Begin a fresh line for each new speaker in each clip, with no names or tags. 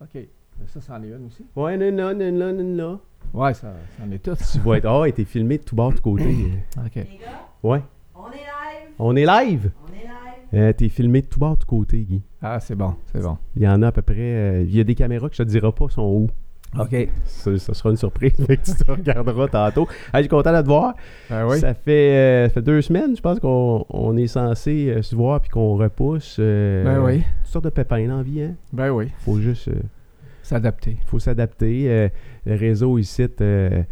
OK. Euh, Ça, c'en est une aussi.
Ouais, non, non, non, non, non, non.
Ouais, ça, c'en est toutes.
Tu vas être. Ah, oh, t'es filmé de tout bord, de côté. euh.
OK.
Les gars,
ouais.
on est live!
On est live!
On est live!
Euh, t'es filmé de tout bord, de côté, Guy.
Ah, c'est bon, c'est bon.
Il y en a à peu près. euh, il y a des caméras que je te dirai pas sont où.
OK.
Ça, ça sera une surprise, mais tu te regarderas tantôt. Hey, je suis content de te voir.
Ben oui.
Ça, fait, euh, ça fait deux semaines, je pense, qu'on on est censé euh, se voir puis qu'on repousse. euh,
Ben oui.
Toutes sortes de pépins dans la vie, hein.
Ben oui.
Faut juste. euh,
S'adapter.
faut s'adapter. Euh, le réseau ici, euh,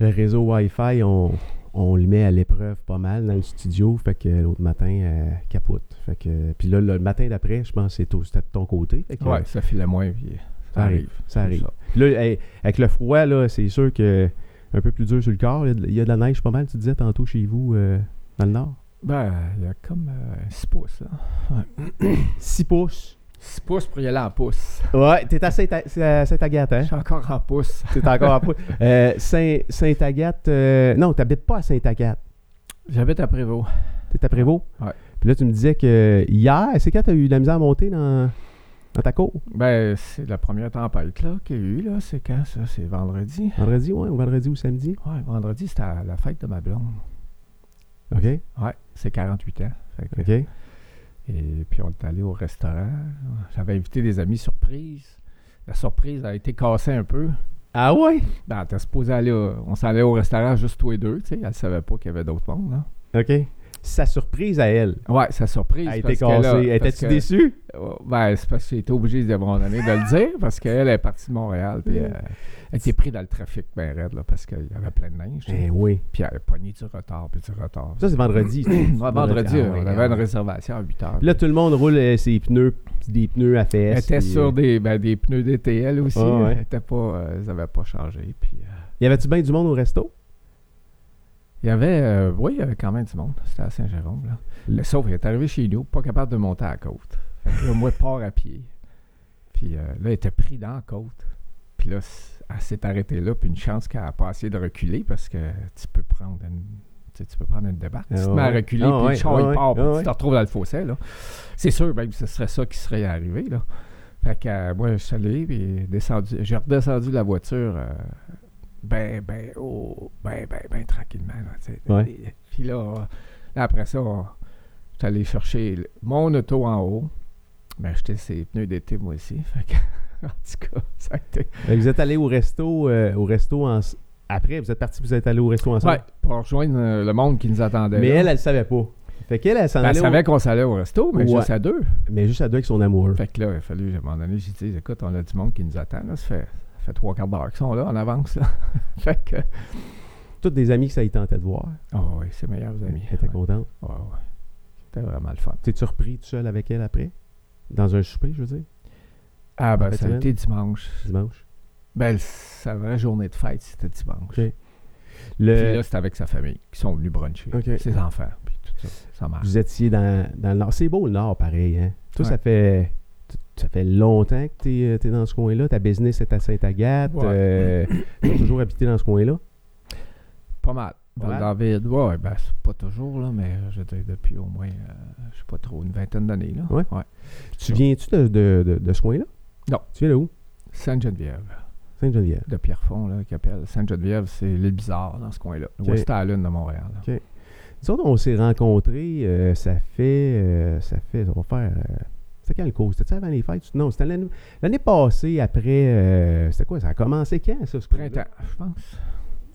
le réseau Wi-Fi, on, on le met à l'épreuve pas mal dans le studio. Fait que l'autre matin, euh, capote. Fait que, puis là, le matin d'après, je pense que c'est tout- c'était de ton côté. Fait que,
Ouais, ça file moins, puis euh,
ça arrive. Ça arrive. Puis là, hey, avec le froid, là, c'est sûr que un peu plus dur sur le corps. Il y a de- il y a de la neige pas mal, tu disais tantôt chez vous, euh, dans le nord.
Ben, il y a comme euh, 6 pouces, là.
6 pouces.
6 pouces pour y aller en pouce.
Ouais, t'es à Saint- à Saint-Agathe, hein?
Je suis encore en pouce.
T'es encore à pouce. Euh, Saint- Saint-Agathe. euh, non, t'habites pas à Saint-Agathe.
J'habite à Prévost.
T'es à Prévost?
Ouais.
Puis là, tu me disais que hier, c'est quand t'as eu de la misère à monter dans, dans ta cour?
Ben, c'est la première tempête, là, qu'il y a eu, là. C'est quand, ça? C'est vendredi?
Vendredi, ouais, ou vendredi ou samedi?
Ouais, vendredi, c'était à la fête de ma blonde.
OK.
Ouais, c'est 48 ans. Fait que-
OK.
Et puis on est allé au restaurant. J'avais invité des amis surprise. La surprise a été cassée un peu.
Ah ouais?
Ben, t'es supposé aller. au- On s'en allait au restaurant juste tous les deux. Tu sais, elle savait pas qu'il y avait d'autres monde. Hein.
OK. Sa surprise à elle
Ouais, sa surprise.
a été
parce que là-
cassée.
parce
Étais-tu
que-
déçu?
Euh, Ben, c'est parce que j'ai été obligé de mon année de le dire parce qu'elle est partie de Montréal. Puis euh, elle était prise dans le trafic, ben raide, là, parce qu'il y avait plein de neige. tu sais.
Eh oui.
Puis elle a pogné du retard, puis du retard.
Ça, c'est vendredi.
Ouais, vendredi,
Ah ouais,
on
ah
avait une
ouais.
réservation à 8 heures.
Puis là, tout le monde roule euh, ses pneus, des pneus à fesses.
Elle était
puis,
sur
euh,
des, ben, des pneus DTL aussi.
Ah ouais.
Elle était pas, euh, ils n'avaient pas changé. Puis, euh,
Y avait-tu bien du monde au resto?
il y avait, euh, oui, il y avait quand même du monde. C'était à Saint-Jérôme. Là. Le- Sauf qu'il est arrivé chez nous, pas capable de monter à la côte. Fait que là, moi, je pars à pied. Puis euh, là, il était pris dans la côte. Puis là, c- elle s'est arrêtée là. Puis une chance qu'elle a pas essayé de reculer parce que tu peux prendre une. Tu, sais, tu peux prendre une débarque.
Ah
tu te mets à
ouais.
reculer,
Ah
puis
ouais,
le char,
ah
il
ouais,
part, puis
ah
tu
ouais.
te retrouves dans le fossé. Là. C'est sûr, même, ce serait ça qui serait arrivé. Là. Fait que euh, moi, je suis allé, puis descendu, j'ai redescendu la voiture, euh, ben, ben, oh, ben, ben, ben, tranquillement. Là, tu sais.
Ouais.
Et- Puis là, euh, là, après ça, on- je suis allé chercher le- mon auto en haut, mais j'étais ses pneus d'été, moi aussi. Fait que, en tout cas, ça a été.
Fait que Euh, Vous êtes allé au resto, euh, au resto en... après, vous êtes parti, vous êtes allé au resto ensemble.
Ouais, pour rejoindre euh, le monde qui nous attendait.
Mais
là.
elle, elle savait pas. Fait qu'elle, elle s'en
Ben, elle
allait au-
savait qu'on s'allait au resto, mais
Ouais.
juste à deux.
Mais juste à deux avec son amoureux.
Fait que là, il a fallu, à un moment donné, j'ai dit, écoute, on a du monde qui nous attend. Là, ça, fait, ça fait trois quarts d'heure qu'ils sont là, en avance. Là. fait que.
Toutes des amis que ça y tentait de voir.
Oh oui, c'est meilleurs amis.
Elle était
Ouais,
contente.
ouais, Oh, ouais. C'était vraiment le fun.
T'es-tu repris tout seul avec elle après? Dans un souper, je veux dire,
Ah ben,
Fête
ça a
semaine?
été dimanche.
dimanche.
Ben, sa vraie journée de fête, c'était dimanche.
Ok.
Puis
Le,
là, c'était avec sa famille qui sont venus bruncher.
Ok.
Ses enfants, puis tout ça. Ça marche.
vous étiez dans, dans le Nord. C'est beau le Nord, pareil. Hein? Toi,
Ouais.
ça fait t- ça fait longtemps que t'es euh, t'es dans ce coin-là. Ta business est à Sainte-Agathe.
Ouais.
euh, T'as toujours habité dans ce coin-là.
Pas mal.
Pas
Val
mal?
David, ouais, ben, c'est pas toujours, là, mais je veux dire, depuis au moins, euh, je sais pas trop, une vingtaine d'années, là.
Ouais. Tu
Ça.
viens-tu de, de- de- de ce coin-là?
Non.
Tu viens de où?
Sainte-Geneviève,
Sainte-Geneviève.
de Pierrefonds, là, qui appelle. Sainte-Geneviève, c'est l'île bizarre, dans ce coin-là.
Ok.
West Island de Montréal. là.
Nous autres, on s'est rencontrés, euh, ça fait. euh, ça fait. Ça va faire. euh, c'était quand le cours C'était avant les fêtes Non, c'était l'année l'année passée après. euh, c'était quoi Ça a commencé quand, ça, ce cours-là?
Printemps, je pense.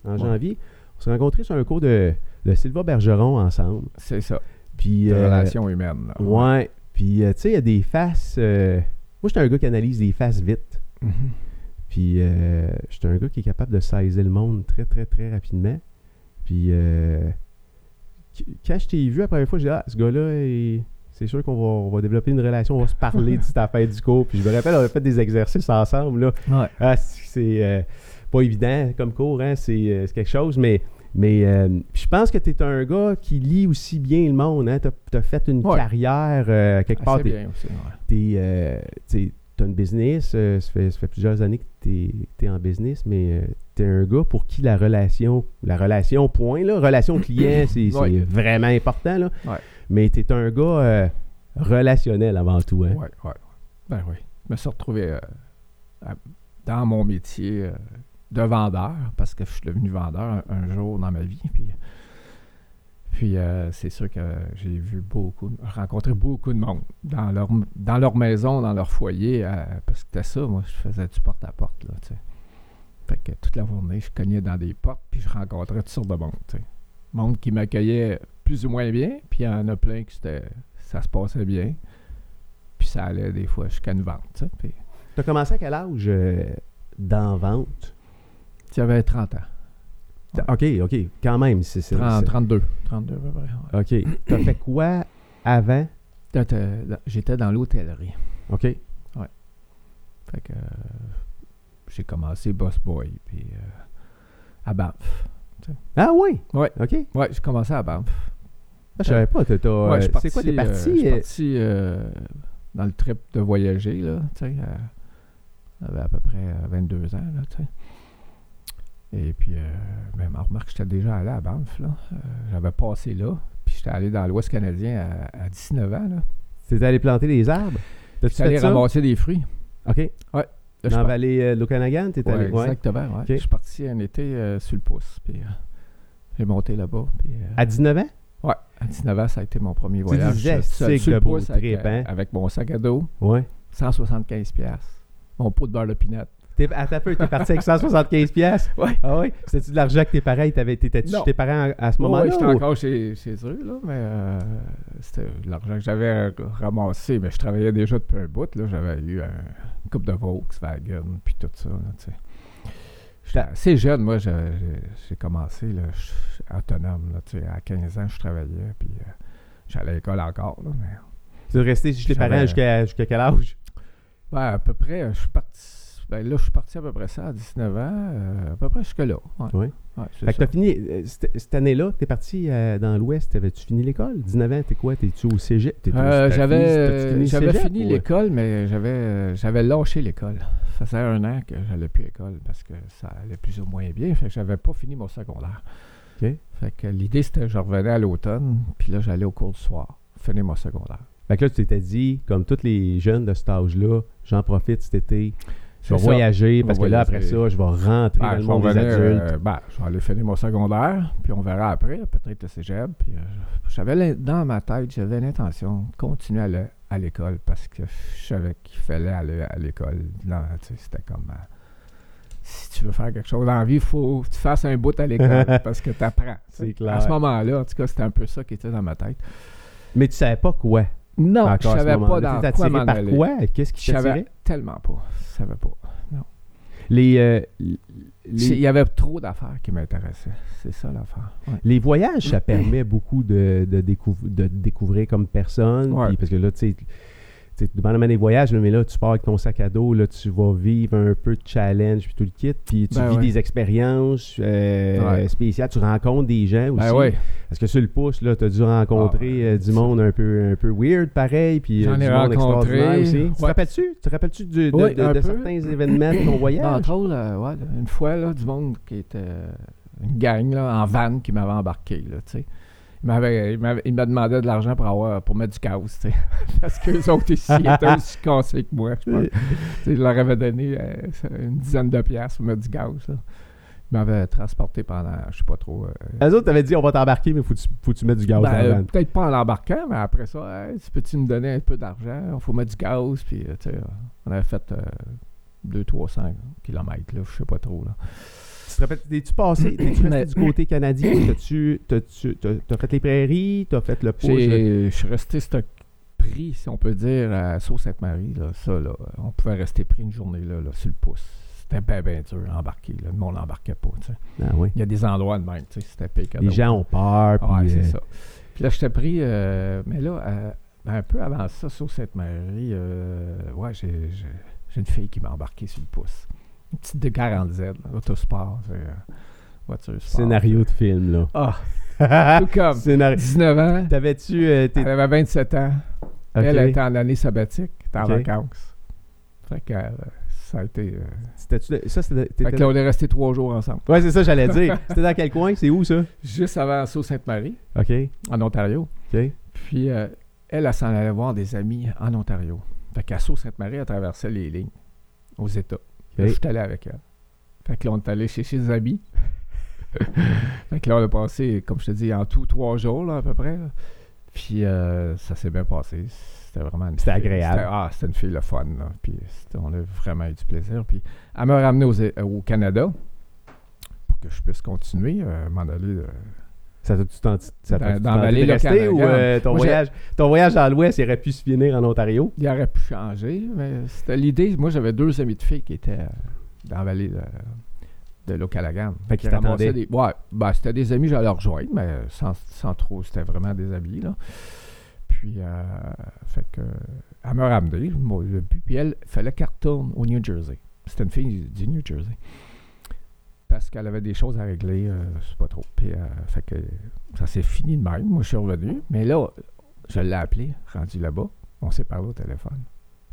En
Ouais.
janvier. On s'est rencontrés sur un cours de, de Sylvain Bergeron ensemble.
C'est ça,
Puis.
de
euh,
relations humaines. là.
Ouais. Puis, euh, tu sais, il y a des faces. euh, moi, j'étais un gars qui analyse des faces vite.
Mhm.
Puis, euh, j'étais un gars qui est capable de saisir le monde très, très, très rapidement. Puis, euh, qu- quand je t'ai vu la première fois, j'ai dit, ah, ce gars-là, il- c'est sûr qu'on va, on va développer une relation, on va se parler de cette affaire du cours. Puis, je me rappelle, on a fait des exercices ensemble, là.
Ouais.
Ah, c'est c'est, euh, pas évident comme cours, hein, c'est euh, c'est quelque chose, mais, mais euh, je pense que tu es un gars qui lit aussi bien le monde. Hein, tu as, fait une
Ouais.
carrière euh, quelque part.
Assez
t'es-
bien aussi, ouais.
t'es, euh, t'sais, t'as une business, euh, ça, fait, ça fait plusieurs années que t'es es en business, mais tu t'es un gars pour qui la relation, la relation point, là, relation client, c'est c'est
Ouais.
vraiment important, là.
Ouais.
Mais t'es un gars euh, relationnel avant tout, hein.
Ouais, ouais. Ben oui. Je me suis retrouvé euh, euh, dans mon métier euh, de vendeur, parce que je suis devenu vendeur un, un jour dans ma vie. Puis, puis euh, c'est sûr que j'ai vu beaucoup, rencontré beaucoup de monde dans leur, dans leur maison, dans leur foyer, euh, parce que c'était ça, moi, je faisais du porte-à-porte, là, tu sais. Fait que toute la journée, je cognais dans des portes, puis je rencontrais toutes sortes de monde, tu sais. Monde qui m'accueillait plus ou moins bien, puis il y en a plein que c'était, ça se passait bien, puis ça allait des fois jusqu'à une vente, tu sais. Puis
Tu as commencé à quel âge euh, dans vente?
j'avais 30 ans, Ah.
OK, OK, quand même. C'est, c'est,
30,
c'est-
32, 32 à peu près, ouais.
OK. T'as fait quoi avant?
Peut-être, euh, là, J'étais dans l'hôtellerie.
OK.
Fait que euh, j'ai commencé Boss Boy, puis euh, à Banff.
Ah oui?
Ouais.
OK.
Ouais, j'ai commencé à Banff.
Ah, je savais pas. T'as, t'as,
Ouais,
euh,
je suis
c'est quoi, t'es
euh, je
parti?
suis parti
euh,
euh, dans le trip de voyager, là, tu sais. euh, J'avais à peu près euh, 22 ans, là, tu sais. Et puis, euh, ben, ma remarque, j'étais déjà allé à Banff, là. Euh, J'avais passé là, puis j'étais allé dans l'Ouest canadien à, à 19 ans, là.
t'es allé planter des arbres? T'as-tu
J'étais allé
fait ça?
ramasser des fruits.
OK.
Là, je
Dans la
par-
vallée euh, de l'Okanagan, t'es allé?
Ouais,
ouais.
exactement. ouais.
Ok.
Je suis parti un été euh, sur le pouce. Puis euh, j'ai monté là-bas. Puis euh,
À 19 ans?
ouais, à 19 ans, ça a été mon premier voyage.
disais,
seul-
stick
sur le
de beau
pouce avec,
trip,
euh,
hein?
avec mon sac à dos,
Ouais.
175 pièces. Mon pot de beurre de pinot.
T'es, attends un peu, t'es parti avec 175 piastres?
Ouais.
Ah oui? C'était-tu de l'argent que tes parents, t'avais, t'étais-tu
Non.
chez tes parents à, à ce
Ouais,
moment-là?
j'étais
ou-
Oh, encore chez, chez eux, là, mais euh, c'était de l'argent que j'avais euh, ramassé, mais je travaillais déjà depuis un bout. Là, j'avais eu un une coupe de Volkswagen, puis tout ça. là, tu sais. J'étais
Ta-
assez jeune, moi, je- je- j'ai commencé là, je- autonome. là, tu sais, à 15 ans, je travaillais, puis euh, j'allais à l'école encore. là, mais-
Tu es resté chez tes
J'avais- euh,
parents jusqu'à, jusqu'à quel âge?
Ben, à peu près, euh, je suis parti. ben, là, je suis parti à peu près ça à 19 ans, euh, à peu près jusque-là. Ouais.
Ouais.
Ouais, c'est
Fait que
ça.
t'as fini, euh, cette, cette année-là, t'es parti euh, dans l'Ouest, t'avais-tu fini l'école? 19 ans, t'es quoi? T'es-tu au cégep? T'es-tu-
Euh,
t'as fini- t'as-tu
J'avais
le
j'avais
cégep
fini
ou-
l'école, mais j'avais euh, j'avais lâché l'école. Ça faisait un an que j'allais plus à l'école parce que ça allait plus ou moins bien. Fait que j'avais pas fini mon secondaire.
OK.
Fait que l'idée, c'était que je revenais à l'automne, puis là, j'allais au cours du soir, finir mon secondaire.
Fait que là, tu t'étais dit, comme tous les jeunes de cet âge-là, j'en profite cet été, je vais
C'est ça.
voyager, parce
On
que là,
voyager.
après ça, je vais rentrer
Ben,
dans le
je
monde
vais
des
revenir,
adultes.
euh, ben, je vais aller finir mon secondaire, puis on verra après, peut-être le cégep. Puis, euh, j'avais l'in- dans ma tête, j'avais l'intention de continuer à aller à l'école parce que je savais qu'il fallait aller à l'école. Là, tu sais, C'était comme. euh, si tu veux faire quelque chose dans la vie, il faut que tu fasses un bout à l'école parce que tu apprends.
C'est clair.
À ce moment-là, en tout cas, c'était un peu ça qui était dans ma tête.
Mais tu savais pas quoi.
Non,
encore
je
à ce
savais pas
moment-là.
dans
T'étais
quoi
attiré
m'en
par
aller.
quoi? Qu'est-ce qui
Je
t'attirait?
savais tellement pas. Je savais pas.
Les, euh, les-
C'est- Il y avait trop d'affaires qui m'intéressaient. C'est ça l'affaire. Ouais.
les voyages, ça permet beaucoup de, de, découv- de te découvrir comme personne.
Ouais.
puis parce que là, tu sais, tu sais, tu demandes à des voyages, là, mais là, tu pars avec ton sac à dos, là, tu vas vivre un peu de challenge, puis tout le kit, puis tu
Ben
vis
ouais.
des expériences euh,
Ouais.
spéciales, tu rencontres des gens aussi.
Ben ouais.
Parce que sur le pouce, là, t'as dû rencontrer
Ah, ouais,
euh,
ça.
du monde un peu, un peu weird, pareil, puis euh,
J'en ai
du monde
rencontré,
extraordinaire aussi. Tu te
ouais.
rappelles-tu? Tu te rappelles-tu du- de,
Oui,
de-
un
de
peu.
certains événements de ton
Non,
voyage?
Entre autres, euh, ouais, là, une fois, là, du monde qui était euh, une gang là, en van qui m'avait embarqué. Là, tu sais. il, m'avait, il, m'avait- il me demandait de l'argent pour, avoir, pour mettre du chaos. tu sais. Parce que les autres ici étaient aussi cassés que moi. Je, pense. Tu sais, je leur avais donné euh, une dizaine de piastres pour mettre du gaz. Là. Ils m'avaient transporté pendant, je sais pas trop. euh,
Eux autres, t'avais dit, on va t'embarquer, mais faut-tu faut tu mettre du gaz
ben,
dans la
euh,
vanne.
peut-être pas en l'embarquant, mais après ça, Hey, tu peux-tu me donner un peu d'argent? Il faut mettre du gaz. Puis, euh, tu sais, euh, on avait fait 200-300 km, là, je sais pas trop. Là.
Tu te rappelles, t'es-tu passé, t'es-tu resté
Mais-
du côté canadien? T'as-tu, t'as-tu, t'as, t'as fait les prairies, t'as fait le pouce? le-
J'ai- Je suis resté stock pris, si on peut dire, à Sault-Sainte-Marie. Là, ça, là, on pouvait rester pris une journée là, là, sur le pouce. C'était bien, bien dur à embarquer. Là. Le monde n'embarquait pas. tu sais.
Ah oui.
Il y a des endroits de même. tu sais, C'était pire que
Les
d'autres.
gens ont peur, puis...
Ouais, c'est
euh,
ça. Puis là, j'étais pris, euh, mais là, euh, ben, un peu avant ça, Sault-Sainte-Marie, euh, ouais, j'ai, j'ai- j'ai une fille qui m'a embarqué sur le pouce. Une petite de 40Z, là, autosport, tu sais, euh, voiture sport.
Scénario de film, là.
Ah, tout comme.
Scénario...
19 ans,
T'avais-tu... euh, t'es-
elle avait 27 ans.
ok.
Elle était en année sabbatique, était en
Ok.
vacances. Fait que euh, ça a été. euh,
C'était-tu de- Ça, c'était...
Fait
t'étais-
que là, on est resté trois jours ensemble.
Ouais, c'est ça, j'allais dire. C'était dans quel coin? C'est où, ça?
Juste avant Sault-Sainte-Marie,
OK,
en Ontario.
OK.
Puis euh, elle, elle s'en allait voir des amis en Ontario. Fait qu'à Sault-Sainte-Marie, elle traversait les lignes. aux États. Là, Je suis allé avec elle. Fait que là, on est allé chez ses amis. fait que là, on a passé, comme je te dis, en tout trois jours, là, à peu près. là. Puis euh, ça s'est bien passé. C'était vraiment une
C'était
fille-
agréable.
c'était- ah, c'était une fille le fun, là. Puis c'était- on a vraiment eu du plaisir. Puis elle m'a ramené aux É- au Canada pour que je puisse continuer euh, à m'en aller. euh.
Ça t'a-tu tenté ça
Dans-
t'a-tu
dans
tenté
Vallée
de rester
Locale,
ou
regarde.
euh, ton,
Moi, j'ai-
voyage, ton voyage dans l'Ouest il aurait pu se finir en Ontario?
Il aurait pu changer, mais c'était l'idée. Moi, j'avais deux amis de filles qui étaient euh, dans la vallée de, de l'Okanagan.
Fait qu'ils
Qui ramassaient
t'attendaient.
des- Ouais, ben, c'était des amis, j'allais rejoindre, mais sans, sans trop, c'était vraiment des amis, là. Puis, euh, fait que, elle m'a ramené, moi, le but, puis elle, fallait qu'elle retourne au New Jersey. C'était une fille du New Jersey. Parce qu'elle avait des choses à régler, euh, je sais pas trop. Puis, euh, fait que, ça s'est fini de même. Moi, je suis revenu. Mais là, je l'ai appelé, rendu là-bas. On s'est parlé au téléphone.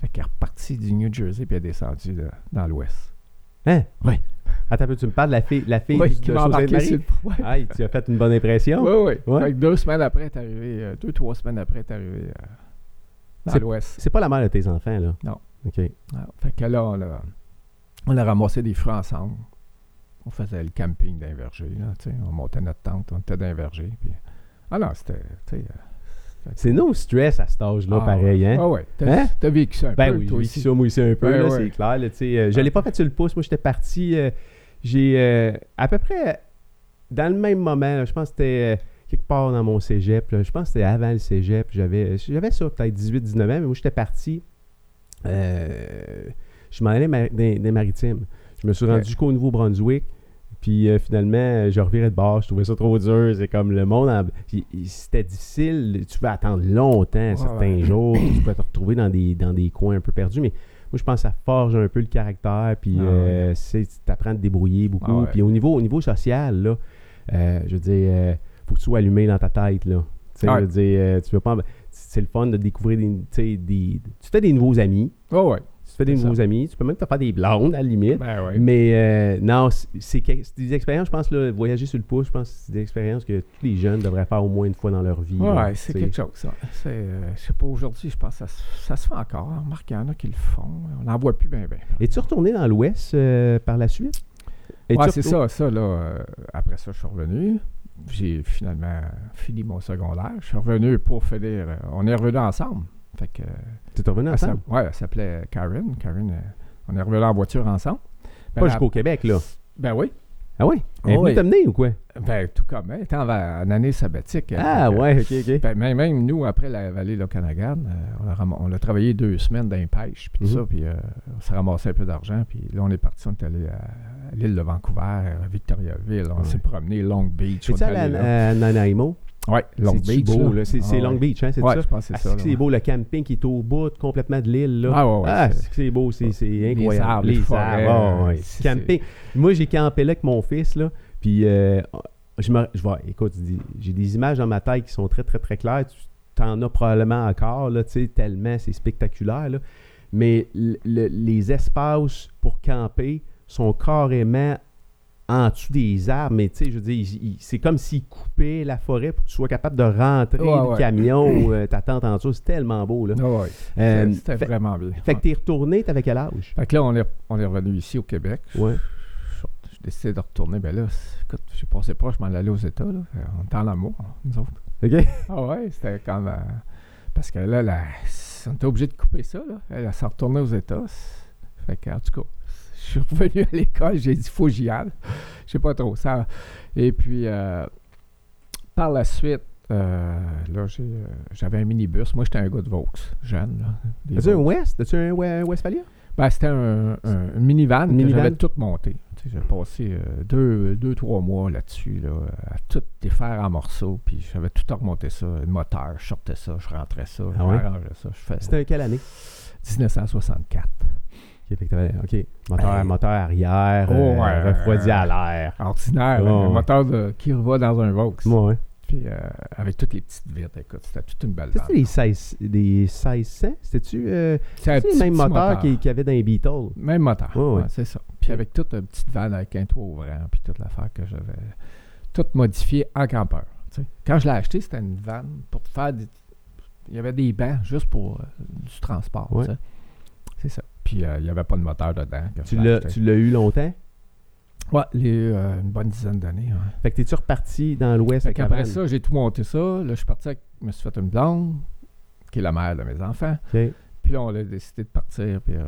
Fait qu'elle est repartie du New Jersey puis elle est descendue là, dans l'Ouest.
Hein?
Ouais.
Attends, un peu, tu me parles de la fille, la fille
Oui,
de
qui m'a embarqué sur
Sault-Sainte-Marie?
le point.
Aïe, tu as fait une bonne impression.
Oui, oui.
Ouais.
Fait que deux semaines après, elle est arrivée, euh, deux, trois semaines après, elle est arrivée euh, dans l'Ouest.
C'est pas la mère de tes enfants, là?
Non.
OK.
Ah, Fait que là, on a, on a ramassé des fruits ensemble. On faisait le camping d'un verger, là, tu sais. On montait notre tente, on était d'un verger. Puis... Ah non, c'était, tu sais, euh,
C'est non stress à cet âge-là,
ah,
pareil,
ouais.
hein?
Ah ouais. T'as,
Hein?
t'as vécu ça un
Ben
peu,
oui,
toi
j'ai
aussi.
vécu ça moi aussi un peu,
Ouais,
là,
ouais. Ah.
c'est clair. Là, tu sais, euh, je l'ai pas fait sur le pouce. Moi, j'étais parti. euh, j'ai euh, à peu près euh, dans le même moment, là, je pense que c'était euh, quelque part dans mon cégep. là, je pense que c'était avant le cégep. J'avais j'avais ça peut-être 18-19 ans, mais moi, j'étais parti. euh, je m'en allais ma- des, des maritimes. Je me suis
Ouais.
rendu jusqu'au Nouveau-Brunswick. Puis euh, finalement, euh, je revirais de bord. Je trouvais ça trop dur. C'est comme le monde. en- puis, il- C'était difficile. Tu vas attendre longtemps certains
ouais.
jours. Tu peux te retrouver dans des, dans des coins un peu perdus. Mais moi, je pense que ça forge un peu le caractère. Puis
Ah ouais.
euh, c'est- tu apprends à te débrouiller beaucoup.
Ah ouais.
Puis au niveau, au niveau social, là, euh, je veux dire, euh, faut que tu sois allumé dans ta tête. Là. Tu sais,
Ouais.
Je veux dire, euh, tu veux pas. C'est le fun de découvrir des, tu sais, des. Tu fais des nouveaux amis.
Ah ouais.
Tu te fais des
C'est
nouveaux amis. Tu peux même te faire des blondes à la limite.
Ben ouais.
Mais euh, non, c'est- c'est que- c'est des expériences, je pense, là, voyager sur le pouce, je pense que c'est des expériences que tous les jeunes devraient faire au moins une fois dans leur vie. là,
Ouais, c'est
tu sais.
quelque chose, ça. C'est, euh, je sais pas, aujourd'hui, je pense que ça, se- ça se fait encore. hein. Remarque, il y en a qui le font. hein. On n'en voit plus ben, bien, bien.
Es-tu retourné dans l'Ouest euh, par la suite? Es-tu
Ouais, c'est
retour-
ça, ça, là. euh, après ça, je suis revenu. J'ai finalement fini mon secondaire. Je suis revenu pour finir. euh, on est revenu ensemble. Fait que, euh,
oh, T'es revenu
elle
ensemble?
s'app- ouais, elle s'appelait Karen. Karen, euh, on est revenu en voiture ensemble. Ben,
Pas
la-
jusqu'au Québec, là.
Ben oui.
Ah ouais? Elle est
Oh,
venue
oui.
t'amener ou quoi?
Ben, tout comme elle était en, va- en année sabbatique. elle.
Ah
Fait que,
ouais, ok, ok.
Ben, même, même nous, après la vallée de l'Okanagan, euh, on, a ram- on a travaillé deux semaines dans les pêches, puis tout
Mhm.
ça, puis euh, on s'est ramassé un peu d'argent, puis là, on est parti, on est allé à, à l'île de Vancouver, à Victoriaville, on
Ouais.
s'est promené, Long Beach. on
Es-tu
est allé
allé
là.
à, à Nanaimo?
Ouais, Long
C'est-tu
Beach.
beau, là. C'est c'est
Ah,
Long
ouais.
Beach, hein, c'est
Ouais,
ça?
je pense que
Ah,
c'est ça.
c'est que
là,
c'est beau, le camping qui est au bout de- complètement de l'île, là.
ouais. Ah, ouais, ouais,
Ah,
c'est-
c'est que c'est beau, c'est c'est
Les
incroyable.
arbres, les forêts,
arbres, ah ouais.
c'est-
Camping. Moi, j'ai campé là avec mon fils, là. Puis, euh, je me. Je vois, écoute, dis- j'ai des images dans ma tête qui sont très, très, très claires. Tu t'en as probablement encore, là, tu sais, tellement c'est spectaculaire, là. Mais le- le- les espaces pour camper sont carrément en dessous des arbres, mais tu sais, je veux dire, ils- ils- c'est comme s'ils coupaient la forêt pour que tu sois capable de rentrer
Ouais,
le
ouais.
camion ou euh, ta tente en dessous. C'est tellement beau, là.
Ah, ouais.
Euh,
C'était- C'était
fait-
vraiment bien.
fait que
Ouais.
t'es retourné, t'avais quel âge?
Fait que là, on est, on est revenu ici au Québec.
Ouais.
Je décidé de retourner. Ben là, c'est- écoute, j'ai passé proche, je m'en allais aux États. Là. On était en amour, nous autres.
OK.
Ah ouais, c'était comme. euh, parce que là, la- on était obligé de couper ça. Là. Elle, elle s'en retournait aux États. Fait que, en tout cas, je suis revenu à l'école, j'ai dit, faut que j'y aille. Je sais pas trop ça. Et puis, euh, par la suite, euh, là, j'ai, euh, j'avais un minibus. Moi, j'étais un gars de Vaux, jeune. Là, des
As-tu un
Vaux.
West? As-tu un, We- un Westphalia?
Ben, c'était un, un une minivan
Une
que j'avais
minivan?
tout monté. Tu sais, J'ai passé euh, deux, deux, trois mois là-dessus, là, à tout défaire en morceaux. Puis j'avais tout remonté ça, le moteur, je sortais ça, je rentrais ça, je
Ah ouais?
rangeais ça. Je faisais
C'était un quelle année?
1964.
OK, fait que t'avais- OK. Moteur,
Hey.
moteur arrière,
Oh,
euh,
ouais.
refroidi à l'air.
Ordinaire,
Oh,
hein,
ouais.
le moteur de, qui va dans un Vaux.
Ouais.
Puis euh, avec toutes les petites vitres, écoute, c'était toute une belle
C'était
bande.
des, 16, des 1600? C'était-tu euh,
C'est un
c'est-tu
petit-
les mêmes
petit
moteurs qu'il qu'il y avait dans les Beatles?
Même moteur.
Ouais, ouais.
ouais, c'est ça. Puis avec toute une petite vanne avec un toit ouvrant, puis toute l'affaire que j'avais. Tout modifié en campeur. tu sais. Quand je l'ai acheté, c'était une vanne pour te faire. des- Il y avait des bancs juste pour euh, du transport.
Ouais.
tu sais. C'est ça. Puis euh, il n'y avait pas de moteur dedans. quand
Tu
je l'ai
l'as
acheté.
tu l'as eu longtemps?
Ouais, il y a eu, euh, une bonne dizaine d'années. ouais.
Fait que t'es-tu reparti dans l'ouest
Fait
avec la
qu'après
vanne?
ça, j'ai tout monté ça. Là, je suis parti avec, je me suis fait une blonde, qui est la mère de mes enfants.
Ok.
Puis là, on a décidé de partir. Puis euh,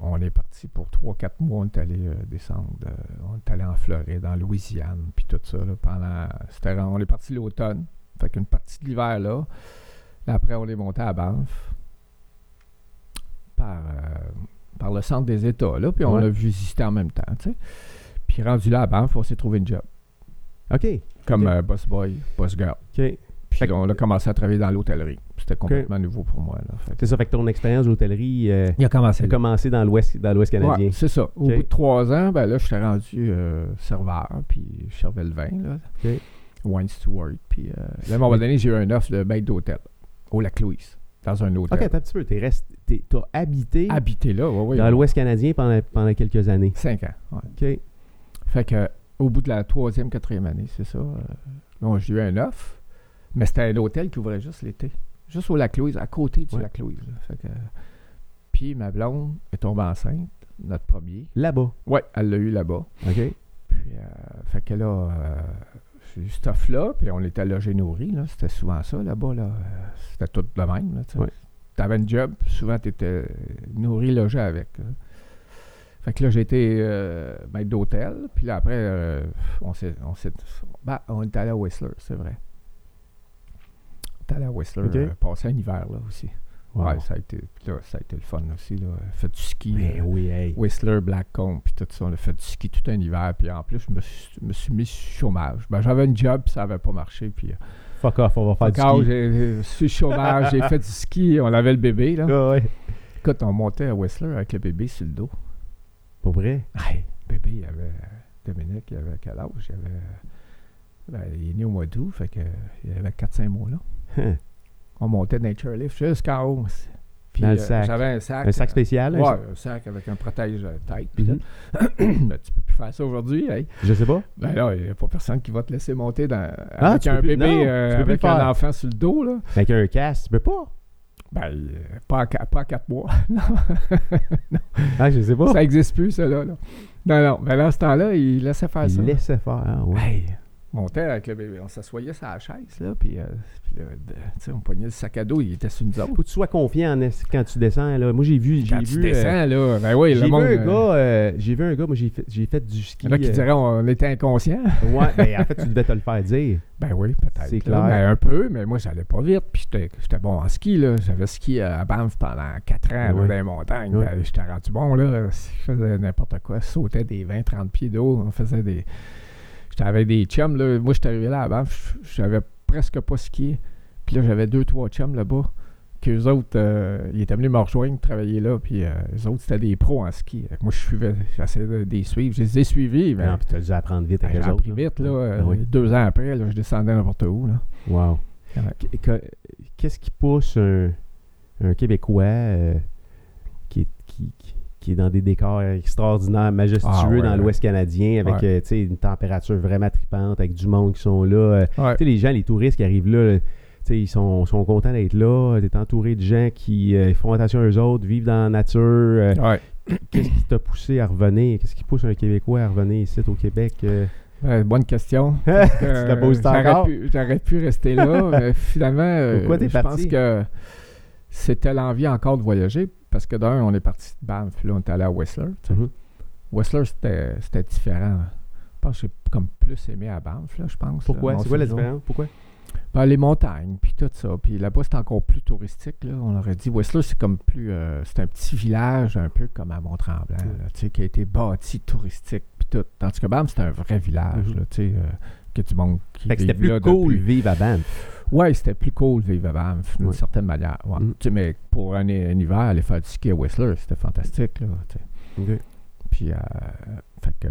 on est parti pour 3-4 mois. On est allé euh, descendre. euh, on est allé en Floride, en Louisiane, puis tout ça. là, pendant, c'était- on est parti l'automne. Fait qu'une partie de l'hiver là. Là, après, on est monté à Banff. Par, euh, par le centre des États, là. Puis on
Ouais.
a visité en même temps, tu sais. Puis rendu là à Banff, on s'est trouvé une job.
OK.
Comme
Ok.
euh, boss boy, boss girl.
OK.
Puis
Fait que-
on a commencé à travailler dans l'hôtellerie. C'était complètement nouveau pour moi. là. Fait que-
C'est ça, fait que ton expérience d'hôtellerie euh,
Il a commencé
a commencé dans l'ouest dans l'ouest canadien.
c'est ça. Au
Ok.
bout de trois ans, ben là, je suis rendu euh, serveur, puis je servais le vin, là.
Ok.
Wine steward. Puis euh, là, à un moment
Mais-
donné, j'ai eu un offre de maître d'hôtel au Lac Louise, dans un hôtel.
OK, attends un petit peu. T'es rest- t'es- T'as habité
Habité là, oui, oui.
dans l'ouest canadien pendant, pendant quelques années.
Cinq ans, ouais.
OK.
Fait que, au bout de la troisième, quatrième année, c'est ça. euh, là, j'ai eu un offre, mais c'était un hôtel qui ouvrait juste l'été. Juste au Lac Louise, à côté du
Ouais.
Lac Louise. là. Fait que, puis ma blonde est tombée enceinte, notre premier.
Là-bas.
Ouais, elle l'a eu là-bas.
OK.
Puis, euh, fait que là, euh, j'ai eu cette offre-là, puis on était logés nourris, là. C'était souvent ça, là-bas, là. Euh, C'était tout de même, là, tu sais.
Ouais.
T'avais une job, puis souvent t'étais nourri, logé avec. là. Fait que là, j'ai été euh, maître d'hôtel, puis là, après, euh, on s'est... On, s'est- ben, on est allé à Whistler, c'est vrai. On est allé à Whistler,
Ok.
euh, passer un hiver, là, aussi.
Wow.
Ouais, ça a été... puis là, ça a été le fun, aussi, là. Fait du ski.
Ben
euh,
oui, hey.
Whistler, Blackcomb, puis tout ça. On a fait du ski tout un hiver. Puis en plus, je me suis, me suis mis sur chômage. Ben, j'avais une job, puis ça n'avait pas marché. Puis euh,
Fuck off, on va faire
quand
du ski.
j'ai- je suis chômage, j'ai fait du ski, on avait le bébé. Là.
Ah, ouais.
Écoute, on montait à Whistler avec le bébé sur le dos.
Pour vrai?
Hey, le bébé, il avait. Dominique, il avait quel âge? Il avait. ben, il est né au mois d'août, fait que, il avait 4-5 mois là.
Hein.
On montait Nature Lift jusqu'en haut. Puis
Dans le
euh,
sac.
j'avais un sac.
Un sac
euh,
spécial? hein? un
Ouais,
sac-
un sac avec un protège-tête. puis
Mhm.
tout. Ben, tu peux plus faire ça aujourd'hui. hey.
Je sais pas.
Ben là, il n'y a pas personne qui va te laisser monter dans,
Ah,
avec
tu peux
un
plus-
bébé,
non,
euh,
tu peux plus
avec
le faire.
un enfant sur le dos. Là.
Avec un casque, tu peux pas.
Ben, euh, pas, à, qua- pas à quatre mois.
Ah, je sais pas.
Ça n'existe plus, ça, là. là. Non, non. Ben là, à ce temps-là, il laissait faire ça.
Il laissait faire. Ah, ouais.
Hey, on montait avec le bébé. On s'assoyait sur la chaise, là, puis, euh, puis là, de- tu sais, on pognait le sac à dos, il était sur nous autres.
Faut que tu sois confiant en est- quand tu descends. Là. Moi, j'ai vu. J'ai
Quand tu
vu,
descends,
euh,
là, ben oui,
j'ai
le
vu
monde...
un
euh,
gars. euh, j'ai vu un gars. Moi, j'ai fait, j'ai fait du
Il
ski.
y en a qui
euh,
diraient on était inconscient.
Ouais, mais en fait, tu devais te le faire dire.
Ben oui, peut-être.
C'est
là.
clair.
Ben, un peu, mais moi, j'allais pas vite. Puis j'étais j'étais bon en ski. là. J'avais ski à Banff pendant 4 ans là,
Oui.
dans les montagnes.
Oui.
Ben, j'étais rendu bon. Là. Je faisais n'importe quoi. Je sautais des 20-30 pieds d'eau. On faisait des. J'étais avec des chums. Là. Moi, j'étais arrivé là à Banff. j- J'avais presque pas skié. Puis là, j'avais deux, trois chums là-bas. Qu'eux autres, euh, ils étaient venus me rejoindre, travailler là. Puis euh, eux autres, c'était des pros en ski. Fait que Moi, je suivais. J'essayais de les suivre. Je les ai suivis. mais
Non, puis tu as dû apprendre vite avec
j'ai
les autres.
appris Ben, vite, là. euh,
Ah oui.
Deux ans après, là, je descendais n'importe où, là.
Wow.
Ouais.
Qu- que- Qu'est-ce qui pousse un, un Québécois euh, qui, est, qui, qui- qui est dans des décors extraordinaires, majestueux
Ah, ouais,
dans
ouais.
l'Ouest canadien, avec
Ouais.
euh, tu sais, une température vraiment tripante, avec du monde qui sont là. euh,
Ouais.
Tu sais, les gens, les touristes qui arrivent là, là, tu sais, ils sont, sont contents d'être là. T'es entouré de gens qui euh, font attention à eux autres, vivent dans la nature. euh,
Ouais.
Qu'est-ce qui t'a poussé à revenir? Qu'est-ce qui pousse un Québécois à revenir ici au Québec? euh?
Ouais, bonne question.
tu
Euh,
te poses
j'aurais
encore?
pu, j'aurais pu rester là, mais finalement, euh,
Pourquoi t'es
je
parti?
pense que c'était l'envie encore de voyager, parce que d'un, on est parti de Banff, puis là, on est allé à Whistler. tu sais.
Mhm.
Whistler, c'était c'était différent. Je pense que j'ai comme plus aimé à Banff, là, je pense. là,
Pourquoi?
mon
C'est quoi la
séjour.
différence? Pourquoi?
Ben, les montagnes, puis tout ça. Puis là-bas, c'est encore plus touristique. Là. On aurait dit, Whistler, c'est comme plus. euh, c'est un petit village, un peu comme à Mont-Tremblant, là, tu sais, qui a été bâti touristique, puis tout. Tandis que Bam, c'est un vrai village,
Mhm.
là, tu sais, euh, que du monde qui.
Fait que c'était
vive
plus
là
cool
depuis-
vivre à Banff.
Ouais, c'était plus cool vivre à Banff, d'une
Ouais.
certaine manière. ouais.
Mhm.
Tu sais, mais pour un, un hiver, aller faire du ski à Whistler, c'était fantastique, là, tu sais. Puis, euh, fait que-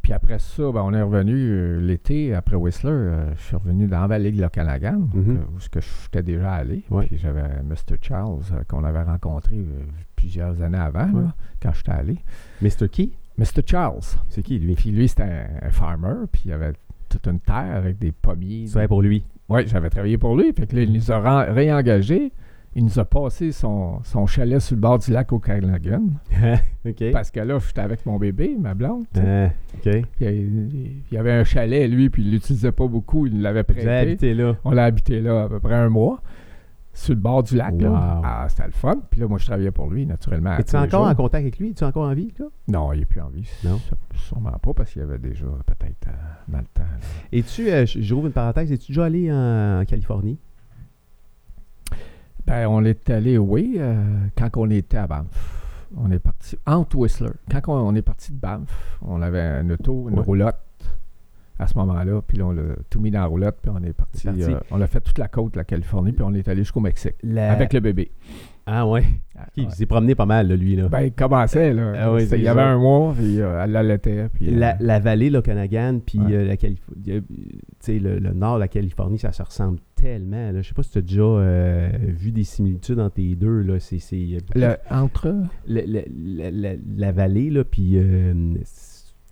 puis après ça, ben, on est revenu euh, l'été, après Whistler, euh, je suis revenu dans la vallée de l'Okanagan,
Mhm.
que- où ce que j'étais déjà allé.
Ouais.
Puis j'avais Mr. Charles, euh, qu'on avait rencontré euh, plusieurs années avant,
Ouais.
là, quand j'étais allé.
Mr. Key?
Mr. Charles,
C'est qui, lui?
puis lui, c'était un, un farmer, puis il avait toute une terre avec des pommiers.
Tu travailles pour lui.
Oui, j'avais travaillé pour lui. Fait que là, il nous a ren- réengagés. il nous a passé son, son chalet sur le bord du lac au Okanagan.
OK.
Parce que là, j'étais avec mon bébé, ma blonde. tu sais.
Ah, OK.
Il, y a- euh, il y avait un chalet, lui, puis il l'utilisait pas beaucoup. Il l'avait
Vous avez
prêté.
habité là.
On l'a habité là à peu près un mois, sur le bord du lac. Là.
Wow.
Ah, c'était le fun. Puis là, moi, je travaillais pour lui, naturellement. à
Es-tu
tous les
encore
jours.
en contact avec lui? Es-tu encore en vie, là?
Non, il n'est plus en vie.
Non.
Ça- Sûrement pas, parce qu'il y avait déjà, peut-être, euh, dans le temps. là.
Es-tu, euh, je- j'ouvre une parenthèse, es-tu déjà allé en, en Californie?
Ben, on est allé, oui, euh, quand on était à Banff. On est parti, entre Whistler. Quand on, on est parti de Banff, on avait un auto, une
Ouais.
roulotte à ce moment-là. Puis là, on l'a tout mis dans la roulotte, puis on est parti.
C'est parti. Euh,
euh, on a fait toute la côte, la Californie, puis on est allé jusqu'au Mexique. Avec le bébé.
Ah ouais.
Ah,
Il
ouais.
s'est promené pas mal, là, lui. Là.
Ben, il commençait, là.
Ah oui,
C'était-
c'est
il y avait
ça.
un mois, puis euh, elle l'allaitait. Puis, euh,
la, la vallée, l'Okanagan, puis
Ouais.
euh, la Calif- euh, tu sais, le, le nord de la Californie, ça se ressemble tellement. là. Je sais pas si tu as déjà euh, vu des similitudes entre les deux. Là. C'est, c'est, il y a beaucoup-
le- entre eux,
le- le- la, la- la vallée, là, puis... euh, c'est-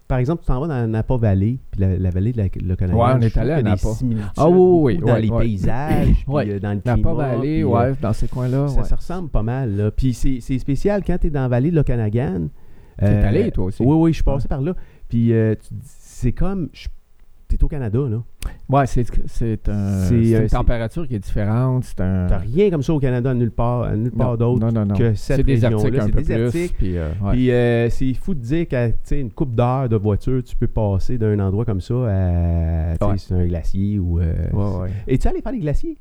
par exemple, tu t'en vas dans Napa Valley, puis la, la vallée de la, l'Okanagan.
Ouais, on
je
est
trouve
allé à
qu'il y a des
Napa.
similitudes
Ah oui, oui,
beaucoup
oui,
Dans
ouais,
les
ouais.
paysages, puis
Ouais.
euh, dans le
la
climat.
pas aller,
puis, euh,
ouais, dans ces coins-là.
Ça
Ouais.
se ressemble pas mal. là. Puis c'est c'est spécial quand tu es dans la vallée de l'Okanagan. euh,
T'es allé, toi aussi.
Oui, oui, je suis passé
Ouais.
par là. Puis euh, tu te dis, c'est comme. Tu es au Canada, là.
Ouais, c'est, c'est, un-
C'est,
c'est
euh,
une
c'est-
tempérainte qui est différente. C'est un.
Tu rien comme ça au Canada, nulle part, nulle part
Non,
d'autre.
non, non, non.
que cette
C'est des
région-là.
articles un
C'est
peu
des
plus.
articles.
Puis, euh, ouais.
Puis euh, c'est fou de dire qu'à tu sais, une coupe d'heure de voiture, tu peux passer d'un endroit comme ça à tu sais,
Ouais.
sur un glacier ou. euh,
Ouais, ouais.
Et tu allé faire des glaciers?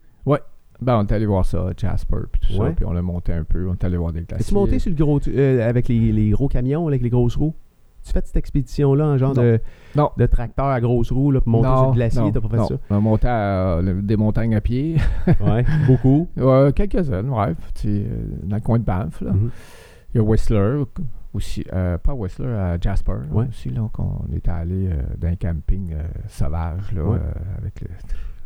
Ben, on est allé voir ça, Jasper, puis tout
Ouais.
ça. Puis on l'a monté un peu. On est allé voir des glaciers.
Es-tu monté sur le gros, tu- euh, avec les, les gros camions, avec les grosses roues? Tu fais cette expédition-là en genre
Non.
de,
Non.
de tracteur à grosses roues, là, pour monter sur le glacier, t'as pas fait ça?
On a monté à, euh, des montagnes à pied.
Ouais, beaucoup.
Ouais, quelques-unes, ouais. Tu sais, euh, dans le coin de Banff, là.
Mhm.
Il y a Whistler aussi, euh, pas Whistler, à Jasper là,
Ouais.
aussi, là, qu'on était allé euh, dans un camping euh, sauvage, là,
Ouais.
euh, avec le...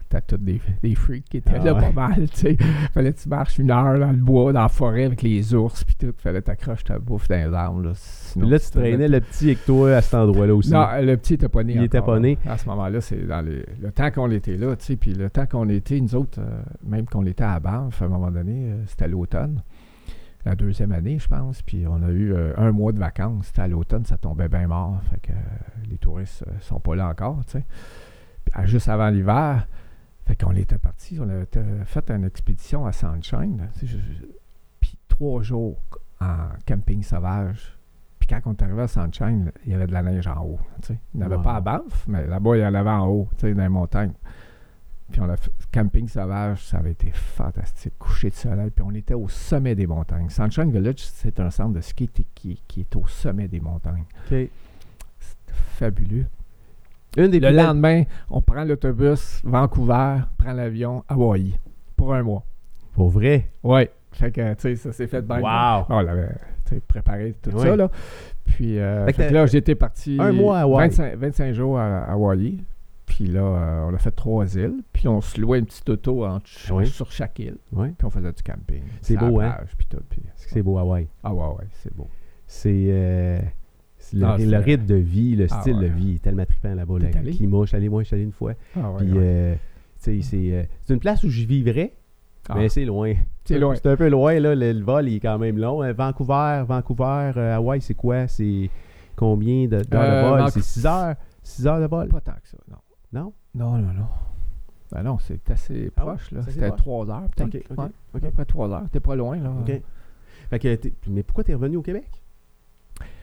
T'as tous des, des freaks qui étaient
Ah
là
ouais.
pas mal, tu sais. Fallait que tu marches une heure dans le bois, dans la forêt, avec les ours, puis tout. Fallait que t'accroches ta bouffe dans les arbres, là. sinon
Puis là, tu traînais le petit avec toi à cet endroit-là aussi.
Non, le petit était pas né.
Il était
encore,
pas né.
là. À ce moment-là, c'est dans les- le temps qu'on était là, tu sais, puis le temps qu'on était, nous autres, euh, même qu'on était à Banff, à un moment donné, euh, c'était à l'automne, la deuxième année, je pense, puis on a eu euh, un mois de vacances. C'était à l'automne, ça tombait bien mort, fait que euh, les touristes euh, sont pas là encore, tu sais. Puis, ah, juste avant l'hiver, fait qu'on était partis, on avait euh, fait une expédition à Sunshine, là, tu sais, je- je- puis trois jours en camping sauvage. Puis quand on est arrivé à Sunshine, là, il y avait de la neige en haut. tu sais. Il n'y en avait
Wow.
pas à Banff, mais là-bas, il y en avait en haut, tu sais, dans les montagnes. Puis on a fait camping sauvage, ça avait été fantastique. Coucher de soleil, puis on était au sommet des montagnes. Sunshine Village, c'est un centre de ski t- qui, qui est au sommet des montagnes.
OK.
C'était fabuleux.
Une des
Le
plus belles-
lendemain, on prend l'autobus, Vancouver, prend l'avion, Hawaï, pour un mois.
Pour vrai.
Ouais. Fait que, tu sais, ça s'est fait bien.
Wow.
On l'avait tu sais, préparé tout
Oui.
ça, là. Puis, euh,
Fait que
fait que
t'as-
là, j'étais parti
Un mois à Hawaï.
25, 25 jours à, à Hawaii. Puis là, euh, on a fait trois îles. Puis on se louait une petite auto en ch-
Ah oui.
sur chaque île.
Ouais.
Puis on faisait du camping.
C'est
sur la
beau, hein?
plage, Puis tout. Puis,
Est-ce que c'est beau, Hawaï?
Ah ouais, ouais, c'est beau.
C'est. euh, c'est le,
Ah,
le
c'est-
rythme de vie, le
Ah,
style
ouais.
de vie est tellement trippant là-bas.
T'es
Le
allé?
climat, je suis allé, moi, je suis allé une fois.
Ah ouais,
Puis,
ouais.
euh, tu sais, c'est euh, c'est une place où je vivrais,
Ah,
mais c'est loin.
c'est loin.
C'est un peu loin, là. Le, le vol, il est quand même long. Euh, Vancouver, Vancouver, euh, Hawaï, c'est quoi? C'est combien de- d'heures de,
Euh,
vol?
Vancou-
C'est 6 heures? 6 heures de vol?
Pas tant que ça, non.
Non?
Non, non, non. Ben non, c'est assez
Ah ouais?
proche, là.
C'est assez
C'était
proche.
trois heures, peut-être.
Ok, ok,
Ouais,
ok.
à peu près trois heures. T'es pas loin, là.
OK. Fait que t'es- mais pourquoi t'es revenu au Québec?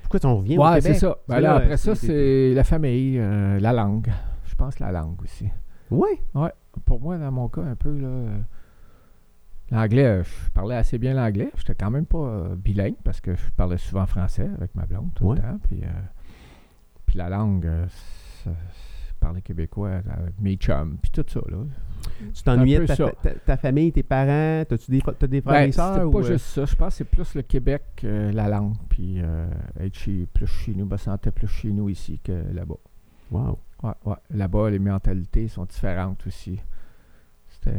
Pourquoi tu reviens au
Ouais,
Québec?
c'est ça.
C'est
Ben là,
là,
après ça,
c'est-
c'est la famille, euh, la langue. Je pense la langue aussi.
Oui.
Pour moi, dans mon cas, un peu, là, euh, l'anglais, euh, je parlais assez bien l'anglais. J'étais quand même pas euh, bilingue parce que je parlais souvent français avec ma blonde tout
Ouais.
le temps. Puis, euh, puis la langue, euh, ça- je parlais québécois, euh, mes chums, puis tout ça, là.
Tu t'ennuyais
un
de
peu
ta,
ça.
ta- ta famille, tes parents, t'as-tu des, fr- t'as des frères
Ben,
et
c'était
sœurs?
pas
ou, euh,
juste ça. Je pense que c'est plus le Québec, euh, la langue, puis euh, être chez- plus chez nous, me sentais plus chez nous ici que là-bas.
Wow.
Ouais, ouais. Là-bas, les mentalités sont différentes aussi. C'était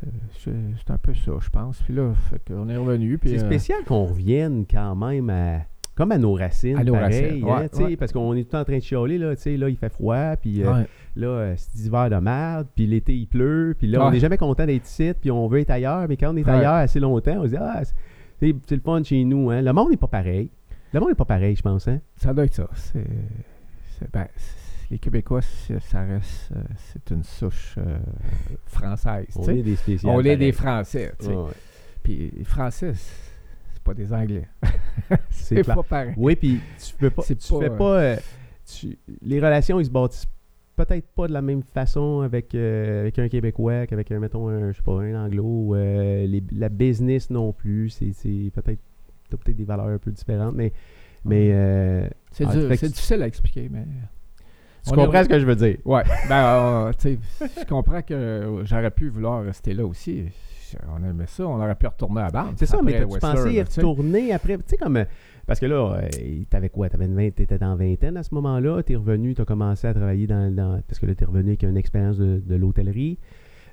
c'est- c'est- c'est un peu ça, je pense. Puis là, fait qu'on est revenu. puis,
C'est
euh,
spécial qu'on revienne quand même à, comme à nos racines,
À nos
pareil,
racines,
hein,
ouais,
tu sais,
ouais.
parce qu'on est tout le temps en train de chialer, là, tu sais, là, il fait froid, puis euh,
Ouais.
là, euh, c'est l'hiver de merde, puis l'été, il pleut, puis là, on
Ouais.
n'est jamais content d'être ici, puis on veut être ailleurs, mais quand on est
Ouais.
ailleurs assez longtemps, on se dit, ah, c'est- c'est c'est le fun chez nous, hein. Le monde n'est pas pareil. Le monde n'est pas pareil, je pense, hein.
Ça doit être ça. C'est, c'est- ben, c'est- les Québécois, c'est- ça reste, euh, c'est une souche euh, française. tu
On
sais.
est des spécialistes.
On est des Français. tu sais.
Ouais, ouais.
Puis les Français, c'est c'est pas des Anglais.
C'est
C'est
clair.
pas pareil.
Oui, puis tu peux pas.
C'est
tu
pas,
fais pas. euh, tu- les relations, ils se bâtissent peut-être pas de la même façon avec, euh, avec un Québécois qu'avec un, mettons, un, je sais pas, un Anglo. euh, les- la business non plus. C'est c'est peut-être. T'as peut-être des valeurs un peu différentes, mais. Mais. euh,
C'est,
Ah,
dur-
fait que
c'est
tu-
difficile à expliquer, mais.
tu
On
comprends
est-
ce que je veux dire?
Ouais, ben, euh, tu sais, je comprends que euh, j'aurais pu vouloir rester là aussi. On aimait ça, on aurait pu retourner à Berne.
C'est ça, mais
après
t'as-tu
Whistler,
pensé y
là, tu sais.
retourner après? Tu sais, comme. euh, Parce que là, euh, t'avais quoi? T'avais une vingt- t'étais dans vingtaine à ce moment-là. T'es revenu, t'as commencé à travailler dans, dans- Parce que là, t'es revenu avec une expérience de, de l'hôtellerie.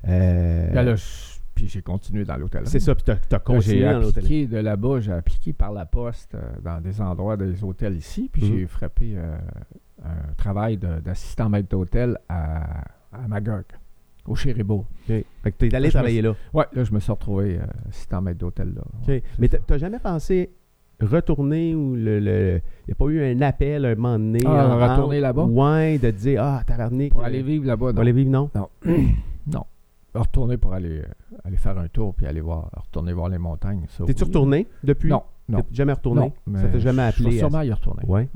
Euh,
Ben là, je- puis j'ai continué dans l'hôtel.
c'est ça, puis t'as, t'as
Là, J'ai
continué dans l'hôtellerie.
appliqué de là-bas, j'ai appliqué par la poste euh, dans des endroits, des hôtels ici, puis
Mhm.
j'ai frappé euh, un travail de- d'assistant maître d'hôtel à, à Magog, au Chéribourg.
OK. Fait que t'es allé
me
travailler là.
Ouais, là, je me suis retrouvé euh, assistant maître d'hôtel là.
OK.
Ouais,
Mais
c'est
t'as, t'as jamais pensé retourner ou le. le- y a pas eu un appel un moment donné?
Ah,
en-
retourner
en-
là-bas?
Ouais, de te dire, ah, tavernier.
ça. pour aller vivre là-bas.
Pour
non.
aller vivre, non?
Non. Retourner pour aller, euh, aller faire un tour puis aller voir, retourner voir les montagnes. ça,
T'es-tu
oui.
retourné depuis?
Non, non.
T'es jamais retourné?
Non, mais
Ça t'a jamais
je- Je
appelé?
vais
à-
sûrement y retourner.
Ouais.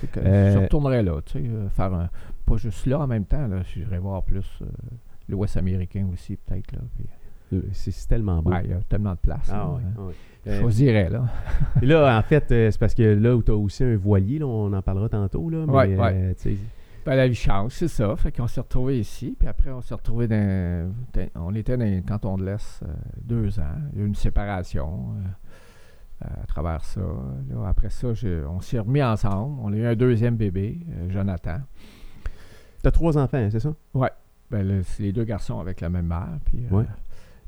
C'est que
Euh,
Je retournerai là, tu sais, euh, faire un. Pas juste là en même temps, là. J'irai voir plus euh, l'Ouest américain aussi, peut-être, là. puis-
Euh, C'est c'est tellement beau.
Ouais, il y a tellement de place.
Ah
là,
ouais,
hein.
ah ouais.
Je
Euh,
choisirais, là.
et là, en fait, euh, c'est parce que là où tu as aussi un voilier, là, on en parlera tantôt. Là, mais,
Ouais, ouais.
euh, tu sais,
Ben, la vie change, c'est ça. Fait qu'on s'est retrouvés ici, puis après, on s'est retrouvés dans. dans- On était dans un canton de l'Est euh, deux ans. Il y a eu une séparation euh, euh, à travers ça. Là, après ça, j'ai- on s'est remis ensemble. On a eu un deuxième bébé, euh, Jonathan.
T'as trois enfants, hein, c'est ça?
Ben, le- c'est les deux garçons avec la même mère. Puis, euh,
Ouais.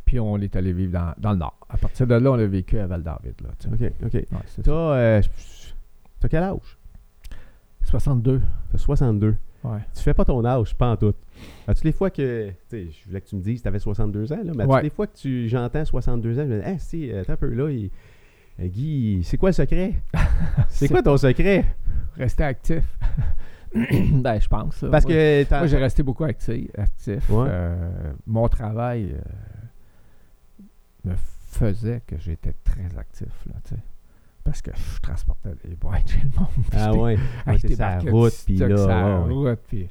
puis on est allé vivre dans, dans le Nord. À partir de là, on a vécu à Val-David. Là, tu sais.
OK, OK.
Ouais, c'est
T'as
ça.
euh, je- t'as quel âge?
62.
T'as 62.
Ouais.
Tu fais pas ton âge, pas en tout. À toutes les fois que. Tu sais, je voulais que tu me dises, t'avais 62 ans, là, mais à toutes
Ouais.
les fois que tu j'entends 62 ans, je me dis, ah, si, euh, attends un peu, là, il- euh, Guy, c'est quoi le secret? C'est quoi ton secret?
Rester actif. ben, je pense. là.
Parce
Moi,
que. t'as-
Moi, j'ai resté beaucoup acti- actif.
Ouais.
Euh, mon travail euh, me faisait que j'étais très actif. Là, tu sais. parce que je transportais des boîtes chez le monde.
Ah ouais.
Acheter
c'est sa
marquettes,
route,
stock,
puis là.
sa
ouais, ouais.
route, puis-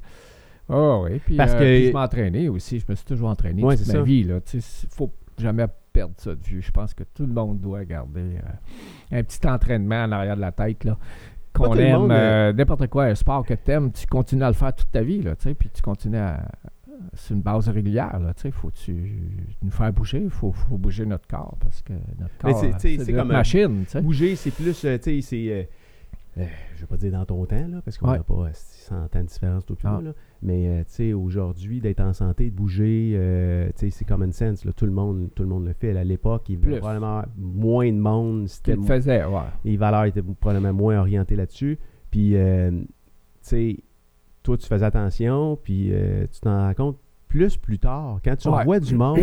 Ah oui, puis,
Parce
euh,
que-
puis je m'entraînais aussi. Je me suis toujours entraîné
Ouais,
toute
c'est
ma
ça.
vie. Là, tu sais, faut jamais perdre ça de vue. Je pense que tout le monde doit garder euh, un petit entraînement en arrière de la tête. Là.
Pas
Qu'on
tout le
aime
monde,
euh, n'importe quoi, un sport que tu aimes, tu continues à le faire toute ta vie, là, tu sais, puis tu continues à. C'est une base régulière, là, tu sais. Faut tu nous faire bouger, il faut, faut bouger notre corps, parce que notre
Mais
corps,
c'est-
euh,
tu sais,
c'est
c'est
notre
comme un-
machine, tu sais.
Bouger, c'est plus, euh, tu sais, c'est. euh, euh, je vais pas dire dans ton temps, là, parce qu'on n'a
Ouais.
pas euh, 100 ans de différence, tout
Ah.
là. Mais, euh, tu sais, aujourd'hui, d'être en santé, de bouger, euh, tu sais, c'est common sense, là. Tout le monde, tout le monde le fait. À l'époque, il y avait
Plus.
probablement moins de monde.
Tu
C'était
le faisais, ouais.
les valeurs étaient probablement moins orientées là-dessus. Puis, euh, tu sais, toi, tu faisais attention, puis euh, tu t'en rends compte plus plus tard, quand tu
Ouais.
revois du monde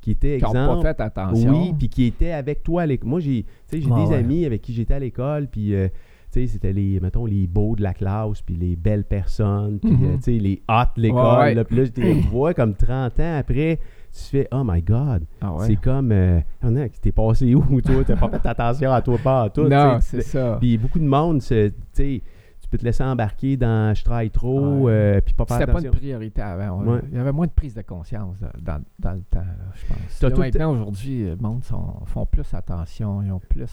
qui était
Qui ont
exemple,
pas fait attention.
oui, puis qui était avec toi à l'école. Moi, j'ai tu sais, j'ai
Ah
des
ouais.
amis avec qui j'étais à l'école, puis euh, tu sais, c'était les, mettons, les beaux de la classe, puis les belles personnes, puis
Mhm.
euh, tu sais, les hot de l'école.
Ouais.
là. Puis là, je les vois comme 30 ans après, tu fais « Oh my God!
Ah ouais.
C'est comme... Euh, on est- T'es passé où, toi? T'as pas fait attention à toi, pas à toi.
Non,
tu sais.
c'est ça.
Puis beaucoup de monde, se- tu sais, tu peux te laisser embarquer dans « Je travaille trop
Ouais.
euh, puis pas faire
C'était pas
attention.
une priorité avant. On-
Ouais.
Il y avait moins de prise de conscience dans, dans- dans le temps, là, je pense.
T'as
Là,
tout le
maintenant, aujourd'hui, le monde sont- font plus attention, ils ont plus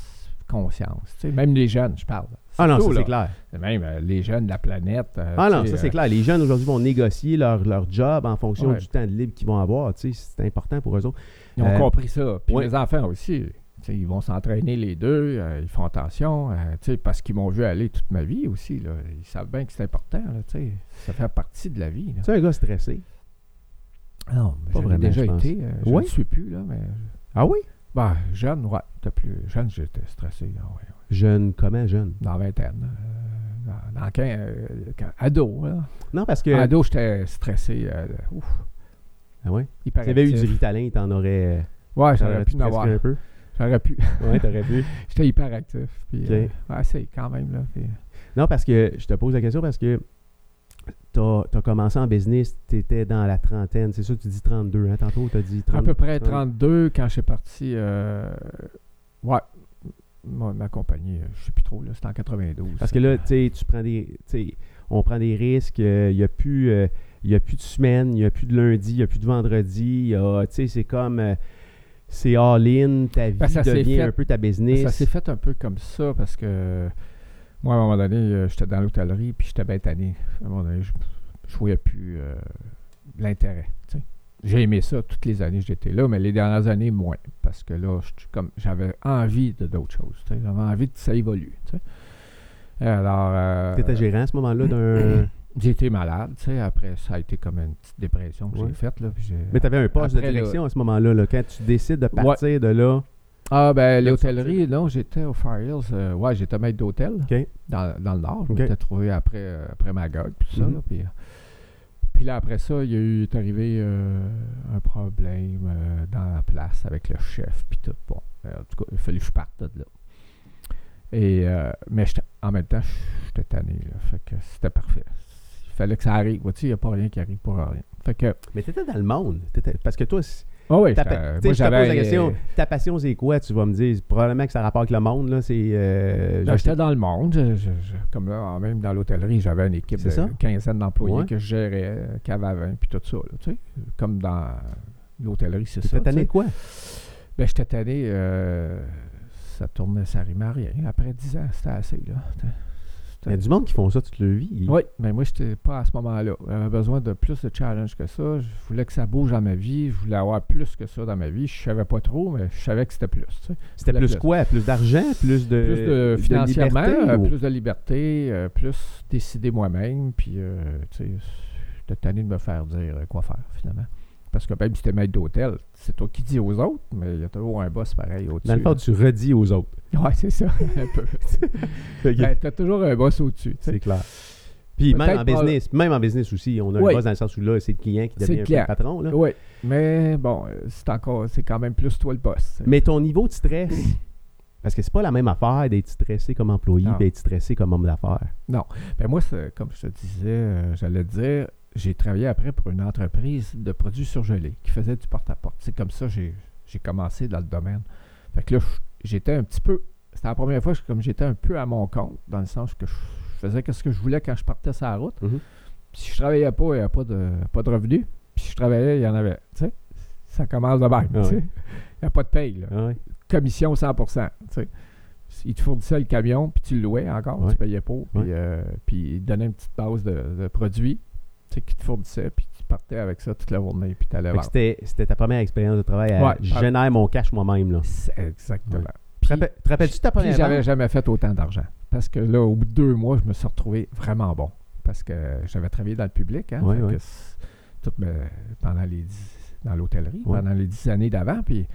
conscience. tu sais. même les jeunes, je parle.
Ah non, ça,
Surtout,
c'est
là.
clair.
Même euh, les jeunes de la planète. euh,
Ah non,
tu sais,
ça c'est
euh,
clair. Les jeunes aujourd'hui vont négocier leur, leur job en fonction
Ouais.
du temps de libre qu'ils vont avoir. Tu sais, c'est important pour eux autres.
Ils ont
Euh,
compris ça. Puis
ouais.
les enfants aussi. Tu sais, ils vont s'entraîner les deux, euh, ils font attention, euh, tu sais, parce qu'ils m'ont vu aller toute ma vie aussi. là. Ils savent bien que c'est important. là, tu sais. ça fait partie de la vie. là.
Tu sais, un gars stressé.
Non, mais
Pas
j'avais
vraiment,
déjà
je pense.
été. euh, je
Oui?
ne suis plus, là, mais
Ah oui?
Ben, jeune, ouais. T'as plus... Jeune, j'étais stressé. là, ouais.
Jeune, comment jeune?
Dans la vingtaine. euh, dans, dans quin- euh, quand- ado, là.
Non, parce que.
Ado, j'étais stressé. euh, ouf,
Ah ouais?
hyper
Si t'avais eu du
actif.
Ritalin, t'en aurais.
Ouais,
t'en
j'aurais
aurais
pu en
presque
avoir.
un peu.
J'aurais pu.
Ouais, t'aurais pu.
J'étais hyper actif. Puis,
Ok.
euh, ouais, c'est quand même, là. puis-
Non, parce que je te pose la question parce que t'as as commencé en business, t'étais dans la trentaine. C'est ça, tu dis 32, hein? Tantôt, t'as dit 30.
à peu près
30.
32 quand je suis parti. euh, ouais. Moi, ma compagnie, euh, je sais plus trop, là, c'était en 92.
Parce que là, tu sais, tu prends des. tu sais, on prend des risques. Il n'y a plus. euh, y a plus de semaine, il n'y a plus de lundi, il n'y a plus de vendredi. y a- Tu sais, c'est comme. euh, c'est all-in, ta vie
Ben, ça s'est
devient
fait- Ben,
un peu ta business.
ça s'est fait un peu comme ça parce que moi, à un moment donné, euh, j'étais dans l'hôtellerie puis j'étais bien tanné. À un moment donné, je je voyais plus euh, l'intérêt. tu sais. J'ai aimé ça toutes les années que j'étais là, mais les dernières années, moins. Parce que là, je- comme j'avais envie de d'autres choses. tu sais. J'avais envie que ça évolue. tu sais. Alors. euh,
T'étais gérant à ce moment-là d'un.
J'ai été malade, tu sais. Après, ça a été comme une petite dépression que
Ouais.
j'ai faite, là. puis j'ai-
Mais Ben, t'avais un poste
Après,
de
là-
direction à ce moment-là. là. quand tu décides de partir de là,
Ah, ben,
Là, tu
l'hôtellerie, non, j'étais au Far Hills. euh, ouais, j'étais maître d'hôtel.
OK.
Dans, dans le Nord. Je
OK.
m'étais trouvé après, euh, après Magog, puis ça,
Mhm.
là, puis, euh, puis là, après ça, il y a eu, est arrivé euh, un problème euh, dans la place avec le chef, puis tout. Bon, euh, en tout cas, il a fallu que je parte de là. Et, euh, mais j'étais- en même temps, j'étais tanné, là. Fait que c'était parfait. Il fallait que ça arrive. Vois-tu, il n'y a pas rien qui arrive pour rien. Fait que.
mais t'étais dans le monde. T'étais- parce que toi, c'est-
Ah oui,
ta,
j'étais-
pa-
moi,
tu sais, je te pose la
j'avais-
question, ta passion c'est quoi, tu vas me dire. Probablement que ça a rapport avec le monde, là, c'est... euh,
Ben,
je-
J'étais dans le monde. Je- je- je- comme là, même dans l'hôtellerie, j'avais une équipe
C'est
de
ça?
quinzaine d'employés
Ouais.
que je gérais, euh, cave à vin, puis tout ça. là, tu sais. Comme dans l'hôtellerie, c'est ça.
T'étais
tu
tanné de
sais.
quoi?
Ben, j'étais tanné. euh, ça tournait, ça rimait à rien. Après 10 ans, c'était assez. Là.
Il y a du monde qui font ça toute leur vie.
Oui, mais moi, j'étais pas à ce moment-là. J'avais besoin de plus de challenge que ça. Je voulais que ça bouge dans ma vie. Je voulais avoir plus que ça dans ma vie. Je savais pas trop, mais je savais que c'était plus. tu sais.
C'était
La
plus
place.
quoi? Plus d'argent? Plus de...
plus de financièrement,
liberté,
euh,
ou-
plus de liberté, euh, plus décider moi-même, puis euh, tu sais, j'étais tanné de me faire dire euh, quoi faire finalement. Parce que même si t'es maître d'hôtel, c'est toi qui dis aux autres, mais il y a toujours un boss pareil au-dessus.
Dans le fond,
là.
tu redis aux autres.
Ouais, c'est ça, un peu.
Fait que-
Ben, t'as toujours un boss au-dessus. tu sais.
c'est clair. Puis même en
Peut-être pas-
business, même en business aussi, on a
Oui.
un boss dans le sens où là, c'est le client qui
C'est
devient
le
un peu
client.
le patron. Là.
Oui, mais bon, euh, c'est encore, c'est quand même plus toi le boss.
Mais ton niveau de stress, parce que c'est pas la même affaire d'être stressé comme employé
Non.
et d'être stressé comme homme d'affaires.
Ben moi, c'est- comme je te disais, euh, j'allais te dire, j'ai travaillé après pour une entreprise de produits surgelés qui faisait du porte-à-porte. C'est comme ça que j'ai j'ai commencé dans le domaine. Fait que là, je- j'étais un petit peu. C'était la première fois que comme j'étais un peu à mon compte, dans le sens que je je faisais ce que je voulais quand je partais sur la route.
Mhm.
Puis si je travaillais pas, il n'y avait pas de, pas de revenus. Puis si je travaillais, il y en avait. Tu sais, ça commence de même.
Ah
tu sais.
ouais.
Il n'y a pas de paye. là
Ah ouais.
commission 100 tu sais. Ils te fournissaient le camion, puis tu le louais encore,
Ouais.
tu payais pas, puis,
Ouais.
euh, puis ils te donnaient une petite base de, de produits tu sais, qu'ils te fournissaient, puis tu partais avec ça toute la journée, puis tu allais
Fait que
vendre.
C'était c'était ta première expérience de travail. à
Ben Ouais.
je génère mon cash moi-même. là.
C'est- Exactement.
Ouais. Te rappelles- te rappelles-tu de ta
Puis
première
j'avais
vente?
jamais fait autant d'argent. Parce que là, au bout de deux mois, je me suis retrouvé vraiment bon. Parce que j'avais travaillé dans le public, hein,
Ouais,
fait que
ouais.
c'est- tout, me- pendant les dix- dans l'hôtellerie,
Ouais.
pendant les dix années d'avant. Puis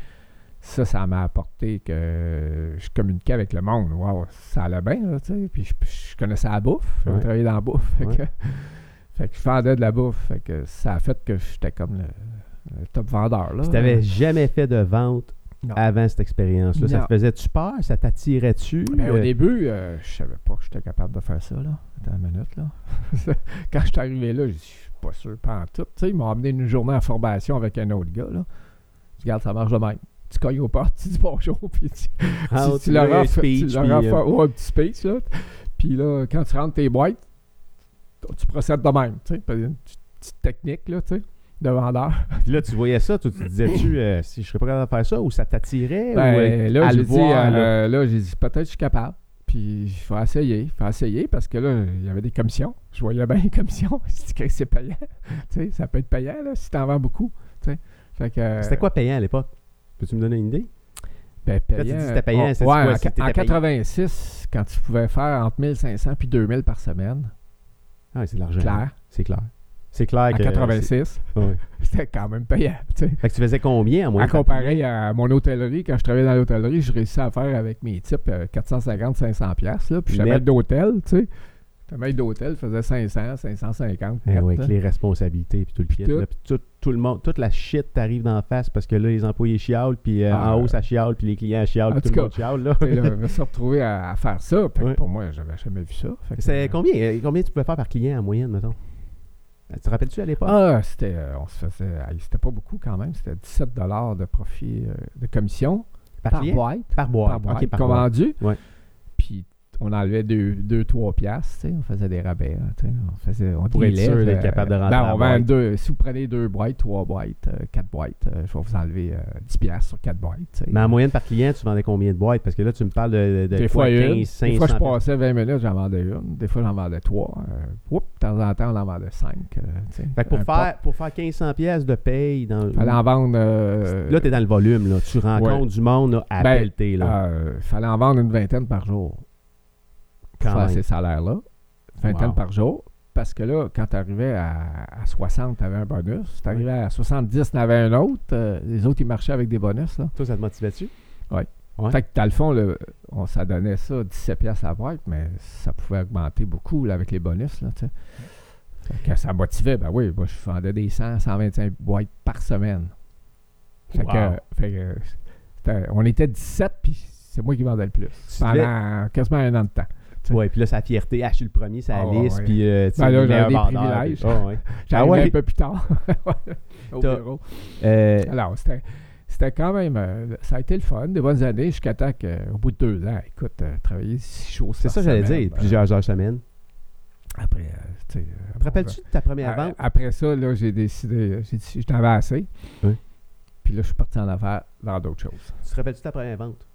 ça, ça m'a apporté que je communiquais avec le monde. Wow, ça allait bien, là, tu sais. Puis je, je connaissais la bouffe. J'avais
Ouais.
travaillé dans la bouffe. Fait,
Ouais.
que, fait que je vendais de la bouffe. Fait que ça a fait que j'étais comme le, le top vendeur. Là,
Puis t'avais jamais fait de vente
Non.
avant cette expérience-là. Ça
Non.
te faisait-tu peur? Ça t'attirait-tu?
Ben, au
Euh,
début, euh, je savais pas que j'étais capable de faire ça, là. Attends une minute, là. Quand je suis arrivé là, j'ai dit, je suis pas sûr, pas en tout. Tu sais, ils m'ont amené une journée en formation avec un autre gars, là. Je dis, regarde, ça marche de même. Tu cognes aux portes, tu dis bonjour, puis tu,
how
tu- tu
to
leur
do a
offres tu
speech,
leur
puis,
offres,
euh,
ouais, un petit speech, là. Puis là, quand tu rentres tes boîtes, t- tu procèdes de même, tu sais. Puis une petite- petite technique, là, tu sais, de vendeur.
Puis là, tu voyais ça, toi, tu te disais-tu euh, si je serais pas capable de faire ça ou ça t'attirait?
Ben,
ou, euh,
là,
à
j'ai
le
dit,
voir,
euh,
là?
là, j'ai dit, peut-être que je suis capable. Puis, il faut essayer. Il faut essayer parce que là, il y avait des commissions. Je voyais bien les commissions. Je dis, Christ, c'est payant. tu sais, ça peut être payant, là, si t'en vends beaucoup. Tu sais. Fait que. euh,
C'était quoi payant à l'époque? Peux-tu me donner une idée?
ben,
tu
payant.
dis que c'était payant,
on-
c'est
ouais,
quoi,
en,
si t'étais
en
payant?
86, quand tu pouvais faire entre 1500 puis 2000 par semaine,
Ah, c'est de l'argent.
clair.
C'est clair. C'est clair
En
que.
86,
c'est- ouais.
c'était quand même payant. tu sais.
Fait que tu faisais combien à moyenne?
À comparer à mon hôtellerie, quand je travaillais dans l'hôtellerie, je réussissais à faire avec mes types euh, 450-500$. piastres, là. Puis j'étais
Net.
maître d'hôtel, tu sais. J'étais maître d'hôtel, faisait 500, 550.
Ah
net,
ouais,
là.
avec les responsabilités puis tout le pied.
Tout.
là, puis tout, tout le monde, toute la shit t'arrive d'en face parce que là, les employés chialent, puis euh,
Ah,
en haut,
euh,
ça chiale, puis les clients chialent,
en
puis tout
tout
le monde chiale. là.
Tu sais, là, me suis retrouvé à, à faire ça. Fait que
Ouais.
Pour moi, j'avais jamais vu ça. Fait que-
C'est combien, euh, combien tu pouvais faire par client en moyenne, mettons? Tu te rappelles-tu à l'époque?
Ah, c'était. euh, on se faisait. hey, C'était pas beaucoup quand même. C'était 17 de profit euh, de commission
par,
par
client?
boîte.
Par boîte.
par boîte
OK, par
qu'on
boîte.
vendait.
Ouais.
Puis on enlevait 2-3 piastres, tu sais, on faisait des rabais. hein, tu sais, On, faisait, on
Pour être
élève,
sûr d'être capable de rentrer
ben,
la
on vend
boîte.
deux, Si vous prenez 2 boîtes, 3 boîtes, 4 boîtes, euh, je vais vous enlever euh, 10 piastres sur 4 boîtes. tu sais.
Mais en moyenne par client, tu vendais combien de boîtes? Parce que là, tu me parles de, de
des
quoi,
fois, une.
15, 500
des fois, je passais 20 minutes, j'en vendais une. Des fois, j'en vendais 3. de temps en temps, on en vendait euh, 5.
Fait que pour, faire, pour faire 1500 pièces de paye, dans,
Fallait en vendre. euh,
là, tu es dans le volume. Là. Tu rencontres
ouais.
du monde là, à
Ben,
pelleter. Là.
euh, fallait en vendre une vingtaine par jour. pour
Quand
faire
même.
ces salaires-là. Vingtaine
Wow.
par jour. Parce que là, quand tu arrivais à, à 60, tu avais un bonus. Tu arrivais à 70, tu avais un autre. Euh, les autres, ils marchaient avec des bonus. Là.
Toi, ça te motivait-tu? Ouais.
Fait que dans le fond, le- on, ça donnait ça 17 pièces à la boîte, mais ça pouvait augmenter beaucoup là, avec les bonus. Là, tu sais. Fait que ça motivait. Ben oui, moi, je vendais des 100, 125 boîtes par semaine. Fait
Wow.
que, fait que c'était- on était 17, puis c'est moi qui vendais le plus.
Tu devais-
Pendant quasiment un an de temps. tu sais.
Ouais, puis là, sa fierté, ah, je suis le premier, ça
Ah,
liste,
ouais.
puis euh, tu
Ben là,
sais, le
j'avais
meilleur
des
vendeur,
privilèges.
puis- Ah, ouais.
J'arrive
ouais?
un peu plus tard au
T'as-
bureau.
Euh,
Alors, c'était, c'était quand même. euh, ça a été le fun, des bonnes années, jusqu'à temps qu'au bout de deux ans, écoute, euh, travailler six choses.
c'est ça que j'allais dire, plusieurs heures semaine.
euh, Après, euh, tu sais. euh,
Te rappelles-tu de ta
bon,
première
euh,
vente?
Après ça, là, j'ai décidé. euh, J'ai dit, j'en avais assez.
Oui.
Puis là, je suis parti en affaires dans d'autres choses.
Tu te rappelles-tu de ta première vente?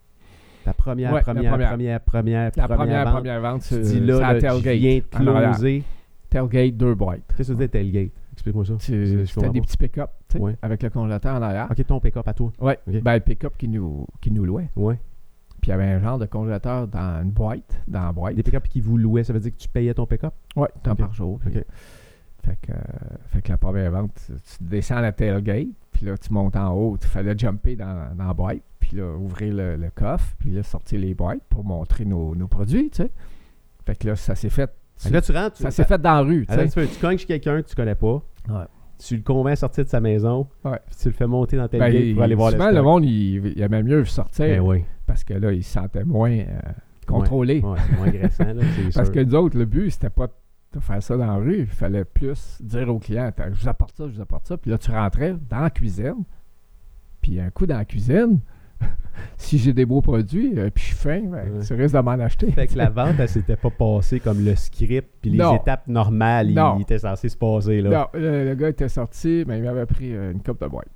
Ta première,
Ouais, la
première,
première.
première, première,
La première,
vente.
première vente,
Tu
c'est
dis là,
c'est à
là, je
Tailgate.
viens de
en arrière.
closer.
Tailgate, deux boîtes.
Qu'est-ce que tu dis, tailgate? Explique-moi ça. Je- je
Tu- C'était
comprends
des
pas.
petits pick-up, tu sais,
Ouais.
avec le congélateur en arrière.
Ok, ton pick-up à toi.
Ouais,
Ok.
ben, le pick-up qui nous, qui nous louait.
Ouais.
Puis il y avait un genre de congélateur dans une boîte, dans la boîte.
Des pick-up qui vous louaient, ça veut dire que tu payais ton pick-up?
Ouais, temps
Ok.
par jour. puis-
Ok.
Fait, que, euh, fait que la première vente, tu, tu descends à la tailgate, puis là, tu montes en haut, tu fallait jumper dans, dans la boîte, puis là, ouvrir le, le coffre, puis là, sortir les boîtes pour montrer nos, nos produits, tu sais. Fait que là, ça s'est fait.
Fait que Ah, là, tu rentres. tu-
Ça s'est fait dans la rue, tu
Attends un
sais.
petit peu, tu cognes chez quelqu'un que tu connais pas.
Ouais.
Tu le convaincs à sortir de sa maison.
Ouais.
Puis tu le fais monter dans ta
Ben,
gate pour aller voir
souvent,
le
le
stock.
monde, il, il aimait mieux sortir
Ben oui.
parce que là, il se sentait moins euh, contrôlé.
Ouais, c'est moins agressant, là, c'est
Parce
sûr.
que nous autres, le but, c'était pas de faire ça dans la rue. Il fallait plus dire au client, Attends, je vous apporte ça, je vous apporte ça. Puis là, tu rentrais dans la cuisine. Puis un coup dans la cuisine, si j'ai des beaux produits, euh, puis je suis faim, ben,
Ouais.
tu risques de m'en acheter.
Fait que la vente, elle s'était pas passée comme le script puis les
Non.
étapes normales, il-
Non.
il était censé se passer là.
Non, le, le gars était sorti, mais il m'avait pris euh, une coupe de boîte.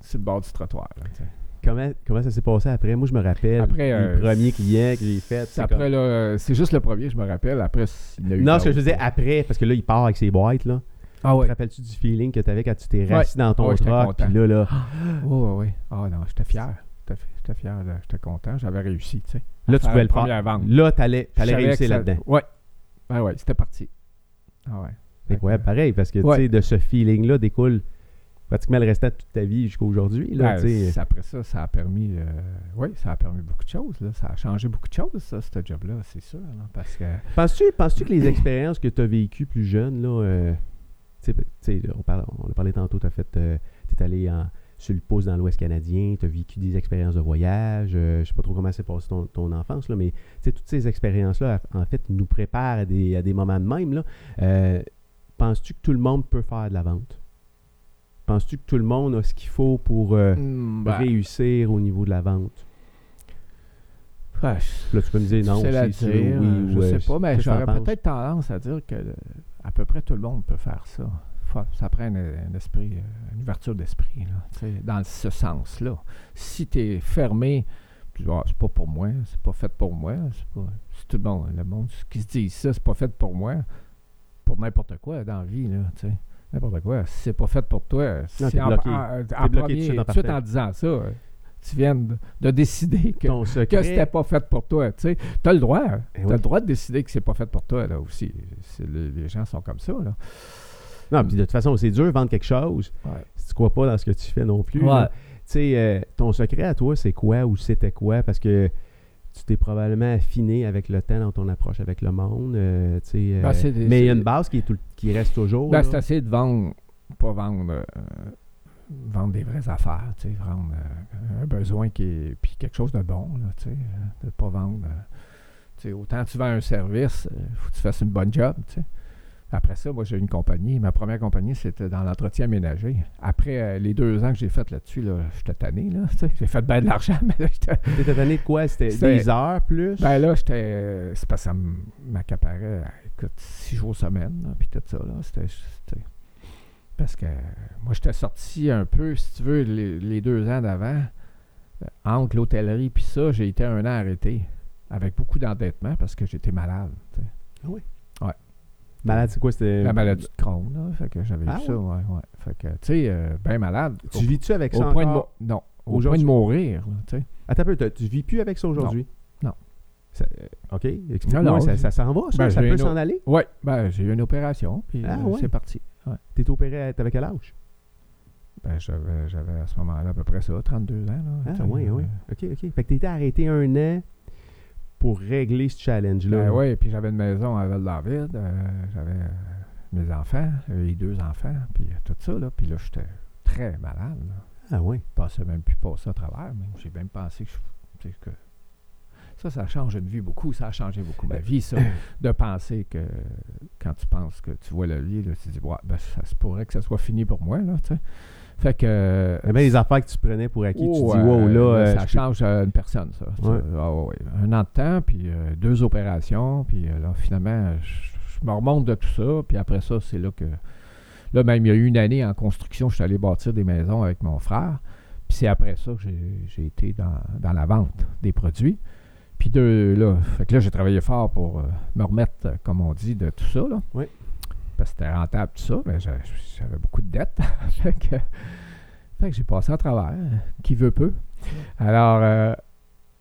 C'est le bord du trottoir. là, tu sais.
Comment, comment ça s'est passé après? Moi, je me rappelle
Après,
les
euh,
premiers clients que j'ai fait. c'est
Après,
comme-
là, euh, c'est juste le premier, je me rappelle. Après, il y en a eu
Non, ce que je
d'autres.
veux dire, après, parce que là, il part avec ses boîtes. Là.
Ah
Te
ouais.
rappelles-tu du feeling que tu avais quand tu t'es
Ouais.
rassis dans ton
Ouais, j'étais
truck?
content.
Puis là, là,
Oh, oui. Ah non, j'étais fier. J'étais fi- J'étais fier, là. j'étais content, j'avais réussi, tu sais.
là tu
Faire
pouvais le
la
faire.
première vente.
Là, tu allais,
Je savais que
réussir
ça-
là-dedans.
Ouais. Ben ouais, c'était parti. Ah ouais.
Fait que, ouais, pareil, parce que tu
Ouais.
sais, de ce feeling-là découle pratiquement le restant de toute ta vie jusqu'à aujourd'hui. là,
Ben,
tu sais.
c'est- après ça, ça a permis euh, oui, ça a permis beaucoup de choses. là. Ça a changé beaucoup de choses, ça, ce job-là, c'est sûr. là, parce que
Penses-tu penses que les expériences que tu as vécues plus jeune, là, euh, tu sais, tu sais, là, on, parle- on a parlé tantôt, tu fait, es allé en- sur le pouce dans l'Ouest canadien, tu as vécu des expériences de voyage, euh, je sais pas trop comment s'est passée ton, ton enfance, là, mais tu sais, toutes ces expériences-là, en fait, nous préparent à des, à des moments de même. là. Euh, Penses-tu que tout le monde peut faire de la vente? Penses-tu que tout le monde a ce qu'il faut pour euh,
Ben,
réussir au niveau de la vente?
ouais, je-
Là, tu peux me dire non,
c'est la
si, si, oui,
je
ou, euh,
sais pas, mais
qu'est-ce que t'en
j'aurais
penses?
peut-être tendance à dire que euh, à peu près tout le monde peut faire ça. Faut- ça prend un, un esprit, euh, une ouverture d'esprit, là, tu sais, dans ce sens-là. Si tu es fermé, tu dis, Ah, c'est pas pour moi, c'est pas fait pour moi, c'est pas. C'est tout le monde, le monde qui se dit ça, c'est pas fait pour moi, pour n'importe quoi dans la vie, là, tu sais. N'importe quoi. Si c'est pas fait pour toi,
t'es
c'est en,
bloqué.
en- en
bloqué tout de
premier,
suite en
tout de suite
partant.
en disant ça, euh, tu viens de, de décider que
Ton secret,
que c'était pas fait pour toi. Tu sais, t'as le droit. T'as
Eh oui.
le droit de décider que c'est pas fait pour toi, là aussi. C'est- le- les gens sont comme ça, là.
Non, puis de toute façon, c'est dur de vendre quelque chose
Ouais.
si tu crois pas dans ce que tu fais non plus. là. Tu sais, euh, ton secret à toi, c'est quoi ou c'était quoi? Parce que tu t'es probablement affiné avec le temps dans ton approche avec le monde. euh, tu sais, euh,
Ben, c'est des-
mais il y a
c'est-
une base qui, est tout- qui reste toujours.
Ben,
Oh, là.
c'est assez de vendre, pas vendre, euh, vendre des vraies affaires, tu sais, vendre euh, un besoin qui est, puis quelque chose de bon, là, tu sais, euh, de pas vendre. euh, tu sais, autant tu vends un service, il faut que tu fasses une bonne job, tu sais. Après ça, moi, j'ai une compagnie. Ma première compagnie, c'était dans l'entretien ménager. Après euh, les deux ans que j'ai fait là-dessus, là, j'étais tanné, là, tu sais. J'ai fait bien de l'argent, mais là, j'étais...
T'étais tanné de quoi? C'était
C'était-
des heures plus?
Ben là, j'étais. euh, C'est parce que ça m- m'accaparait, euh, écoute, six jours semaine, là, puis tout ça, là. C'était. c'était- Parce que euh, moi, j'étais sorti un peu, si tu veux, les, les deux ans d'avant, euh, entre l'hôtellerie puis ça, j'ai été un an arrêté, avec beaucoup d'endettement parce que j'étais malade. tu sais.
Malade, c'est quoi? C'était...
La maladie de Crohn, là. Fait que j'avais
ben, Ah
eu ça,
oui?
ouais, ouais. Fait que, tu sais, euh, bien malade.
Tu vis-tu avec
au,
ça
au point de
encore?
mo- Non. Au point
Aujourd'hui?
de mourir, là, tu sais.
Attends un peu, t'as- tu vis plus avec ça aujourd'hui?
Non.
Ça- euh, OK, explique-moi,
non,
ça,
je-
ça s'en va, ça?
Ben,
ça
j'ai
peut
une
s'en
autre-
aller?
Oui, ben, j'ai eu une opération, puis
Ah
euh,
ouais?
c'est parti.
T'es opéré, à- t'avais quel âge?
Ben, j'avais, j'avais à ce moment-là à peu près ça, 32 ans. Là,
Ah,
Tu sais,
oui,
euh,
oui. OK, OK. Fait que t'étais arrêté un an pour régler ce challenge-là.
Ben oui, puis j'avais une maison à Val-David, euh, j'avais euh, mes enfants, euh, les deux enfants, puis euh, tout ça. Là, puis là, j'étais très malade. là.
Ah oui.
Je pensais même plus passer à travers, mais j'ai même pensé que, je- tu sais, que- Ça, ça change une vie beaucoup, ça a changé beaucoup
Ben,
ma vie, ça. De penser que quand tu penses que tu vois le lit, là, tu te dis, ouais, ben, ça se pourrait que ça soit fini pour moi, là, tu sais. Fait que... euh,
Mais Ben, les affaires que tu prenais pour acquis, tu
Oh,
dis, wow,
euh,
là,
là,
euh,
ça
je peux-
change euh, une personne, ça. Ça,
Ouais.
ah ouais, ouais. Un an de temps, puis euh, deux opérations, puis euh, là, finalement, je, je me remonte de tout ça, puis après ça, c'est là que... Là, même, il y a eu une année en construction, je suis allé bâtir des maisons avec mon frère, puis c'est après ça que j'ai- j'ai été dans, dans la vente des produits. Puis deux, là, fait que là, j'ai travaillé fort pour euh, me remettre, euh, comme on dit, de tout ça, là.
Oui.
Parce que c'était rentable, tout ça, mais j'a- j'avais beaucoup de dettes. fait que, fait que j'ai passé à travers, hein, qui veut peu. Alors, euh,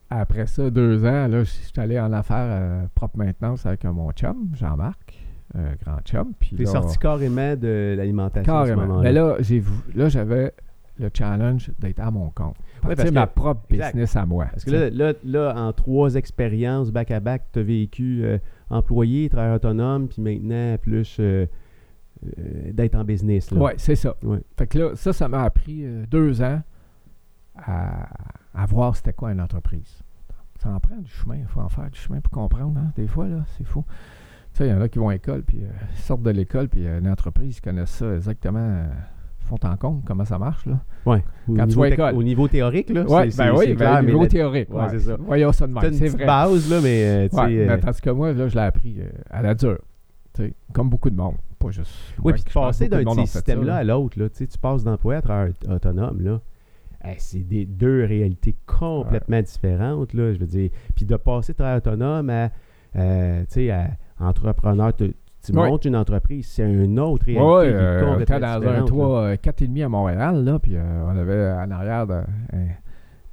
après ça, deux ans, là, je suis allé en affaires euh, propre maintenance avec euh, mon chum, Jean-Marc, euh, grand chum. Puis
T'es
là,
sorti carrément de l'alimentation à ce
Carrément.
moment-là.
Mais là, j'ai vou- là, j'avais le challenge d'être à mon compte. Partir
Ouais, parce que-
ma propre
exact.
business à moi.
Parce que là, là, là, en trois expériences back-à-back, tu as vécu euh, employé, travailleur autonome, puis maintenant, plus euh, euh, d'être en business. Là.
Oui, c'est ça.
Ouais.
Fait que là, ça, ça m'a appris euh, deux ans à, à voir c'était quoi une entreprise. Ça en prend du chemin, il faut en faire du chemin pour comprendre, hein, des fois, là, c'est fou. Tu sais, il y en a qui vont à l'école, puis euh, ils sortent de l'école, puis euh, une entreprise, ils connaissent ça exactement, euh, font en compte comment ça marche, là.
Ouais. Au
Quand tu
niveau
vas à
tec-
l'école.
Au niveau théorique, là,
Ouais,
c'est,
ben
c'est-
oui, ben,
c'est clair, mais
niveau
la-
théorique.
ouais,
ouais.
c'est ça.
Voyons ça de
t'as
même,
une
c'est
petite
vrai.
base, là, mais euh, tu sais,
Ouais, ben, mais
euh,
tandis que moi, là, je l'ai appris euh, à la dure. Tu sais, comme beaucoup de monde. Pas juste.
Oui,
moi,
puis de
je pense
passer
beaucoup de
d'un
monde
de ces
ont fait ça,
systèmes-là
là.
à l'autre, là, tu sais, tu passes d'employé à travailleur autonome, là. eh, c'est des deux réalités complètement différentes, là, je veux dire. Puis de passer de travailleur autonome à, euh, tu sais, à entrepreneur, tu, tu
Ouais.
montes une entreprise, c'est une autre réalité
Oui,
qui est
euh, on était
complètement
dans un euh,
différente, là.
toit 4,5 à Montréal, là, puis euh, on avait en arrière de- un-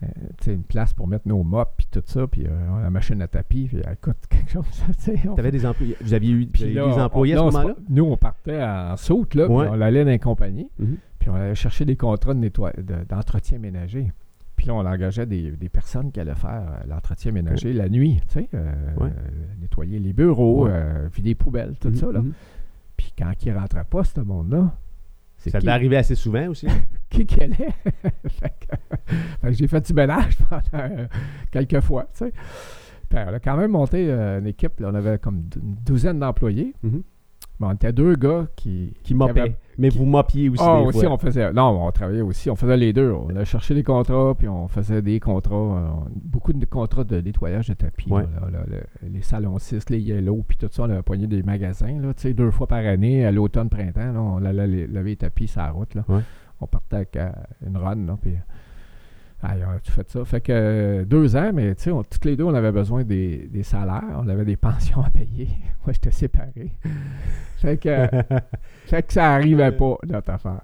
un- tu sais, une place pour mettre nos mops, puis tout ça, puis euh, on a la machine à tapis, puis elle coûte quelque chose. tu sais, on-
T'avais des employés, vous aviez eu vous
Puis
aviez
là,
des
on-
employés à
là,
ce
on se
moment-là?
pa- Nous, on partait en saute, là, puis
Ouais.
on allait dans les compagnies,
Mhm.
puis on allait chercher des contrats de nettoy- de- d'entretien ménager. Puis là, on engageait des, des personnes qui allaient faire euh, l'entretien ménager la nuit, tu sais, euh,
Ouais.
euh, nettoyer les bureaux,
Ouais.
euh, vider les poubelles, tout ça, là.
Mhm.
Puis quand ils rentraient pas, ce monde-là, c'est
Ça
qui-
devait arriver assez souvent aussi.
qui qu'elle est. fait que, fait que j'ai fait du ménage pendant euh, quelques fois, tu sais. Puis on a quand même monté euh, une équipe, là, on avait comme d- une douzaine d'employés.
Mhm.
Mais on était deux gars qui...
Qui mopaient.
avait-
Mais vous mopiez aussi
Ah,
des
aussi,
fois.
on faisait... Non, on travaillait aussi, on faisait les deux. On a cherché des contrats, puis on faisait des contrats, euh, on- beaucoup de contrats de nettoyage de tapis.
Ouais.
là, là, là, le- les salons 6, les yellow, puis tout ça, on avait poigné des magasins, là, tu sais, deux fois par année, à l'automne, printemps, là, on allait les- laver les tapis sur la route, là.
Ouais.
On partait avec euh, une run, là, puis... Ah, on a tout fait ça. Fait que euh, deux ans, mais tu sais, on- toutes les deux, on avait besoin des, des salaires, on avait des pensions à payer. Moi, j'étais séparé. fait que... euh, fait que ça arrivait pas, notre affaire.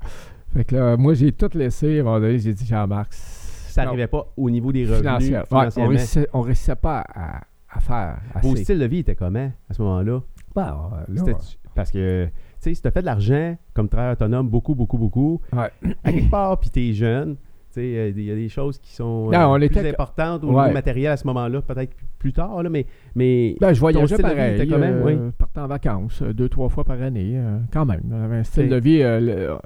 Fait que là, moi, j'ai tout laissé. À un moment donné, j'ai dit, Jean-Marc,
Ça n'arrivait pas au niveau des revenus.
financière. Ouais, on
financièrement.
réussissait- on réussissait pas à, à faire
Vos
assez.
styles de vie étaient comment à ce moment-là?
Ben, euh, là,
C'était- Parce que, tu sais, si tu as fait de l'argent comme travailleur autonome, beaucoup, beaucoup, beaucoup,
Ouais.
à quelque part, puis tu es jeune, tu sais, euh, il y a des choses qui sont euh,
Non, on
plus
était-
importantes au
Ouais.
niveau matériel à ce moment-là, peut-être plus tard, là, mais, mais
Ben, je voyageais
style de vie
pareil.
était quand même,
euh, partant en vacances, euh, deux, trois fois par année, euh, quand même. On avait un style
C'est-
de vie. euh,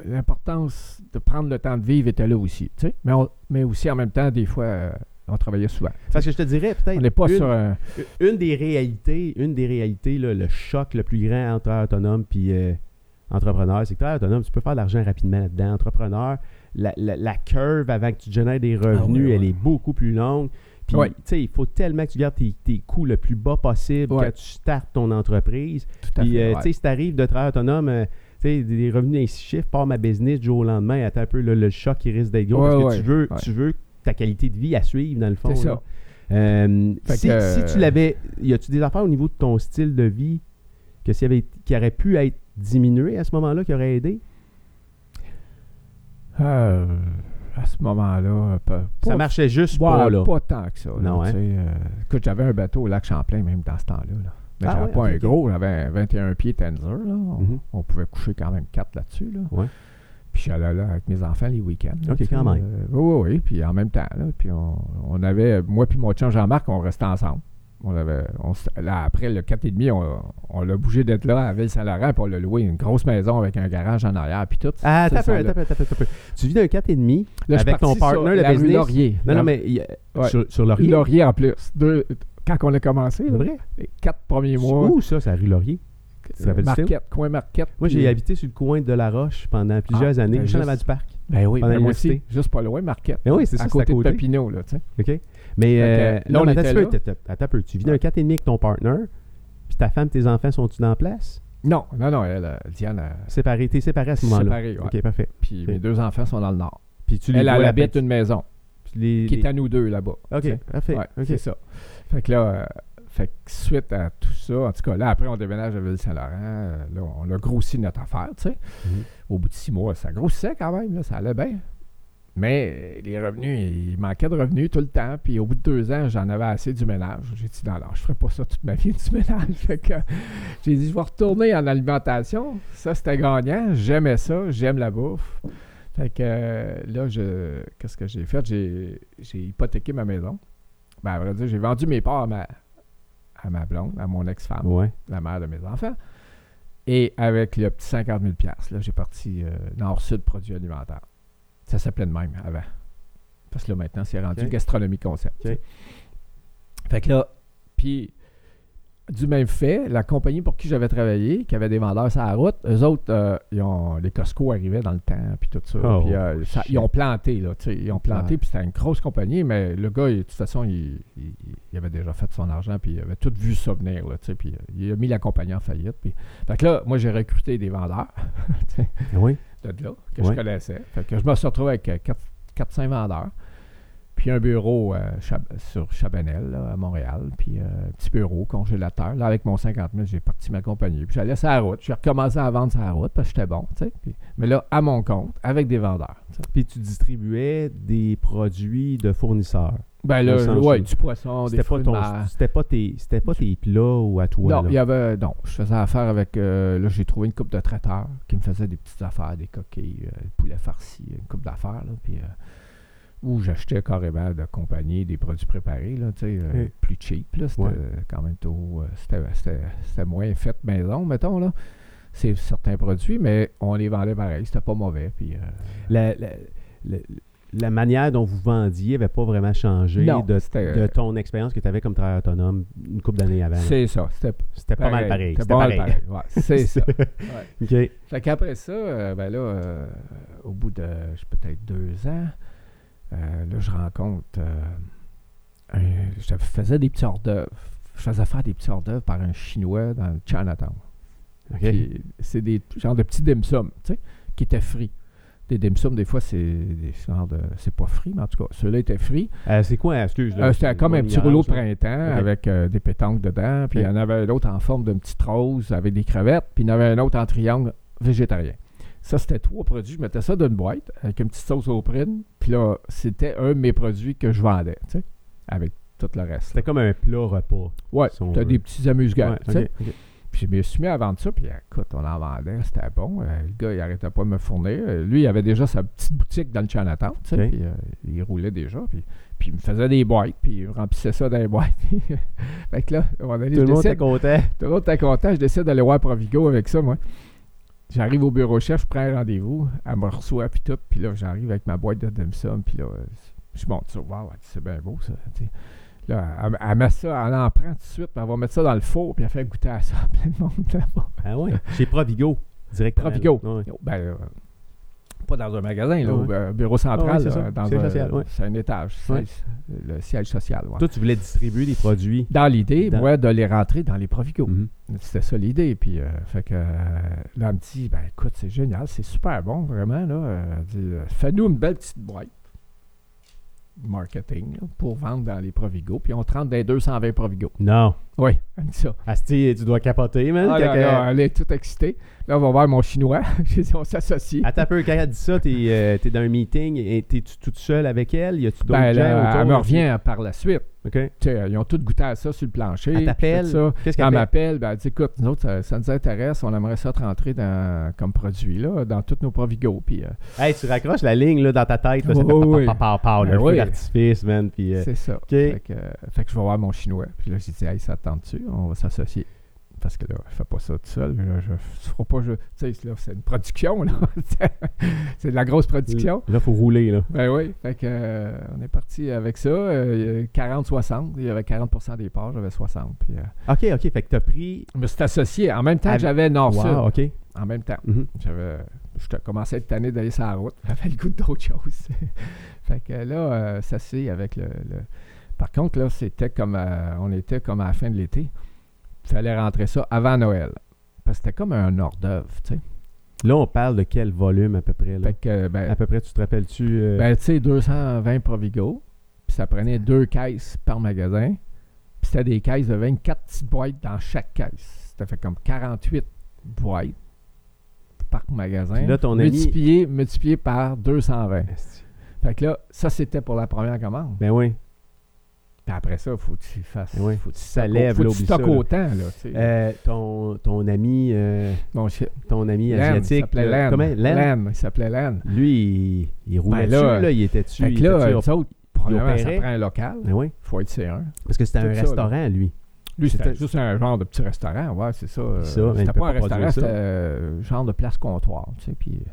le- L'importance de prendre le temps de vivre était là aussi. tu sais. Mais, on- mais aussi, en même temps, des fois, euh, on travaillait souvent.
parce que je te dirais peut-être
On n'est pas
une,
sur un.
une des réalités, une des réalités là, le choc le plus grand entre travailleur autonome puis euh, entrepreneur, c'est que travailleur autonome, tu peux faire de l'argent rapidement là-dedans. Entrepreneur, la, la- la curve avant que tu génères des revenus,
Ah ouais,
elle
ouais.
est beaucoup plus longue. Puis,
Ouais.
tu sais, il faut tellement que tu gardes tes, tes coûts le plus bas possible
Ouais.
quand tu startes ton entreprise.
Tout à
Puis,
fait,
euh,
ouais.
tu sais, si t'arrives de travail autonome, euh, tu sais, des des revenus ainsi chiffres, pars ma business du jour au lendemain, attends un peu là, le choc qui risque d'être gros
Ouais,
parce que
ouais,
tu, veux,
ouais.
tu veux ta qualité de vie à suivre, dans le fond.
C'est ça.
là. Euh,
Fait
si,
que,
si tu
euh,
l'avais, y a-tu des affaires au niveau de ton style de vie que s'il y avait, qui aurait pu être diminué à ce moment-là, qui aurait aidé?
Euh, à ce moment-là, pas,
ça
pas-
marchait juste
ouais,
pas, là.
pas tant que ça. là,
Non, hein?
tu sais, euh, écoute, j'avais un bateau au lac Champlain même dans ce temps-là. là. Mais
Ah
j'avais
ouais,
pas
ok,
un
ok.
gros, j'avais un 21 pieds Tenzer. Là. On,
Mhm.
on pouvait coucher quand même quatre là-dessus. Là.
Ouais.
Puis j'allais là avec mes enfants les week-ends. là,
Ok,
tu sais,
quand même.
euh, oui, oui, oui. Puis en même temps, là, puis on, on avait, moi puis mon chum Jean-Marc, on restait ensemble. On avait, on s- là, après le 4,5, on, on l'a bougé d'être là à Ville-Saint-Laurent, puis on l'a loué une grosse maison avec un garage en arrière, puis tout.
Ah,
Ça,
t'as
ça,
peu,
là.
t'as peu, t'as peu, t'as peu. Tu vis d'un 4,5.
Là, je suis
Avec ton
parti sur
partner, le
la rue
business.
Laurier.
Non, non,
La-
mais y a-
Ouais.
sur, sur Laurier.
Laurier en plus. Deux- quand on a commencé,
C'est
là,
vrai?
les quatre premiers
C'est
mois,
Où ça, c'est la rue Laurier? te rappelles du
Marquette, coin Marquette.
Moi,
puis-
j'ai habité sur le coin de La Roche pendant plusieurs
Ah,
années,
ben
juste en
juste-
avant du parc.
Ben oui, ben
pendant
moi
l'université.
aussi, juste pas loin, Marquette.
Ben oui, c'est ça,
à
c'est à
côté de
côté.
Papineau, là, tu sais.
OK? Mais
Fait que,
euh,
là,
non,
on
mais attends
était
un peu,
là.
t'as- t'as- attends un peu. Tu vis d'un 4,5 avec ton partner, puis ta femme, tes enfants, sont-ils en place?
Non, non, non, elle, euh, Diane, euh,
Séparés, t'es séparé à ce moment-là.
Séparés, ouais.
OK, parfait.
puis mes
Ok.
deux enfants sont dans le nord.
Puis tu les
Elle,
vois
elle
la
habite
petite-
une maison
puis les-
qui
les-
est à nous deux là-bas. tu sais.
OK, parfait.
Ouais,
OK.
c'est ça. Fait que là, euh, fait que suite à tout ça, en tout cas, là, après, on déménage à Ville-Saint-Laurent. euh, Là, on a grossi notre affaire, tu sais.
Mhm.
Au bout de six mois, ça grossissait quand même, là, ça allait bien. Mais euh, les revenus, il manquait de revenus tout le temps. Puis au bout de deux ans, j'en avais assez du ménage. J'ai dit, non, non, je ferai pas ça toute ma vie, du ménage. Fait que, euh, j'ai dit, je vais retourner en alimentation. Ça, c'était gagnant. J'aimais ça. J'aime la bouffe. Fait que euh, là, je, qu'est-ce que j'ai fait? J'ai, j'ai hypothéqué ma maison. Ben, à vrai dire, j'ai vendu mes parts à ma, à ma blonde, à mon ex-femme,
Ouais.
la mère de mes enfants. Et avec le petit 50 000 là, j'ai parti euh, nord-sud produits alimentaires. Ça s'appelait de même avant. Parce que là, maintenant, c'est rendu
Ok.
gastronomie concept.
Ok.
Fait que là, puis, du même fait, la compagnie pour qui j'avais travaillé, qui avait des vendeurs sur la route, eux autres, euh, ils ont, les Costco arrivaient dans le temps, puis tout ça.
Oh,
puis, euh, ça-
shit.
ils ont planté, là, tu sais, ils ont planté,
Ouais.
puis c'était une grosse compagnie, mais le gars, il- de toute façon, il, il- il avait déjà fait son argent, puis il avait tout vu ça venir, là, tu sais, puis euh, il a mis la compagnie en faillite. Puis... Fait que là, moi, j'ai recruté des vendeurs
Oui.
de là, que
Ouais.
je connaissais. Fait que je me suis retrouvé avec euh, 4-5 vendeurs. Puis un bureau euh, Chab- sur Chabanel, là, à Montréal. Puis euh, un petit bureau, congélateur. Là, avec mon 50 000, j'ai parti ma compagnie. Puis j'allais sur la route. J'ai recommencé à vendre sur la route parce que j'étais bon. tu sais. Puis- mais là, à mon compte, avec des vendeurs. tu sais.
Puis tu distribuais des produits de fournisseurs.
Ben
Au
là,
sens
ouais,
où-
du poisson, des
C'était pas,
fruits de
ton,
mer.
c'était pas, tes, c'était pas tes plats ou à toi.
non,
là.
il y avait. euh, Non, je faisais affaire avec. euh, là, j'ai trouvé une coupe de traiteurs qui me faisait des petites affaires, des coquilles, euh, poulet farci, une coupe d'affaires, là. Puis. euh, où j'achetais carrément de compagnie des produits préparés, là, tu sais, euh,
Ok.
plus cheap, là. C'était
Ouais.
euh, quand même tôt. euh, c'était- c'était c'était moins fait maison, mettons, là. C'est certains produits, mais on les vendait pareil. C'était pas mauvais. Puis. euh,
La, la- la- la manière dont vous vendiez n'avait pas vraiment changé
Non,
de,
c'était-
de ton expérience que tu avais comme travailleur autonome une couple d'années avant. là.
c'est ça. C'était
C'était pas mal pareil.
C'était
C'était
pas mal
pareil.
pareil. Ouais, c'est ça. Ouais.
OK.
Fait qu'après ça, euh, ben là, euh, au bout de je sais, peut-être deux ans, euh, là, je rencontre. euh, un- je faisais des petits hors-d'œuvre. Je faisais faire des petits hors-d'œuvre par un Chinois dans le Chinatown.
OK.
Puis C'est des genres de petits dim sum, tu sais, qui étaient frits. Des dim sum, des fois, c'est des genres de. C'est pas frit, mais en tout cas, ceux-là étaient frits.
Euh, c'est quoi, excuse
Euh, C'était comme un petit rouleau de printemps
hein. Ok.
avec euh, des pétanques dedans. Puis il y en avait un autre en forme d'une petite rose avec des crevettes. Puis il y en avait un autre en triangle végétarien. Ça, c'était trois produits. Je mettais ça dans une boîte avec une petite sauce au prune. Puis là, c'était un de mes produits que je vendais, tu sais, avec tout le reste. là.
C'était comme un plat repas.
Ouais,
si on
t'as
veut.
des petits amuse-gueules,
Ouais,
tu sais.
ok, ok.
Puis je me suis mis à vendre ça, puis écoute, on en vendait, c'était bon. Euh, le gars, il arrêtait pas de me fournir. Euh, lui, il avait déjà sa petite boutique dans le Chinatown, tu sais,
Ok.
puis euh, il roulait déjà, puis, puis il me faisait des boîtes, puis il remplissait ça dans les boîtes. fait que là, à un moment donné,
Tout
je
le monde
décide-
est content.
tout le monde était content. Je décide d'aller voir Provigo avec ça, moi. J'arrive au bureau chef, je prends un rendez-vous, elle me reçoit, puis tout. Puis là, j'arrive avec ma boîte de dim sum, puis là, euh, je monte ça. Waouh, c'est bien beau, ça. tu sais. Là, elle, elle met ça, elle en prend tout de suite, puis elle va mettre ça dans le four, puis elle fait goûter à ça à plein de monde là-bas.
Ah ouais. Chez Provigo. Direct.
Provigo.
Ouais.
Ben, euh, pas dans un magasin, là, au
Ouais.
euh, bureau central,
Ah ouais, c'est
là,
ça.
dans
Siège
un-
social, ouais.
c'est un étage,
Ouais.
siège- le siège social. ouais.
Toi, tu voulais distribuer des produits.
Dans l'idée,
Dans-
moi, de les rentrer dans les Provigo.
Mhm.
C'était ça l'idée. Puis, euh, fait que euh, là, elle me dit ben, écoute, c'est génial, c'est super bon, vraiment. Là, Euh, elle dit euh, fais-nous une belle petite boîte marketing là, pour vendre dans les Provigo. Puis, on te rentre dans les 220 Provigo.
Non.
Oui, elle me dit ça.
Asti, tu dois capoter, man.
Ah,
quand
là,
elle-
là, elle est toute excitée. Là, on va voir mon chinois. J'ai dit on s'associe.
Attends un peu, quand elle dit ça, t'es euh, t'es dans un meeting, et t'es-tu toute seule avec elle? Y a-tu d'autres
Ben,
gens
là,
autour?
elle me revient par la suite.
OK. Elle
Tu sais, ils ont tous goûté à ça sur le plancher. puis tout
t'appelle?
ça.
Qu'est-ce
Quand
qu'elle
elle
fait?
m'appelle, ben, elle dit écoute, nous autres, ça, ça nous intéresse, on aimerait ça te rentrer dans, comme produit là, dans tous nos Provigo. Puis, euh,
Hey, tu raccroches la ligne là, dans ta tête. Là, c'est
Oh, oui.
pa- pa- pa- pa- pa- le
Ben oui.
feu d'artifice, man. Puis, euh,
C'est ça. Fait, que, euh, fait que je vais voir mon chinois. Puis là, j'ai dit, hey, ça te tente-tu? On va s'associer. Parce que là, je fais pas ça tout seul. Là, je, je ferai pas. je- Tu sais, là, c'est une production, là. c'est de la grosse production.
Là, faut rouler, là.
Ben oui. Fait que, euh, on est parti avec ça. euh, 40-60. Il y avait 40 des parts, j'avais 60. Puis, euh,
OK, OK. Fait que t'as pris...
je me suis associé. En même temps, que
Avec-
j'avais Nord-Sud.
wow, OK.
En même temps.
Mhm.
J'avais. Je commençais à être tanné d'aller sur la route. J'avais le goût d'autre chose. fait que là, euh, ça c'est avec le, le- Par contre, là, c'était comme. à- on était comme à la fin de l'été. Il fallait rentrer ça avant Noël. Parce que c'était comme un hors-d'œuvre, tu sais.
Là, on parle de quel volume, à peu près, là?
Fait que, ben,
À peu près, tu te rappelles-tu... euh,
ben, tu sais, 220 Provigo. Puis ça prenait deux caisses par magasin. Puis c'était des caisses de 24 petites boîtes dans chaque caisse. Ça fait comme 48 boîtes par magasin.
Puis là, ton ami-
multiplié, multiplié par 220.
Asti.
Fait que là, ça, c'était pour la première commande.
Ben oui.
Puis après ça, faut que tu fasses.
Ben oui.
Faut que tu
Ça
stockes-
lève,
faut
là,
que tu
oublie
stockes
ça, là.
autant, là. tu sais.
Euh, ton, ton ami... euh,
Mon chien-
ton ami
Len, il
asiatique...
s'appelait
là,
Len.
Comment? Len?
Len, il s'appelait Len.
Lui, il, il roulait
Ben là,
dessus, là. Il était dessus.
Fait
il
que là,
était
les
dessus,
autres, premièrement, ça
opérait.
prend un local.
Ben oui.
Faut être C1.
Parce que c'était
Tout
un
ça,
restaurant, lui.
Lui, c'était
C'était-
juste un genre de petit restaurant, ouais, c'est ça. euh,
Ça, mais il
C'était
peut
pas un
pas produire
restaurant,
ça.
c'était euh, genre de place comptoir, tu sais, puis... euh,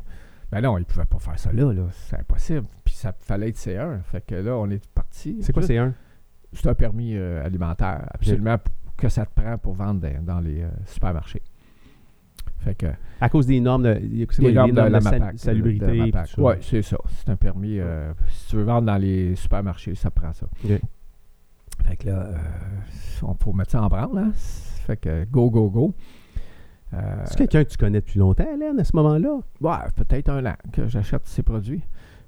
Ben non, ils pouvaient pas faire ça là, là, c'est impossible. Puis ça fallait être C1, fait que là, on est parti.
C'est quoi,
Juste-
c'est un?
C'est un permis euh, alimentaire, absolument, p- que ça te prend pour vendre dans, dans les euh, supermarchés. Fait que...
À cause des normes de, c'est quoi,
les
des
normes de la
sa-
MAPAC, de la
salubrité.
MAPAC.
Oui.
Ouais, c'est ça. C'est un permis. euh, si tu veux vendre dans les supermarchés, ça prend ça.
Ok.
Fait que là, euh, on faut mettre ça en branle. hein. Fait que go, go, go. Euh,
C'est quelqu'un que tu connais depuis longtemps, Hélène, à ce moment-là.
ouais, peut-être un an que j'achète ces produits.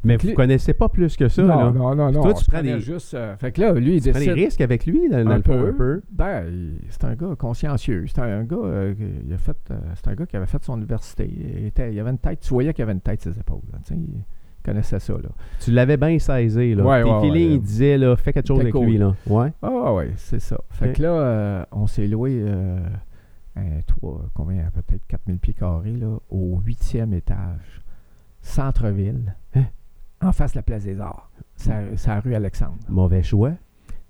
Mais
que
vous ne
les-
connaissez pas plus que ça.
non,
là.
non, non, non.
toi,
on
tu
se
prends
prenait
des-
juste. euh, fait que là, lui, il
Tu prends des
décide.
risques avec lui dans, dans
Un
le
peu.
fond, un peu.
Ben, il- c'est un gars consciencieux. C'est un gars, euh, qui- il a fait, euh, c'est un gars qui avait fait son université. Il, était- il avait une tête, tu voyais qu'il avait une tête sur ses épaules. là, tu sais, il connaissait ça. Là.
Tu l'avais bien saisi. Là.
Ouais,
Tes
ouais,
feelings,
ouais.
ils disaient, là, fais quelque chose
C'était
avec lui.
cool.
Là. Ouais.
Ah oui, c'est ça. Fait
Ok.
que là, euh, on s'est loué euh, un toit, combien, peut-être 4000 pieds carrés, là, au huitième étage, centre-ville,
Hein?
en face de la place des Arts, sa, sa rue Alexandre.
Mauvais choix.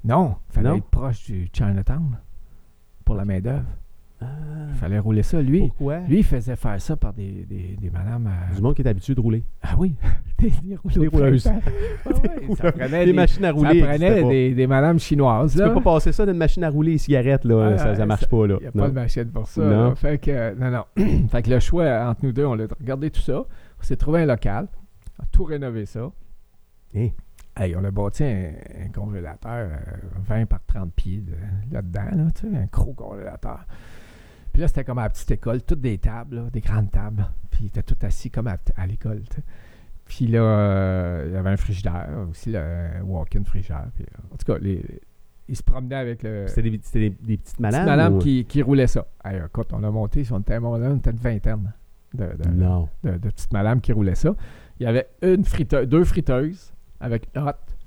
Non, fallait
Non?
être proche du Chinatown pour la main-d'œuvre. Fallait rouler ça, lui.
Ah. Pourquoi?
Lui, il faisait faire ça par des, des, des madames. à-
Du monde qui est habitué de rouler.
Ah oui, des, des rouleaux
Des
de
rouleuses.
printemps. Ah ouais, ça prenait
des
des,
machines à
ça
rouler.
prenait
c'était pas-
des, des madames chinoises.
Tu
là.
peux pas passer ça d'une machine à rouler et cigarette, là.
Ah,
ça, ça
ça-
marche pas, là.
Il n'y a
Non.
pas de machine pour ça.
Non.
là. Fait que, euh, non, non. fait que le choix entre nous deux, on l'a regardé tout ça. On s'est trouvé un local. On a tout rénové ça.
Hey.
Hey, on a bâti un, un congélateur euh, 20 par 30 pieds de- là-dedans, là, tu sais, un gros congélateur. Puis là, c'était comme à la petite école, toutes des tables, là, des grandes tables. Puis ils étaient tous assis comme à, à l'école, tu sais. Puis là, euh, il y avait un frigidaire, aussi le un walk-in frigidaire. Puis, euh, en tout cas, les, ils se promenaient avec le...
C'était des, c'était des- des petites
Petite
malades.
madame
ou-
qui, qui roulait ça. Hey, écoute, on a monté, on était, on était une vingtaine de, de,
Non.
de- de petites madames qui roulaient ça. Il y avait une frite- deux friteuses avec une hotte.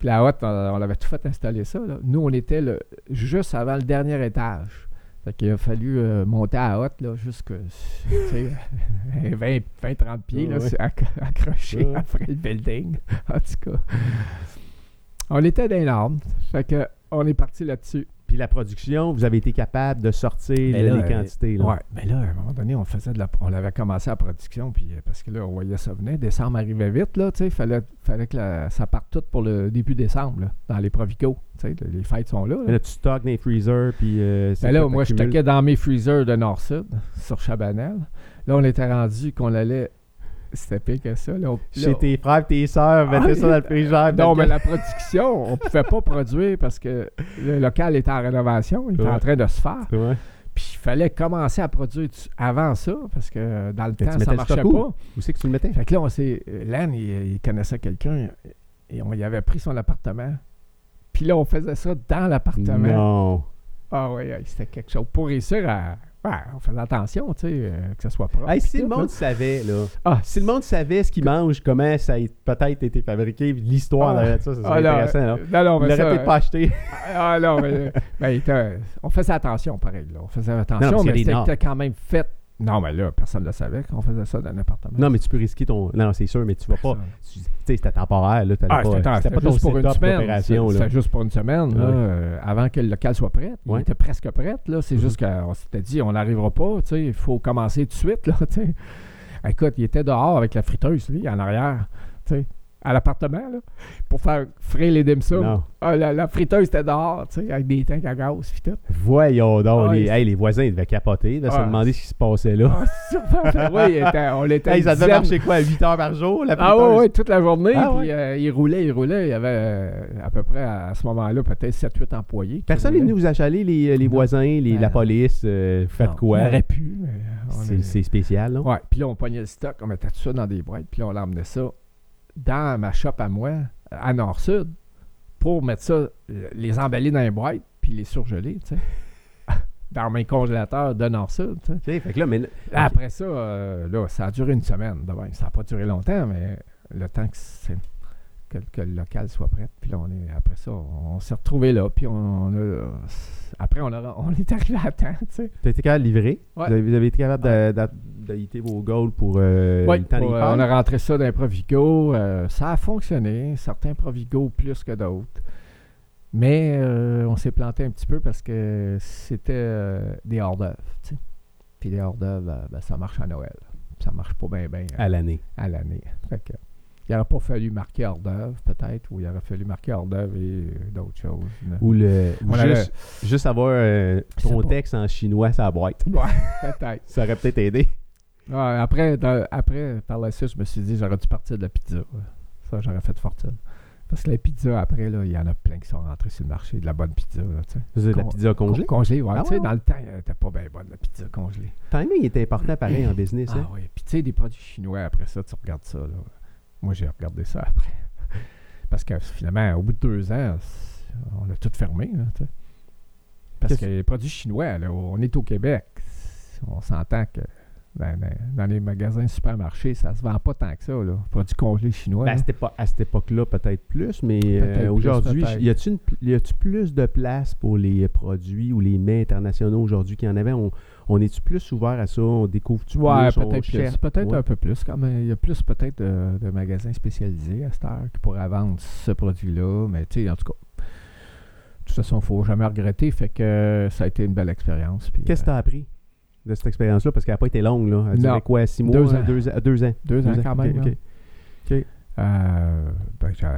Puis la hotte, on, on l'avait tout fait installer ça. là. Nous, on était le- juste avant le dernier étage. Fait qu'il a fallu euh, monter à la hotte, là, jusque, tu sais, 20, 20, 30 pieds, là,
Ah Ouais, ouais.
sur- acc- accroché
Ouais.
après le building. En tout cas, on était dans les normes. Fait que, on est parti là-dessus.
Puis la production, vous avez été capable de sortir
Mais
là,
là,
les
euh,
quantités. là.
Ouais, mais là, à un moment donné, on faisait de la, on avait commencé la production, puis euh, parce que là, on voyait ça venir. Décembre arrivait vite, là, tu sais, fallait, fallait que la- ça parte tout pour le début décembre, là, dans les Provico. Tu sais, les fêtes sont là. là.
Mais là, tu stockes dans les freezers, puis... euh, c'est
Ben là,
quoi,
moi, je
t'accumules?
toquais dans mes freezers de Nord-Sud, sur Chabanel. Là, on était rendu qu'on allait. C'était pire que ça. Là, on-
Chez
là,
tes frères, tes sœurs, mettez
Ah,
ça dans le frigidaire.
Non,
mettez-
mais la production, on pouvait pas produire parce que le local était en rénovation, il était
Ouais.
en train de se faire.
Ouais.
Puis il fallait commencer à produire du- avant ça parce que euh, dans le
tu
temps,
mettais
ça
le
marchait
stock où?
pas.
Où c'est que tu le mettais?
Fait que là, on s'est. euh, Lan, il, il connaissait quelqu'un et on y avait pris son appartement. Puis là, on faisait ça dans l'appartement.
Non.
Ah oui, oui, c'était quelque chose. Pour réussir à. Ouais, on faisait attention, tu sais, euh, que ce soit propre.
Hey,
pis
si
tout,
le monde
là.
savait, là...
Ah,
Si le monde savait ce qu'il
Que-
mange, comment ça a peut-être été fabriqué, l'histoire
Ah.
derrière ça, ça serait
ah, là,
intéressant. là.
euh, non, non,
On
mais
l'aurait
ça,
peut-être pas acheté.
Ah non, mais. euh, ben, il était- on faisait attention, pareil, là. On faisait attention,
parce qu'il y a
mais
des normes.
c'était quand même fait. Non, mais là, personne ne le savait qu'on faisait ça dans un appartement.
Non, mais tu peux risquer ton. Non, non, c'est sûr, mais tu vas pas.
Personne.
Tu tu sais, c'était temporaire, là. t'allais
Ah,
pas- euh,
c'était, c'était
pas ton
juste pour une
setup
semaine.
d'opération, là.
C'était juste pour une semaine, là,
Ouais.
euh, avant que le local soit prêt. Il
Ouais.
était presque prêt. Là. C'est
Mhm.
juste qu'on s'était dit, on n'arrivera pas. tu sais, Il faut commencer tout de suite. Là, tu sais. Écoute, il était dehors avec la friteuse, lui, en arrière, tu sais, à l'appartement, là, pour faire frire les dim sum.
Non.
Ah, la, la friteuse était dehors, tu sais, avec des tanks à gaz, puis tout.
Voyons donc.
Ah,
les,
il-
hey, les voisins, ils devaient capoter. Ils devaient se
Ah.
demander ce qui se passait là.
Ah, sûrement. oui, il était- on était
Hey,
une
ça devait
dizaine.
marcher quoi, 8 heures par jour, la
Ah
friteuse?
oui, toute la journée.
Ah
puis
ouais.
euh, il roulait, il roulait. Il y avait euh, à peu près à ce moment-là peut-être 7-8 employés. qui
Personne n'est
roulaient.
venu vous achaler, les, euh, les
Non.
voisins, les- la
Ben,
police, euh, vous faites
Non,
quoi?
Ah. On aurait pu, mais euh, on
C'est
est-
c'est spécial, là.
Ouais, puis là, on pognait le stock, on mettait tout ça dans des boîtes, puis là, on l'emmenait ça dans ma shop à moi, à Nord-Sud, pour mettre ça, euh, les emballer dans les boîtes, puis les surgeler, tu sais. dans mes congélateurs de Nord-Sud, tu sais.
OK, fait que là, mais
Après ça, euh, là, ça a duré une semaine. de même. Ça n'a pas duré longtemps, mais le temps que, c'est- que- que le local soit prêt. Puis là, on est, après ça, on, s'est retrouvés là. Puis on, a- après, on, a- on est arrivé à temps, tu sais.
t'as été capable de livrer?
Ouais.
Vous, avez, vous avez été capable d'a- d'a- d'habiter vos goals pour euh,
Ouais,
le temps des
pour, euh,
fêtes?
on a rentré ça dans les Provigo. euh, ça a fonctionné. Certains Provigo plus que d'autres. Mais euh, on s'est planté un petit peu parce que c'était euh, des hors-d'œuvre. tu sais. Puis les hors-d'œuvre, euh, ben, ça marche à Noël. Ça marche pas bien, bien.
à l'année.
à l'année. Fait que, il n'aurait pas fallu marquer hors d'œuvre, peut-être, ou il aurait fallu marquer hors d'œuvre et euh, d'autres choses. là.
Ou le ou
On
juste, juste avoir euh,
Je
ton
sais pas.
texte en chinois sur la boîte.
Ouais, peut-être.
Ça aurait peut-être aidé.
Ouais, après, dans- après, par la suite, je me suis dit, j'aurais dû partir de la pizza. ouais. Ça, j'aurais fait fortune. Parce que la pizza, après, là, il y en a plein qui sont rentrés sur le marché, de la bonne pizza. Là, tu sais.
De la
Con-
pizza congelée.
Con- Congelée, ouais.
Ah
tu sais,
ouais,
Dans le temps, elle n'était pas bien bonne, la pizza congelée.
Le timing est important pareil en business.
Ah
hein.
oui, puis tu sais, des produits chinois, après ça, tu regardes ça. là. Moi, j'ai regardé ça après. Parce que finalement, au bout de deux ans, c- on a tout fermé. là, tu sais. Parce
Qu'est-ce-
que les produits chinois, là, on est au Québec. On s'entend que dans, dans- dans les magasins supermarchés, ça se vend pas tant que ça. Là. Produits congelés chinois.
Ben, à,
là.
cette épo- à cette époque-là, peut-être plus, mais
Peut-être
euh,
plus,
aujourd'hui,
peut-être.
y a-tu une pl- y a-tu plus de place pour les produits ou les mets internationaux aujourd'hui qu'il y en avait? On, on est-tu plus ouvert à ça? On découvre-tu
Ouais,
plus? on
peut-être plus.
cherche?
Peut-être
Ouais.
un peu plus. Quand même. Il y a plus peut-être de, de magasins spécialisés à cette heure qui pourraient vendre ce produit-là. Mais tu sais, en tout cas, de toute façon, il ne faut jamais regretter. Fait que ça a été une belle expérience. puis, euh,
Qu'est-ce que tu as appris de cette expérience-là? Parce qu'elle n'a pas été longue. Là. Elle
Non.
durait quoi? Six mois? hein?
Deux ans.
Deux, deux ans.
Deux ans
Deux
quand
ok,
même. hein.
ok.
là. Euh, ben, j'ai-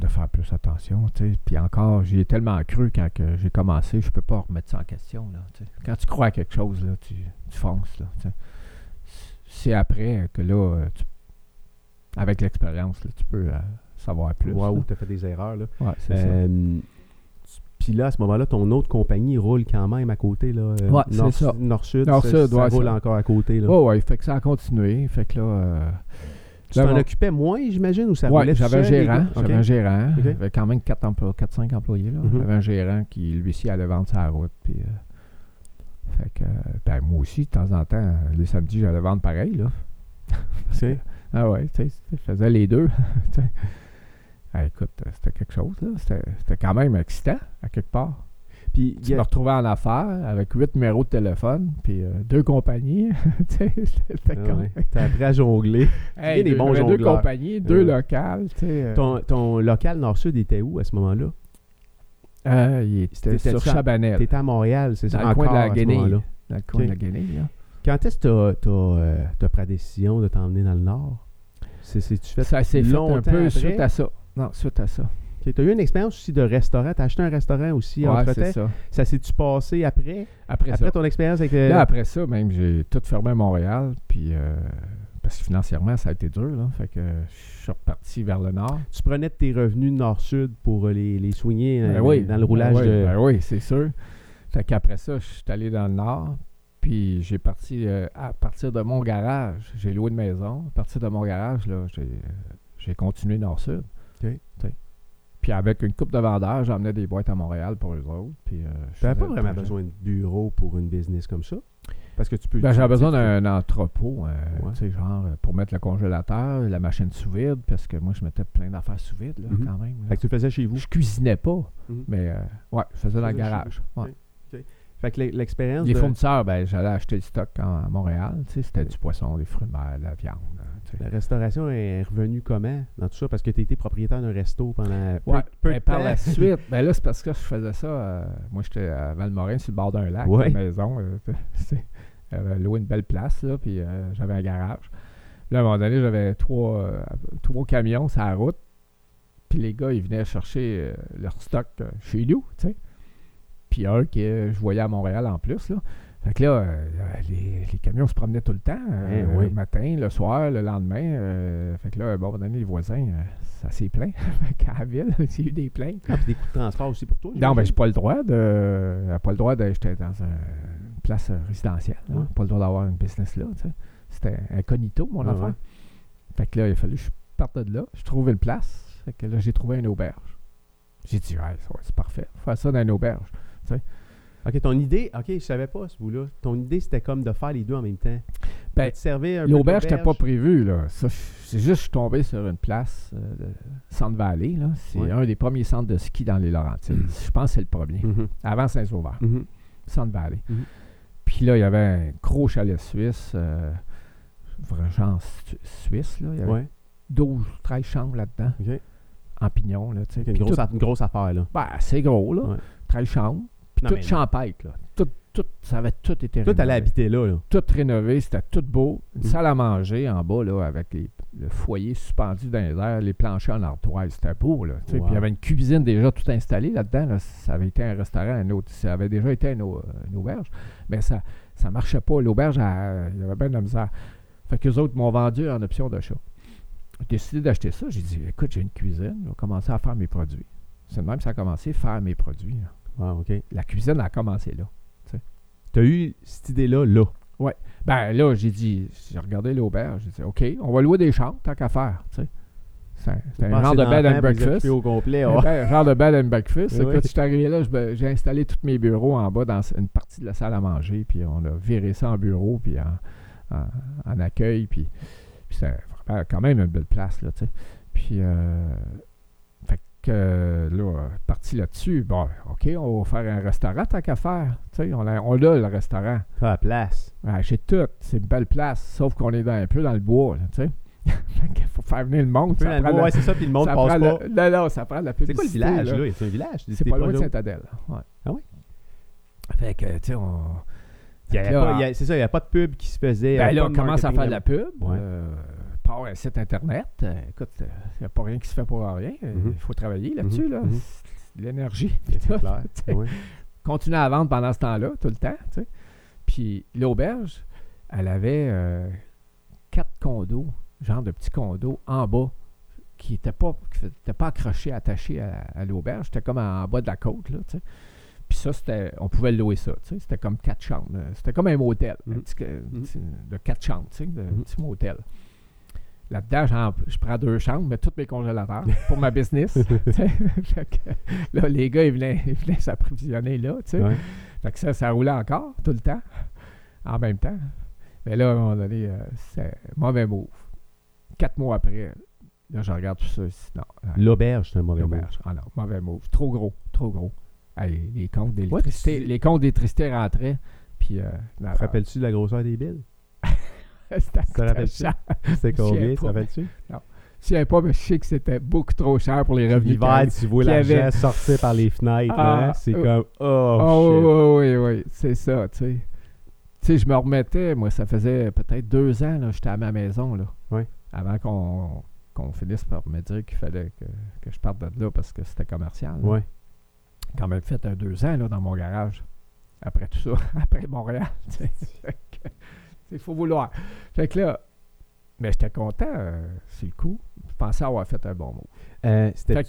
de faire plus attention, tu sais. Puis encore, j'y ai tellement cru quand que j'ai commencé, je peux pas remettre ça en question, là, tu sais. Quand tu crois à quelque chose, là, tu, tu fonces, là, tu sais. C'est après que là, euh, tu- avec l'expérience, là, tu peux euh, savoir plus.
Ouais,
là.
où tu as fait des erreurs. Là.
Ouais, c'est ça.
Euh, tu- Puis là, à ce moment-là, ton autre compagnie roule quand même à côté. Là, euh,
Ouais, c'est
Nord-
ça.
Nord-Sud, ça,
Nord-Sud,
ça
ouais,
roule
ça. Oh,
encore à côté. Là.
Ouais, ouais, fait que ça a continué, fait que là... euh,
tu
là,
t'en
on-
occupais moins, j'imagine, ou ça
Ouais,
roulait tout
j'avais un
seul, les
gérant.
gars?
J'avais
Ok.
un gérant.
Ok.
J'avais quand même 4-5 employés. là.
Mhm.
J'avais un gérant qui, lui aussi, allait vendre sa route. Puis, euh, fait que, euh, ben, moi aussi, de temps en temps, euh, les samedis, j'allais vendre pareil. Là. Parce que-
Ok.
ah ouais, tu sais, je faisais les deux. tu sais. Ah, écoute, euh, c'était quelque chose. là. C'était c'était quand même excitant, à quelque part.
Puis,
Tu me retrouvais en affaires avec huit numéros de téléphone, puis euh, deux compagnies. tu sais, c'était
Ah
comme-
ouais. t'as appris à jongler.
Hey,
des
deux,
bons
j'avais deux
jongleurs.
compagnies, deux
Ouais.
locales. tu sais, euh,
Ton, ton local nord-sud était où à ce moment-là?
euh, il était
T'étais
sur
ça-
Chabanel,
T'étais à Montréal, c'est ça?
dans le coin de
encore
la
à ce
Guenille.
moment-là.
Dans le coin de
Ok.
la Guenille, là.
Quand est-ce que t'as- t'as euh, t'as pris la décision de t'emmener dans le nord? C'est- C'est-tu fait?
Ça s'est fait un
longtemps
peu
après?
suite à ça. Non, suite à ça.
Ok, T'as eu une expérience aussi de restaurant. T'as acheté un restaurant aussi
Ouais,
entre-temps.
c'est
Ça,
ça.
s'est-tu passé après?
Après,
après
ça.
ton euh, expérience avec... le-
Là, après ça, même, j'ai tout fermé à Montréal, puis... euh, parce que financièrement, ça a été dur, là. Fait que je suis reparti vers le nord.
Tu prenais de tes revenus nord-sud pour euh, les, les soigner euh,
Ben oui,
dans le roulage
ben oui,
de...
ben oui, c'est sûr. Fait qu'après ça, je suis allé dans le nord, puis j'ai parti euh, à partir de mon garage. J'ai loué une maison. À partir de mon garage, là, j'ai, euh, j'ai continué nord-sud.
Ok.
Tu sais. Puis avec une coupe de vendeurs, j'emmenais des boîtes à Montréal pour eux autres. Puis, euh, je
T'avais pas
faisais le
vraiment
projet.
besoin de bureau pour une business comme ça? Parce que tu peux...
Ben, j'avais besoin
tu sais,
d'un entrepôt, euh,
Ouais.
tu sais, genre euh, pour mettre le congélateur, la machine sous vide, parce que moi je mettais plein d'affaires sous vide là,
Mhm.
quand même. là.
Fait que tu le faisais chez vous.
Je cuisinais pas,
Mhm.
mais euh, ouais, je faisais dans le
faisais chez
garage. ouais.
Fait que l'e- l'expérience
Les
de...
fournisseurs, ben, j'allais acheter le stock en- à Montréal, tu sais, c'était
Ok.
du poisson, des fruits de mer, de la viande. hein, tu sais.
La restauration est revenue comment dans tout ça? Parce que tu étais propriétaire d'un resto pendant peu,
Ouais,
peu
ben,
de
par
temps.
la suite, ben là, c'est parce que je faisais ça. euh, moi, j'étais à Valmorin, sur le bord d'un lac,
Ouais.
une maison. euh, c'est- J'avais loué une belle place, là, puis euh, j'avais un garage. Là, à un moment donné, j'avais trois, euh, trois camions sur la route. Puis les gars, ils venaient chercher euh, leur stock euh, chez nous, tu sais. Puis un que je voyais à Montréal en plus, là. Fait que là, euh, les, les camions se promenaient tout le temps, euh,
Eh oui.
le matin, le soir, le lendemain. euh, fait que là, bon, à un moment donné, les voisins, euh, ça s'est plaint. Fait qu'à la ville, j'ai eu des plaintes.
Ah, puis des coûts de transport aussi pour toi.
Non, ben, mais j'ai
j'imagine.
pas le droit de. j'ai pas le droit de. J'étais dans un- une place euh, résidentielle. hein.
Ouais.
Pas le droit d'avoir une business là. tu sais. C'était incognito, mon
Ah
enfant.
ouais.
Fait que là, il a fallu que je parte de là. Je trouvais une place. Fait que là, j'ai trouvé une auberge. J'ai dit, ouais, ça, c'est parfait. Faire ça dans une auberge.
Ok, ton idée, ok, je savais pas ce bout-là. Ton idée, c'était comme de faire les deux en même temps.
Ben,
tu te servais un peu
L'auberge,
d'auberge.
n'était pas prévu. là. Ça, je- C'est juste, je suis tombé sur une place, euh, le Centre Vallée. là. C'est
Ouais. Mm.
un des premiers centres de ski dans les Laurentides. Je pense que c'est le premier.
Mhm,
Avant Saint-Sauveur.
mhm.
Centre Valley.
Mhm.
Puis là, il y avait un gros chalet suisse, euh, vrai- genre su- suisse, là. Il y avait
Ouais,
12, 13 chambres là-dedans,
ok.
en pignon, là, tu sais.
Ok,
Puis
Une grosse,
tout-
aff- une grosse affaire, là.
ben, c'est gros, là.
Ouais.
13 chambres. Puis
Non,
tout
mais-
champêtre, là. Tout, tout, ça avait tout été
Toi,
rénové.
t'allais habiter là, là.
Tout rénové, c'était tout beau. Une
Mhm.
salle à manger en bas, là, avec les- le foyer suspendu dans les airs, les planchers en artoise. C'était beau, là. tu sais.
Wow.
Puis il y avait une cuisine déjà tout installée là-dedans. là. Ça avait été un restaurant, un autre. Ça avait déjà été une, au- une auberge. Mais ça ça marchait pas. L'auberge, elle- il y avait bien de la misère. Fait qu'eux autres m'ont vendu en option d'achat. J'ai décidé d'acheter ça. J'ai dit, écoute, j'ai une cuisine. Je vais commencer à faire mes produits. C'est de même que ça a commencé, faire mes produits. là.
Ah, ok.
La cuisine a commencé là.
T'as eu cette idée-là, là.
Ben là, j'ai dit, j'ai regardé l'auberge, j'ai dit, OK, on va louer des chambres, tant qu'à faire. tu sais. C'est un- c'est un
Passer
genre de
dans
bed
le
and
temps pour les
breakfast.
occuper au complet.
Un
ah.
bed- genre de bed and breakfast.
Oui.
Quand je suis arrivé là, je me- j'ai installé tous mes bureaux en bas dans une partie de la salle à manger, puis on a viré ça en bureau, puis en, en- en accueil, puis, puis c'était vraiment quand même une belle place, là, tu sais. Puis, euh, fait que euh, là, parti là-dessus, bon, OK, on va faire un restaurant, tant qu'à faire. Tu sais, on l'a, on l'a, le restaurant.
T'as la place.
Ouais, j'ai tout. C'est une belle place, sauf qu'on est dans, un peu dans le bois, là, tu sais. Fait qu'il faut faire venir le monde.
Un peu
ça
dans le
prend
bois,
le-
ouais, c'est ça, puis le monde
ça
passe
prend
pas.
le- non, non, ça prend de la
C'est quoi le
publicité.
village,
là.
là? C'est un village.
C'est
t'es
pas loin de
là.
Saint-Adèle. Ouais.
Ah oui?
Fait que, tu sais, on...
Il y avait
Fait que là,
pas- il y a- C'est ça, il n'y a pas de pub qui se faisait. il y
ben
avait
là,
pas
on
de
commence à
marketing
faire de la pub.
Ouais.
euh, part un site Internet. Euh, écoute, il n'y a pas rien qui se fait pour rien. Il
Mhm.
faut travailler là-dessus, là.
mhm.
C'est de L'énergie. puis
C'est
tout,
clair.
tu sais.
Ouais.
continuer à vendre pendant ce temps-là, tout le temps. tu sais. Puis l'auberge, elle avait euh, quatre condos, genre de petits condos en bas, qui n'étaient pas, qui étaient pas accrochés, attachés à, à l'auberge. C'était comme en bas de la côte. Là, tu sais. Puis ça, c'était, on pouvait louer ça. tu sais. C'était comme quatre chambres. là. C'était comme un motel, un
Mhm.
petit que-
Mhm.
petit- de quatre chambres, tu sais, de-
Mhm.
petit motel. Là-dedans, j'en- je prends deux chambres, mais tous mes congélateurs pour ma business. tu sais. Fait que, là, les gars, ils venaient, ils venaient s'approvisionner là, tu sais.
Ouais.
Fait que ça, ça roulait encore, tout le temps, en même temps. Mais là, à un moment donné, euh, c'est mauvais move. Quatre mois après, là, je regarde tout ça. je dis, Non, non,
L'auberge, c'est un mauvais mot.
l'auberge. Ah non, mauvais move. Trop gros, trop gros. Hey, les comptes
Ouais, puis
d'électricité
c'est-
les comptes d'électricité rentraient. Puis, euh, la-
Te rappelles-tu de la grosseur des billes?
c'était à
te
coûter
rappelles-tu?
cher.
C'était combien?
sais
Tu te
pas.
rappelles-tu?
Je sais pas, mais je sais que c'était beaucoup trop cher pour les revenus.
L'hiver, tu vois
qu'il y
l'argent
avait-
sortir par les fenêtres.
Ah,
hein, C'est
euh,
comme, oh, shit.
Oh, oui, oui, oui, c'est ça, tu sais. Tu sais, je me remettais, moi, ça faisait peut-être deux ans, là, j'étais à ma maison, là.
Ouais.
Avant qu'on qu'on finisse par me dire qu'il fallait que, que je parte de là parce que c'était commercial. là.
Ouais.
Quand même fait un deux ans, là, dans mon garage. Après tout ça, après Montréal, tu sais. Fait que, Il faut vouloir. Fait que là, mais j'étais content, euh, c'est le coup. Je pensais avoir fait un bon mot.
Euh,
Fait
C'était
que,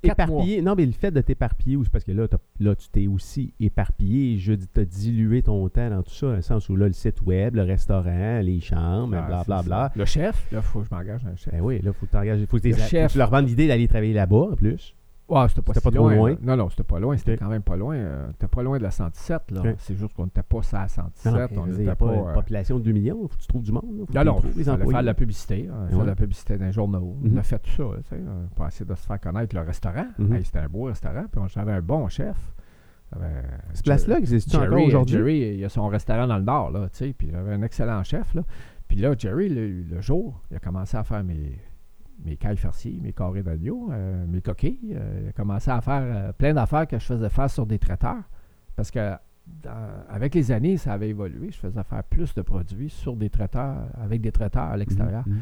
quatre mois.
éparpillé. Non, mais le fait de t'éparpiller, ou- parce que là, t'as- là tu t'es aussi éparpillé, je dis, t'as dilué ton temps dans tout ça, dans le sens où là, le site web, le restaurant, les chambres,
Ah,
blablabla.
c'est ça. Le chef, là, il faut que je m'engage dans le chef.
Ben oui, là, faut que t'engages- faut que t'es-
Le
faut que
chef.
tu leur vendes l'idée d'aller travailler là-bas, en plus.
Ouais, c'était pas,
C'était
si
pas trop loin.
là. Non, non, c'était pas loin. C'était
Ok.
quand même pas loin. euh, C'était pas loin de la 117, là.
Ok.
C'est juste qu'on n'était pas sur la 117.
Non,
on
il n'y
n'était
a
pas...
pas
euh,
une population de 2 millions, faut que tu trouves du monde. là, faut que
non,
tu
non,
trouves
il
les
fallait
employés.
faire de la publicité. hein, faire
Ouais.
de la publicité dans les journaux. On a
Mhm.
fait tout ça, tu sais, euh, pour essayer de se faire connaître le restaurant.
Mhm.
Hey, c'était un beau restaurant, puis on j'avais un bon chef. J'avais- euh,
Cette place-là existe encore aujourd'hui?
Jerry, il a son restaurant dans le nord, là, tu sais, puis il avait un excellent chef, là. Puis là, Jerry, le, le jour, il a commencé à faire mes, mes cailles farcies, mes carrés d'agneau, euh, mes coquilles. euh, il a commencé à faire euh, plein d'affaires que je faisais faire sur des traiteurs. Parce que dans- avec les années, ça avait évolué. Je faisais faire plus de produits sur des traiteurs, avec des traiteurs à l'extérieur.
Mhm.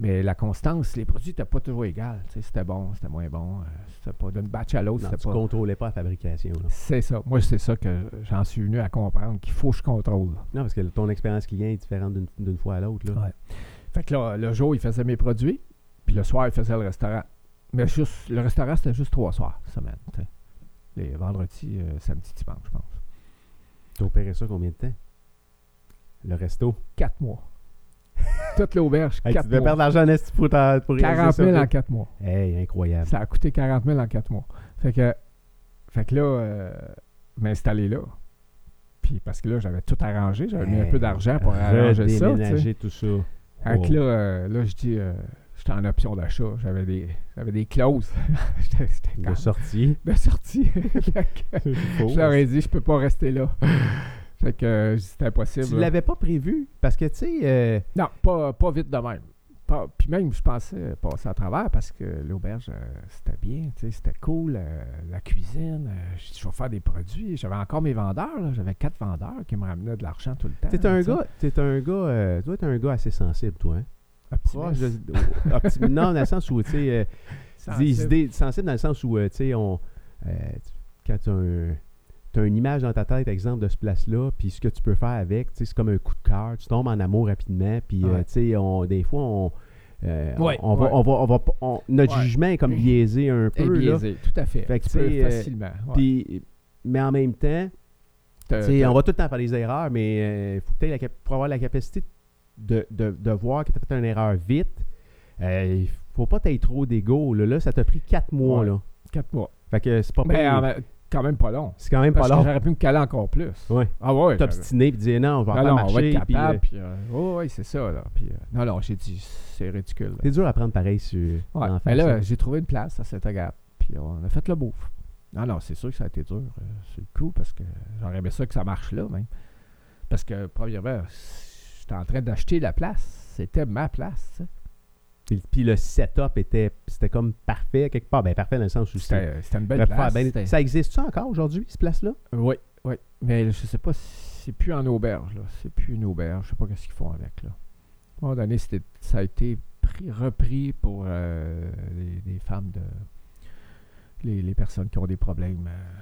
Mais la constance, les produits n'étaient pas toujours égales. tu sais, C'était bon, c'était moins bon. euh, C'était pas d'une batch à l'autre,
Non,
c'était
tu
pas.
contrôlais pas la fabrication. là.
C'est ça. Moi, c'est ça que j'en suis venu à comprendre, qu'il faut que je contrôle.
Non, parce que ton expérience client est différente d'une- d'une fois à l'autre. là.
Ouais. Fait que là, le jour, il faisait mes produits, puis le soir, il faisait le restaurant. Mais juste, le restaurant, c'était juste trois soirs, semaine. tu sais. Les vendredis, euh, samedi, dimanche, je pense.
T'as opéré ça combien de temps? Le resto.
Quatre mois. Toute l'auberge,
Hey,
quatre
tu devais
mois.
perdre de l'argent en esti pour, ta- pour
40 000 en
réaliser
quatre mois.
ça. Hey, incroyable.
Ça a coûté 40 000 en quatre mois. Fait que, fait que là, euh, m'installer là. Puis parce que là, j'avais tout arrangé. J'avais mis un peu d'argent pour arranger ça. tu sais.
Redéménager tout ça.
Fait que
Wow.
là, euh, là, je dis, euh, j'étais en option d'achat. J'avais des, j'avais des clauses. J'étais- j'étais quand-
De sortie.
de sortie. Fait que
C'est hein? faux.
je leur ai dit, je peux pas rester là. Fait que euh, c'était impossible.
Tu
là.
l'avais pas prévu parce que, tu sais, euh,
Non, pas, pas vite de même. Pas- puis même, je pensais passer à travers parce que l'auberge, euh, c'était bien, tu sais, c'était cool. euh, la cuisine, euh, je dis, je vais faire des produits. J'avais encore mes vendeurs, là. j'avais quatre vendeurs qui me ramenaient de l'argent tout le temps.
t'es un
tu sais.
gars, t'es un gars, euh, tu dois être un gars assez sensible, toi. Hein? Proche
Optimiste,
de, au- optimi- non, dans le sens où, tu sais, euh, des
sensible.
idées sensibles dans le sens où, euh, tu sais, on, euh, tu- quand tu as, une image dans ta tête, exemple, de ce place-là, puis ce que tu peux faire avec, tu sais, c'est comme un coup de cœur, tu tombes en amour rapidement, puis, euh,
Ouais.
tu sais, on- des fois, on, euh,
Ouais,
on, on va,
ouais.
on va, on va, p- on- notre
Ouais.
jugement est comme biaisé un
Et
peu, là.
biaisé, tout à fait.
Fait que
tu peux
tu sais, euh,
facilement. ouais.
Puis, mais en même temps,
T'as-
tu sais,
t'as-
on va tout le temps faire des erreurs, mais il faut que t'aies la cap- pour avoir la capacité de, de, de voir que tu as fait une erreur vite, euh, il faut pas que tu trop d'ego. Là, Là, ça t'a pris quatre mois.
Ouais.
Là.
quatre mois.
Fait que c'est pas
Mais
pire.
euh, quand même pas long.
C'est quand même pas
Parce que
long.
J'aurais pu me caler encore plus.
Ouais.
Ah ouais. j'aurais-
T'obstiner puis dire non, on va
Non,
pas
Ben non, on va
marcher.
être
puis, euh,
capable. Puis, euh, oh, oui, c'est ça. Là. Puis, euh, non, non, j'ai dit, c'est ridicule. là.
c'est dur à prendre pareil sur.
Ouais.
en
Mais là,
face, là.
j'ai trouvé une place à cette agate. Puis on a fait le bouffe. Non, non, c'est sûr que ça a été dur. euh, c'est le coup parce que j'aurais aimé ça que ça marche là, même. Parce que, premièrement, j'étais en train d'acheter la place. C'était ma place. tu sais.
Puis, puis le setup était, c'était comme parfait quelque part. Ben parfait dans le sens où c'était-
C'était c'était une
ça
belle
pouvait faire
place.
bien-
c'était-
Ça existe ça encore aujourd'hui, cette place-là?
Oui, oui. Euh, Mais je sais pas si c'est plus en auberge, là. C'est plus une auberge. Je sais pas qu'est-ce qu'ils font avec, là. À un moment donné, c'était- ça a été pris, repris pour euh, les, les femmes de. Les, les personnes qui ont des problèmes. euh,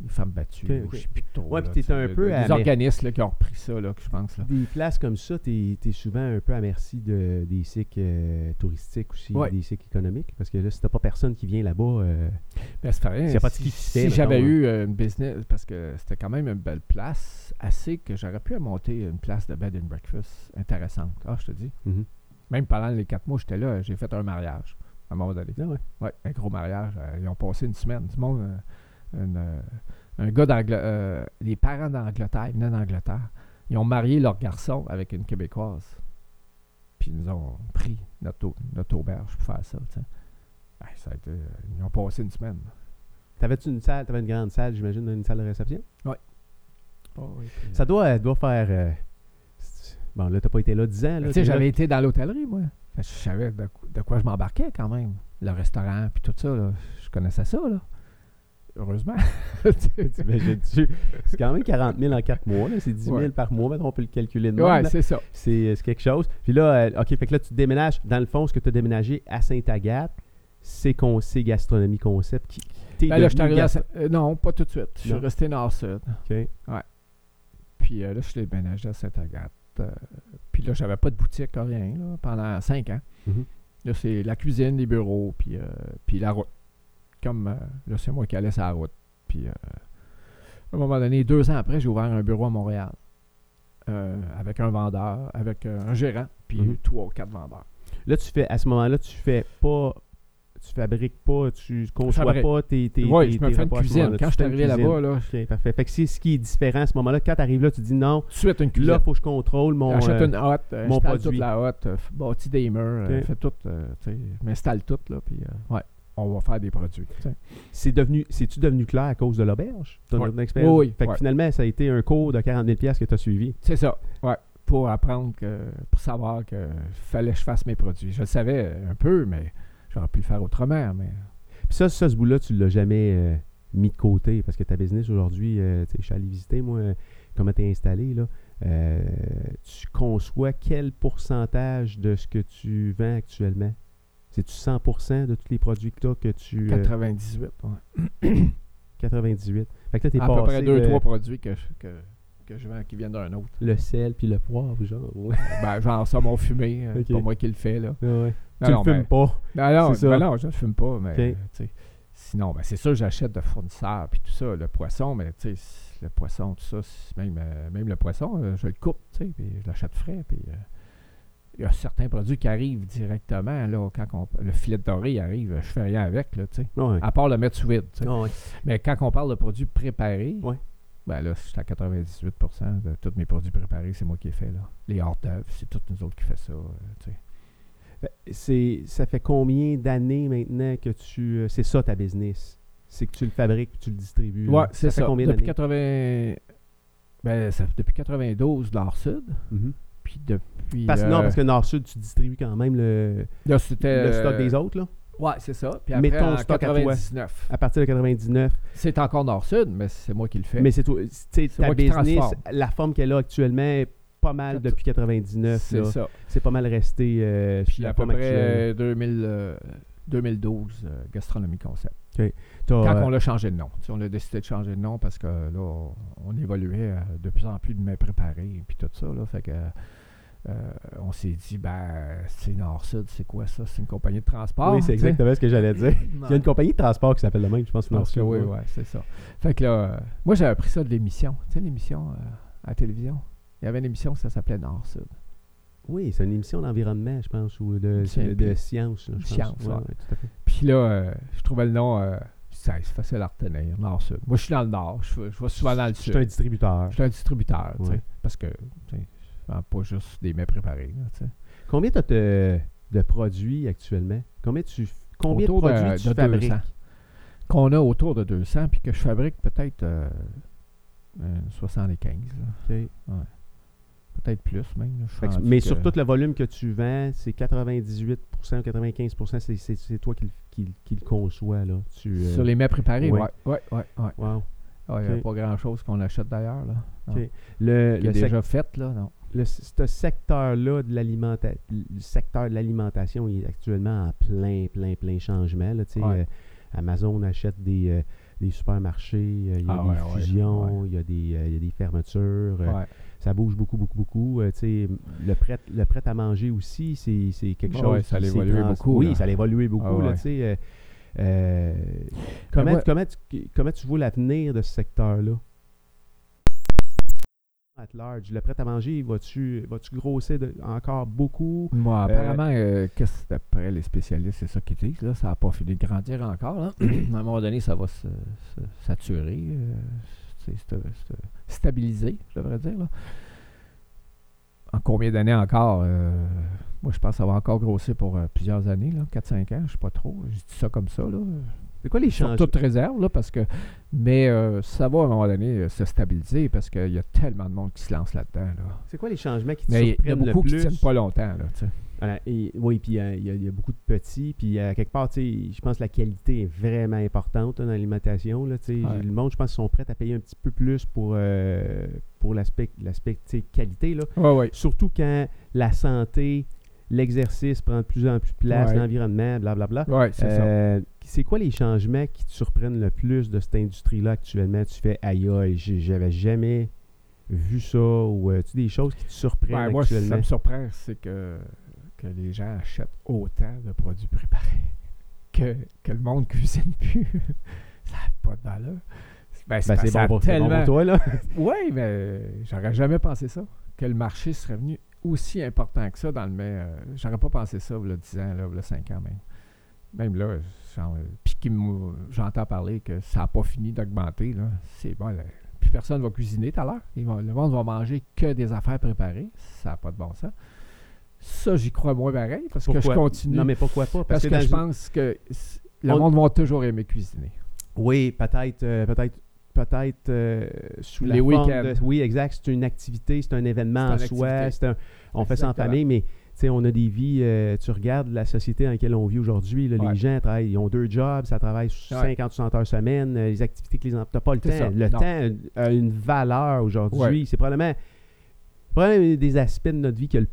les femmes battues,
Ok,
ou
ok.
je sais plus trop.
Ouais,
là,
puis t'es
tu sais,
un
de-
peu
de-
à
Les
la-
organismes là, qui ont repris ça, là, que je pense, là.
Des places comme ça, tu es, souvent un peu à merci de, des cycles euh, touristiques aussi,
Ouais.
des cycles économiques. Parce que là, si t'as pas personne qui vient là-bas, euh,
Ben, c'est pareil,
S'il y a pas de
si,
ski qui se fait,
si
mettons,
j'avais
là.
eu euh, une business, parce que c'était quand même une belle place, assez que j'aurais pu monter une place de bed and breakfast intéressante. Ah, je te dis.
mhm.
Même pendant les quatre mois, j'étais là, j'ai fait un mariage à un moment donné.
Ah ouais.
Ouais, un gros mariage. euh, ils ont passé une semaine. Du monde, euh, une, euh, un gars d'Angleterre, les parents d'Angleterre, ils venaient d'Angleterre. Ils ont marié leur garçon avec une Québécoise. Puis ils nous ont pris Ben, euh, notre, au- notre auberge pour faire ça. tu sais. Ouais, ça a été- ils ont passé une semaine.
T'avais-tu une salle, t'avais une grande salle, j'imagine, une salle de réception?
Euh. Oh, oui, puis,
Ça
euh,
doit, doit faire. euh, bon, là, t'as pas été là 10 ans.
Tu
là,
sais,
t'es là.
j'avais été dans l'hôtellerie, moi. Fait que je savais de, cou- de quoi je m'embarquais quand même. Le restaurant, puis tout ça, là, je connaissais ça, là. Heureusement. Tu sais.
T'imagines-tu? C'est quand même 40 000 en 4 mois. là. C'est 10 000
Ouais.
par mois. Maintenant, on peut le calculer de même,
ouais,
là.
c'est ça.
c'est c'est quelque chose. Puis là, euh, OK, fait que là, tu déménages. Dans le fond, ce que tu as déménagé à Sainte-Agathe, c'est qu'on sait Gastronomie Concept. Qui, t'es
Ben là, je suis
devenu
arrivé à
gastro-
Saint- euh, non, pas tout de suite. Je suis
Non.
resté nord-sud.
OK.
Puis euh, là, je suis déménagé à Sainte-Agathe. Euh, puis là, j'avais pas de boutique, rien, là, pendant cinq ans.
Mhm.
Là, c'est la cuisine, les bureaux, puis, euh, puis la route. Comme euh, là, c'est moi qui allais sur la route. Puis euh, à un moment donné, deux ans après, j'ai ouvert un bureau à Montréal. Euh, avec un vendeur, avec euh, un gérant, puis
Mhm.
trois ou quatre vendeurs.
Là, tu fais, à ce moment-là, tu fais pas. Tu fabriques pas, tu conçois
fabrique.
pas tes. tes
Oui,
tes-
je me
tes
fais une
repas à ce
cuisine.
moment-là.
Quand
Tu
je suis
fais une
arrivé
cuisine.
là-bas, là,
OK, parfait. Fait que c'est ce qui est différent à ce moment-là. Quand tu arrives là, tu dis non,
tout de suite une cuisine.
là, faut que je contrôle mon.
Achète
euh,
une hotte,
mon
installe
produit.
toute la hotte, euh, f- bâtis des murs, euh,
Ok.
fais tout, euh, tu sais, m'installe tout, là, puis euh, ouais, on va faire des produits. tu sais.
C'est devenu, c'est-tu devenu clair à cause de l'auberge? Ton
Ouais.
expérience?
Oui, oui,
Fait que
ouais.
finalement, ça a été un cours de 40 000 que tu as suivi.
C'est ça, ouais, pour apprendre, que, pour savoir que fallait que je fasse mes produits. Je le savais euh, un peu, mais j'aurais pu le faire autrement, mais
Puis ça, ça, ce bout-là, tu l'as jamais euh, mis de côté parce que ta business aujourd'hui, euh, tu sais, je suis allé visiter, moi, euh, comment tu es installé, là. Euh, tu conçois quel pourcentage de ce que tu vends actuellement? C'est-tu 100% de tous les produits que tu que tu... euh,
98, ouais.
98. Fait que là, t'es
à peu près
passé
deux,
de
trois produits que je, que, que je vends qui viennent d'un autre.
le sel puis le poivre, genre. Ouais.
ben, genre ça, mon fumé, euh,
Ok.
c'est pas moi qui le fais, là.
Ouais.
Non,
tu
Ah non, ben,
le fumes
mais-
pas.
Non, non,
C'est ça.
ben non, je ne fume pas, mais
Ok.
euh, tu sais, sinon, ben, c'est sûr j'achète de fournisseurs puis tout ça, le poisson, mais tu sais, c- le poisson, tout ça, c- même, euh, même le poisson, euh, je le coupe, tu sais, puis je l'achète frais, puis euh, il y a certains produits qui arrivent directement, là, quand on- le filet doré il arrive, je fais rien avec, là, tu sais,
Ouais.
à part le mettre sous vide, tu sais.
Ah ouais.
Mais quand on parle de produits préparés,
Ouais.
ben là, c'est à 98 de tous mes produits préparés, c'est moi qui les fais, là. Les hors d'œuvre, c'est toutes nous autres qui fait ça, euh, tu sais.
Fait- C'est, ça fait combien d'années maintenant que tu. euh, C'est ça ta business? C'est que tu le fabriques puis tu le distribues. là.
Ouais, c'est ça.
fait combien
depuis
d'années?
80... Ben, ça fait depuis 92 Nord-Sud,
Mhm.
puis depuis...
Parce, Non,
euh,
parce que Nord-Sud, tu distribues quand même le,
là, c'était,
le stock
euh,
des autres, là.
Ouais, c'est ça. Puis
Mais
après,
ton
en
stock à toi.
99.
À partir de 99.
C'est encore Nord-Sud, mais c'est moi qui le fais.
Mais c'est toi. tu sais,
C'est
ta
moi qui
business,
transforme.
la forme qu'elle a actuellement est pas mal
Quatre-
depuis 99.
c'est
là.
ça.
C'est pas mal resté euh,
Puis
la
à peu
forme actuelle.
près euh, 2000, euh, 2012, euh, Gastronomie Concept.
T'as,
Quand on
euh,
l'a changé de nom. Tu sais, on a décidé de changer de nom parce que là, on, on évoluait euh, de plus en plus de mets préparés puis tout ça. Là, fait que, euh, on s'est dit, ben, c'est Nord-Sud, c'est quoi ça? C'est une compagnie de transport.
Oui, c'est
tu sais?
exactement ce que j'allais dire. Il y a une
Ouais.
compagnie de transport qui s'appelle le même, je pense,
Je pense que
Nord-Sud.
oui,
ouais.
ouais, c'est ça. Fait que là, euh, moi, j'avais appris ça de l'émission. Tu sais, l'émission euh, à la télévision. Il y avait une émission, ça s'appelait Nord-Sud.
Oui, c'est une émission d'environnement, je pense, ou de,
Tiens,
de- de science. là, je pense.
Science,
Ouais,
ouais.
ouais, tout à fait.
Puis là, euh, je trouvais le nom, euh, ça, c'est facile à retenir, Nord-Sud. Moi, je suis dans le Nord. Je, je vais souvent dans le
Je
Sud.
suis un distributeur.
Je suis un distributeur, tu sais,
Ouais.
parce que tu sais, je vends pas juste des mets préparés. là, tu sais.
Combien tu de, de produits actuellement? Combien tu f- combien
Autour
de
de-
produits tu
de
fabriques?
200. Qu'on a autour de 200, puis que je fabrique peut-être euh, euh, 75, là,
OK.
peut-être plus même. là, je suis
Fait que-
rendu
mais
que-
sur tout le volume que tu vends, c'est 98 ou 95 c'est- c'est c'est toi qui, le- qui le- qui le conçois. Là. Tu, euh,
Sur les mets préparés,
Ouais.
ouais, ouais, ouais. ouais.
wow.
Ouais, y a
Ok.
pas grand-chose qu'on achète d'ailleurs, là. Non.
Ok. Le,
Qui est
le, sec-
déjà fait, là, non.
le- ce secteur-là de l'alimentation, le secteur de l'alimentation il est actuellement en plein, plein, plein changement. là, tu sais,
Ouais.
euh, Amazon achète des, euh, des supermarchés, euh, il y a
Ah
des
ouais, ouais,
fusions, il y a des, euh, il y a des fermetures. euh,
Ouais.
ça bouge beaucoup, beaucoup, beaucoup. Euh, tu sais, le prêt, le prêt à manger aussi, c'est c'est quelque
Ouais,
chose.
ça a
qui s'est
évolué
trans-
beaucoup,
Oui,
là.
ça a évolué beaucoup.
Ah
là,
ouais.
tu sais, euh, euh, comment,
moi-
comment, tu, comment tu vois l'avenir de ce secteur-là? At large, le prêt à manger, vas-tu vas grossir de- encore beaucoup?
Moi, apparemment, euh, qu'est-ce d'après les spécialistes, c'est ça qu'ils disent, là, ça n'a pas fini de grandir encore. Là. à un moment donné, ça va se, se saturer, euh, c'est- c'est- c'est- stabiliser, je devrais dire. là. En combien d'années encore euh, Moi, je pense que ça va encore grossir pour euh, plusieurs années, là, 4-5 ans, je ne sais pas trop. Je dis ça comme ça. Là.
C'est quoi les
Sur
changements?
toute réserve, là, parce que. Mais euh, ça va à un moment donné euh, se stabiliser parce qu'il y a tellement de monde qui se lance là-dedans. Là.
C'est quoi les changements qui te
Mais il y a
surprennent
beaucoup
le
qui
plus?
ne tiennent pas longtemps. Là, tu sais.
Voilà, et- oui, puis euh, il y, a- il y a beaucoup de petits. Puis à quelque part, tu sais, je pense que la qualité est vraiment importante là, dans l'alimentation. là, tu sais.
Ouais.
Le monde, je pense, qu'ils sont prêts à payer un petit peu plus pour, euh, pour l'aspect l'aspect, tu sais, qualité. Là.
Ouais, ouais.
Surtout quand la santé, l'exercice prend de plus en plus de place,
Ouais.
l'environnement, blablabla.
Ouais, c'est ça.
Euh, C'est quoi les changements qui te surprennent le plus de cette industrie-là actuellement? Tu fais aïe aïe, j'ai- j'avais jamais vu ça ou euh, tu des choses qui te surprennent
Ben, moi, ça
actuellement?
me surprend, c'est que, que les gens achètent autant de produits préparés que, que le monde cuisine plus. ça n'a pas de valeur. Ben,
Ben,
parce que
c'est
ça
bon,
a
pour- c'est bon
tellement-
pour toi, là.
Oui, mais euh, j'aurais jamais pensé ça. Que le marché serait venu aussi important que ça dans le mais euh, j'aurais pas pensé ça il y a 10 ans, là, il y a 5 ans même. Même là, j'en- euh, puis qu'il me- j'entends parler que ça n'a pas fini d'augmenter, là. C'est bon, là, Plus personne va cuisiner tout à l'heure. Ils vont- Le monde va manger que des affaires préparées. Ça n'a pas de bon sens. Ça, j'y crois moins pareil parce que
Pourquoi?
je continue.
Non, mais pourquoi pas?
parce,
Parce,
que,
dans
je
le-
pense que s- le
On-
monde va toujours aimer cuisiner.
Oui, peut-être, euh, peut-être, peut-être euh, sous la
Les
forme
week-ends.
de- Oui, exact. C'est une activité, c'est un événement
C'est
en
une
soi.
activité.
c'est un- on fait ça en
Exactement.
famille, mais tu sais, on a des vies. euh, tu regardes la société dans laquelle on vit aujourd'hui. là,
Ouais.
Les gens travaillent, ils ont deux jobs, ça travaille
Ouais.
50-60 heures semaine. euh, les activités que les enfants. T'as pas le temps.
C'est ça,
Le
non.
temps a une valeur aujourd'hui.
Ouais.
C'est probablement, probablement un des aspects de notre vie qui a le-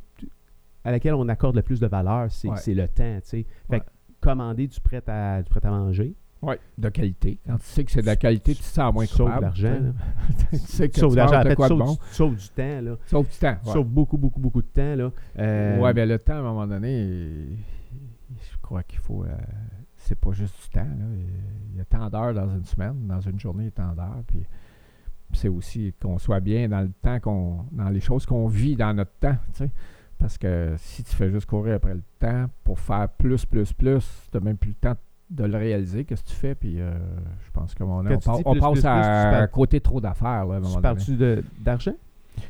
à laquelle on accorde le plus de valeur, c'est
Ouais.
c'est le temps. tu sais. Fait
Ouais.
que commander du prêt à, du prêt à manger.
Oui, de qualité. Quand tu sais que c'est de la qualité, tu te sens moins
tu sauves
coupable.
de l'argent. là.
tu sais que
Tu sauves
tu
de l'argent.
manges
En
de
fait,
quoi
tu
de
sauves,
bon.
du- tu sauves du temps. Là.
Sauve du temps.
Tu
ouais.
sauves beaucoup, beaucoup, beaucoup de temps. Là. Euh,
Ouais, mais le temps, à un moment donné, il- je crois qu'il faut. euh, c'est pas juste du temps. là. Il- Il y a tant d'heures dans une semaine, dans une journée, il y a tant d'heures. Puis c'est aussi qu'on soit bien dans le temps, qu'on dans les choses qu'on vit dans notre temps. tu sais. Parce que si tu fais juste courir après le temps pour faire plus, plus, plus, tu n'as même plus le temps de le réaliser, qu'est-ce que tu fais? Puis euh, je pense qu'on on,
Quand tu
pa-
dis
on
plus,
passe
plus, plus,
à
tu parles-
un côté trop d'affaires. là, à un moment
tu
donné.
parles-tu de- d'argent?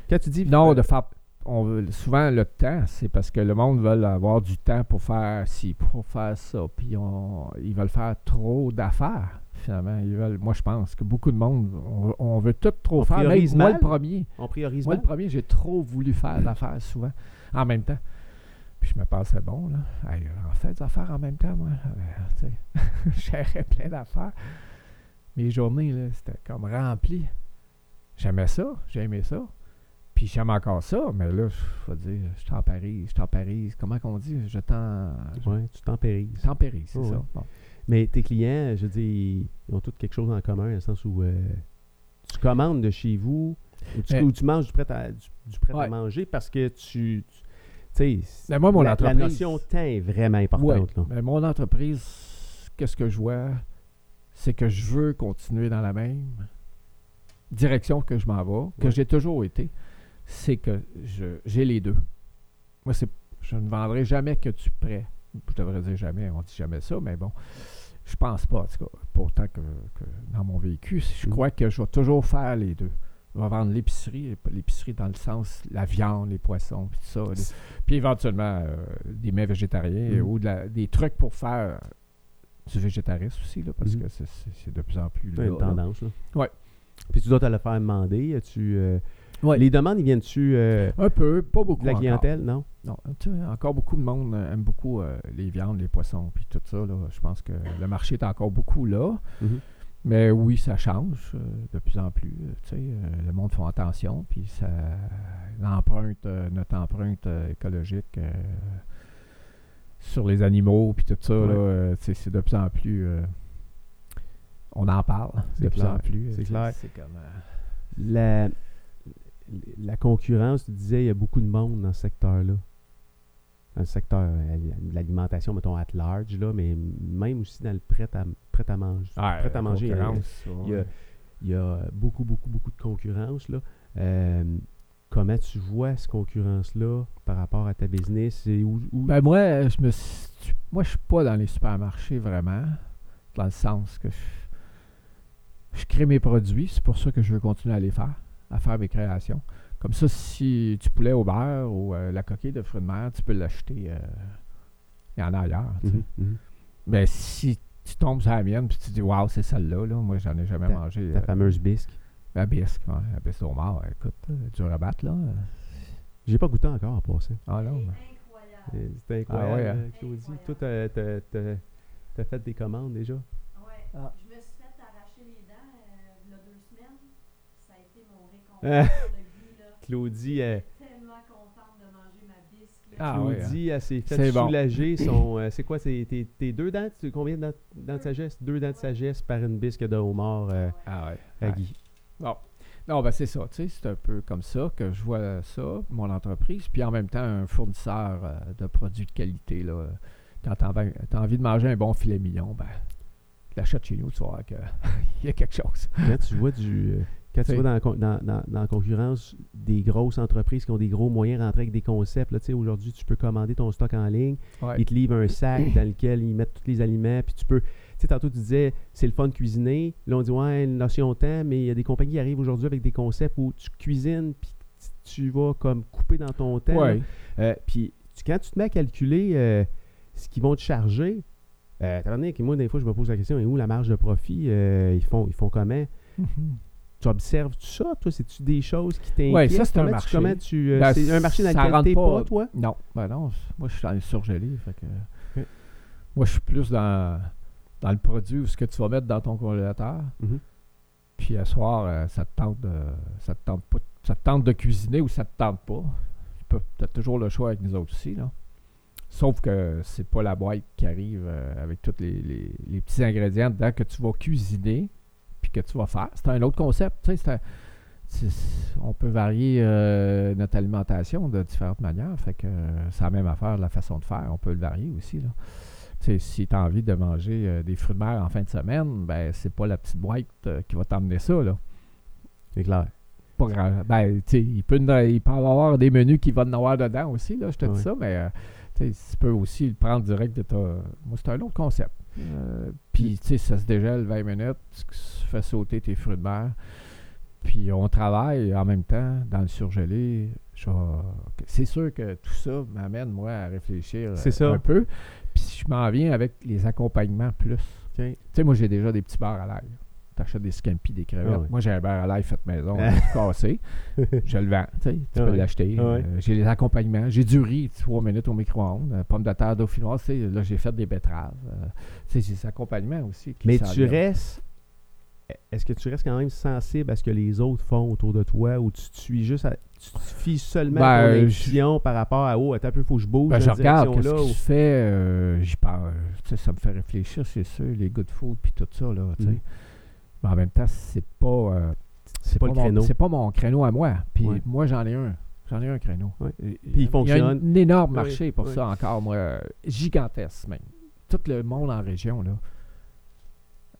Quand tu dis.
Non,
euh,
de faire. On veut, souvent, le temps, c'est parce que le monde veut avoir du temps pour faire ci, pour faire ça. Puis on- ils veulent faire trop d'affaires, finalement. Ils veulent, moi, je pense que beaucoup de monde, on, on veut tout trop
On
faire. Même
priorise
moi,
mal.
le premier.
On priorise
Moi, le
mal.
premier, j'ai trop voulu faire d'affaires souvent, en même temps. Puis je me pensais bon, là. Hey, en fait, des affaires en même temps, moi. là, ben, tu sais, Je gérais plein d'affaires. Mes journées, là, c'était comme rempli. J'aimais ça, j'aimais ça. Puis j'aime encore ça, mais là, je vais dire, je t'en Paris, je t'en Paris. Comment qu'on dit? Je t'en.
Ouais, tu t'en
Je
périses.
t'en Paris, c'est
Oh,
ça.
ouais.
Bon.
Mais tes clients, je dis, ils ont tous quelque chose en commun, dans le sens où euh, tu commandes de chez vous ou tu,
Mais-
ou tu manges du prêt, à, du, du prêt à
Ouais.
manger parce que tu. tu- tu sais,
Mais moi, mon
la, la
entreprise.
notion temps est vraiment importante.
Ouais,
là.
mais mon entreprise, qu'est-ce que je vois? C'est que je veux continuer dans la même direction que je m'en vais, que
Ouais.
j'ai toujours été. C'est que je- j'ai les deux. Moi, c'est, je ne vendrai jamais que tu prêt. Je devrais dire jamais, on dit jamais ça, mais bon, je pense pas, en tout cas, pourtant que, que dans mon véhicule, je
Mm.
crois que je vais toujours faire les deux. Je vais vendre l'épicerie, l'épicerie dans le sens la viande, les poissons, puis tout ça. les- puis éventuellement, euh, des mets végétariens
Mhm.
ou de la- des trucs pour faire du végétarisme aussi, là, parce
Mhm.
que c'est- c'est c'est de plus en plus.
C'est
Là,
une tendance. Là.
Ouais.
Puis tu dois te le faire demander. Tu, euh,
Ouais.
Les demandes, ils viennent-tu euh,
Un peu, pas beaucoup.
de la
encore.
clientèle, non?
Non, tu sais, encore beaucoup de monde euh, aime beaucoup euh, les viandes, les poissons, puis tout ça. là. Je pense que le marché est encore beaucoup là.
Mhm.
Mais oui, ça change euh, de plus en plus. euh, tu sais, euh, le monde fait attention, puis ça, l'empreinte, euh, notre empreinte euh, écologique euh, sur les animaux, puis tout ça, là,
Ouais.
euh, tu sais, c'est de plus en plus. euh, on en parle
C'est
de plus
clair,
en plus. euh,
c'est
tu sais,
clair.
C'est comme, euh,
La, la concurrence, tu disais, il y a beaucoup de monde dans ce secteur-là. Dans le secteur euh, de l'alimentation, mettons, at large, là, mais même aussi dans le prêt à, prêt à manger. prêt à manger, euh,
concurrence,
Il y,
ouais.
a, il y a beaucoup, beaucoup, beaucoup de concurrence. Là. Euh, comment tu vois cette concurrence-là par rapport à ta business? Et où, où-
Ben moi, euh, je me suis- tu- moi je suis pas dans les supermarchés vraiment, dans le sens que je, je crée mes produits, c'est pour ça que je veux continuer à les faire, à faire mes créations. Comme ça, si tu poulet au beurre ou euh, la coquille de fruits de mer, tu peux l'acheter. euh, Il y en a ailleurs. tu sais.
Mhm, mhm.
Mais si tu tombes sur la mienne, puis tu dis, waouh, c'est celle-là. Là. Moi, j'en ai jamais mangé.
Ta
euh,
fameuse bisque.
la bisque, ouais, la bisque au mort. Écoute, euh, dur à battre, là.
J'ai pas goûté encore en passant.
Ah non, mais-
Euh, C'était
Ah
incroyable,
ouais, hein?
euh, Claudie. Toi, t'as- t'as- t'as t'as fait des commandes déjà.
Ouais.
Ah.
Je me suis fait arracher les dents euh, il y a deux semaines. Ça a été mon réconfort
Ah.
de vie, là.
Claudie, euh,
Tellement contente de manger ma bisque. là.
Ah ouais,
Claudie, elle s'est
C'est
fait
bon.
soulager son. euh, c'est quoi c'est tes, tes deux dents tu- Combien de dents, dents de sagesse Deux dents de sagesse par une bisque de homard euh,
Ah ouais.
à
Ouais.
Guy.
Bon. Non, ben c'est ça. Tu sais, c'est un peu comme ça que je vois ça, mon entreprise, puis en même temps, un fournisseur euh, de produits de qualité. Là, Euh, quand t'en vas- t'as envie de manger un bon filet mignon, ben, tu l'achètes chez nous, tu vas voir que il y a quelque chose.
Quand tu vois du. euh, Quand tu
Oui.
vois dans, la con- dans, dans, dans la concurrence des grosses entreprises qui ont des gros moyens rentrer avec des concepts, là, tu sais, aujourd'hui, tu peux commander ton stock en ligne.
Ouais.
Ils te livrent un sac dans lequel ils mettent tous les aliments. Puis tu peux. Tu sais, tantôt, tu disais, c'est le fun de cuisiner. Là, on dit, ouais, une notion de temps, mais il y a des compagnies qui arrivent aujourd'hui avec des concepts où tu cuisines, puis tu vas comme couper dans ton temps.
Ouais.
Euh, puis tu- quand tu te mets à calculer euh, ce qu'ils vont te charger, euh, t'as donné que moi, des fois, je me pose la question, et où la marge de profit? euh, ils, font, ils font comment? Tu observes tout ça, toi? C'est-tu des choses qui t'inquiètent?
Ouais, ça, c'est un
Comment tu-
marché.
comment tu, euh,
Ben,
c'est un marché dans
ça
lequel
rentre
t'es pas,
pas-
toi?
Non, ben non, c- moi je suis dans le surgelé. Fait que,
Ok.
Moi je suis plus dans, dans le produit ou ce que tu vas mettre dans ton congélateur.
Mhm.
Puis à soir, euh, ça te tente de ça te tente pas ça te tente de cuisiner ou ça te tente pas. Tu as toujours le choix avec nous autres aussi, là. Sauf que c'est pas la boîte qui arrive euh, avec tous les, les- les petits ingrédients dedans que tu vas cuisiner puis que tu vas faire. C'est un autre concept. tu sais, c'est un- c'est- c'est- on peut varier euh, notre alimentation de différentes manières. Fait que euh, c'est la même affaire, la façon de faire. On peut le varier aussi. Là. Tu sais, si tu as envie de manger euh, des fruits de mer en fin de semaine, ben c'est pas la petite boîte euh, qui va t'emmener ça. Là.
C'est clair.
Pas grand- ben, tu sais, il, peut, en- il peut en avoir des menus qui vont en avoir dedans aussi, là, je te
Ouais.
dis ça, mais euh, tu sais, tu peux aussi le prendre direct de ta. Moi, c'est un autre concept. Euh, Puis, tu sais, ça se dégèle 20 minutes, tu tu fais sauter tes fruits de mer. Puis, on travaille en même temps dans le surgelé. Je vais- C'est sûr que tout ça m'amène, moi, à réfléchir euh,
C'est ça.
un peu. Puis, je m'en viens avec les accompagnements plus. Tu sais, moi, j'ai déjà des petits bars à l'ail. T'achètes des scampi, des crevettes.
Ah ouais.
Moi, j'ai un bar à l'ail fait maison, hein, cassé. Je le vends. Tu sais, tu
Ah
peux
ouais.
l'acheter.
Ah
Euh,
ouais.
j'ai les accompagnements. J'ai du riz, trois minutes au micro-ondes. Euh, Pommes de terre dauphinoise. tu sais, Là, j'ai fait des betteraves. Euh, tu sais, j'ai des accompagnements aussi. qui
Mais
s'en
tu
viennent.
restes. Est-ce que tu restes quand même sensible à ce que les autres font autour de toi ou tu te suis juste à- tu te fies seulement à ton
Ben, je-
intuition par rapport à oh attends un peu faut que je bouge
Ben,
dans
je
cette
regarde qu'est-ce
direction-là
qui
ou-
se fait, euh, j'y parle, tu sais, ça me fait réfléchir, c'est sûr, les good food puis tout ça, là, tu sais.
Mhm.
Mais en même temps, c'est pas, euh,
c'est pas le
mon-
créneau
C'est pas mon créneau à moi. Puis
Ouais.
moi, j'en ai un. J'en ai un créneau.
Ouais.
Et-
il
Il y a un-
fonctionne.
un énorme
Oui,
marché pour
oui.
ça encore, moi. euh, Gigantesque, même. Tout le monde en région, là.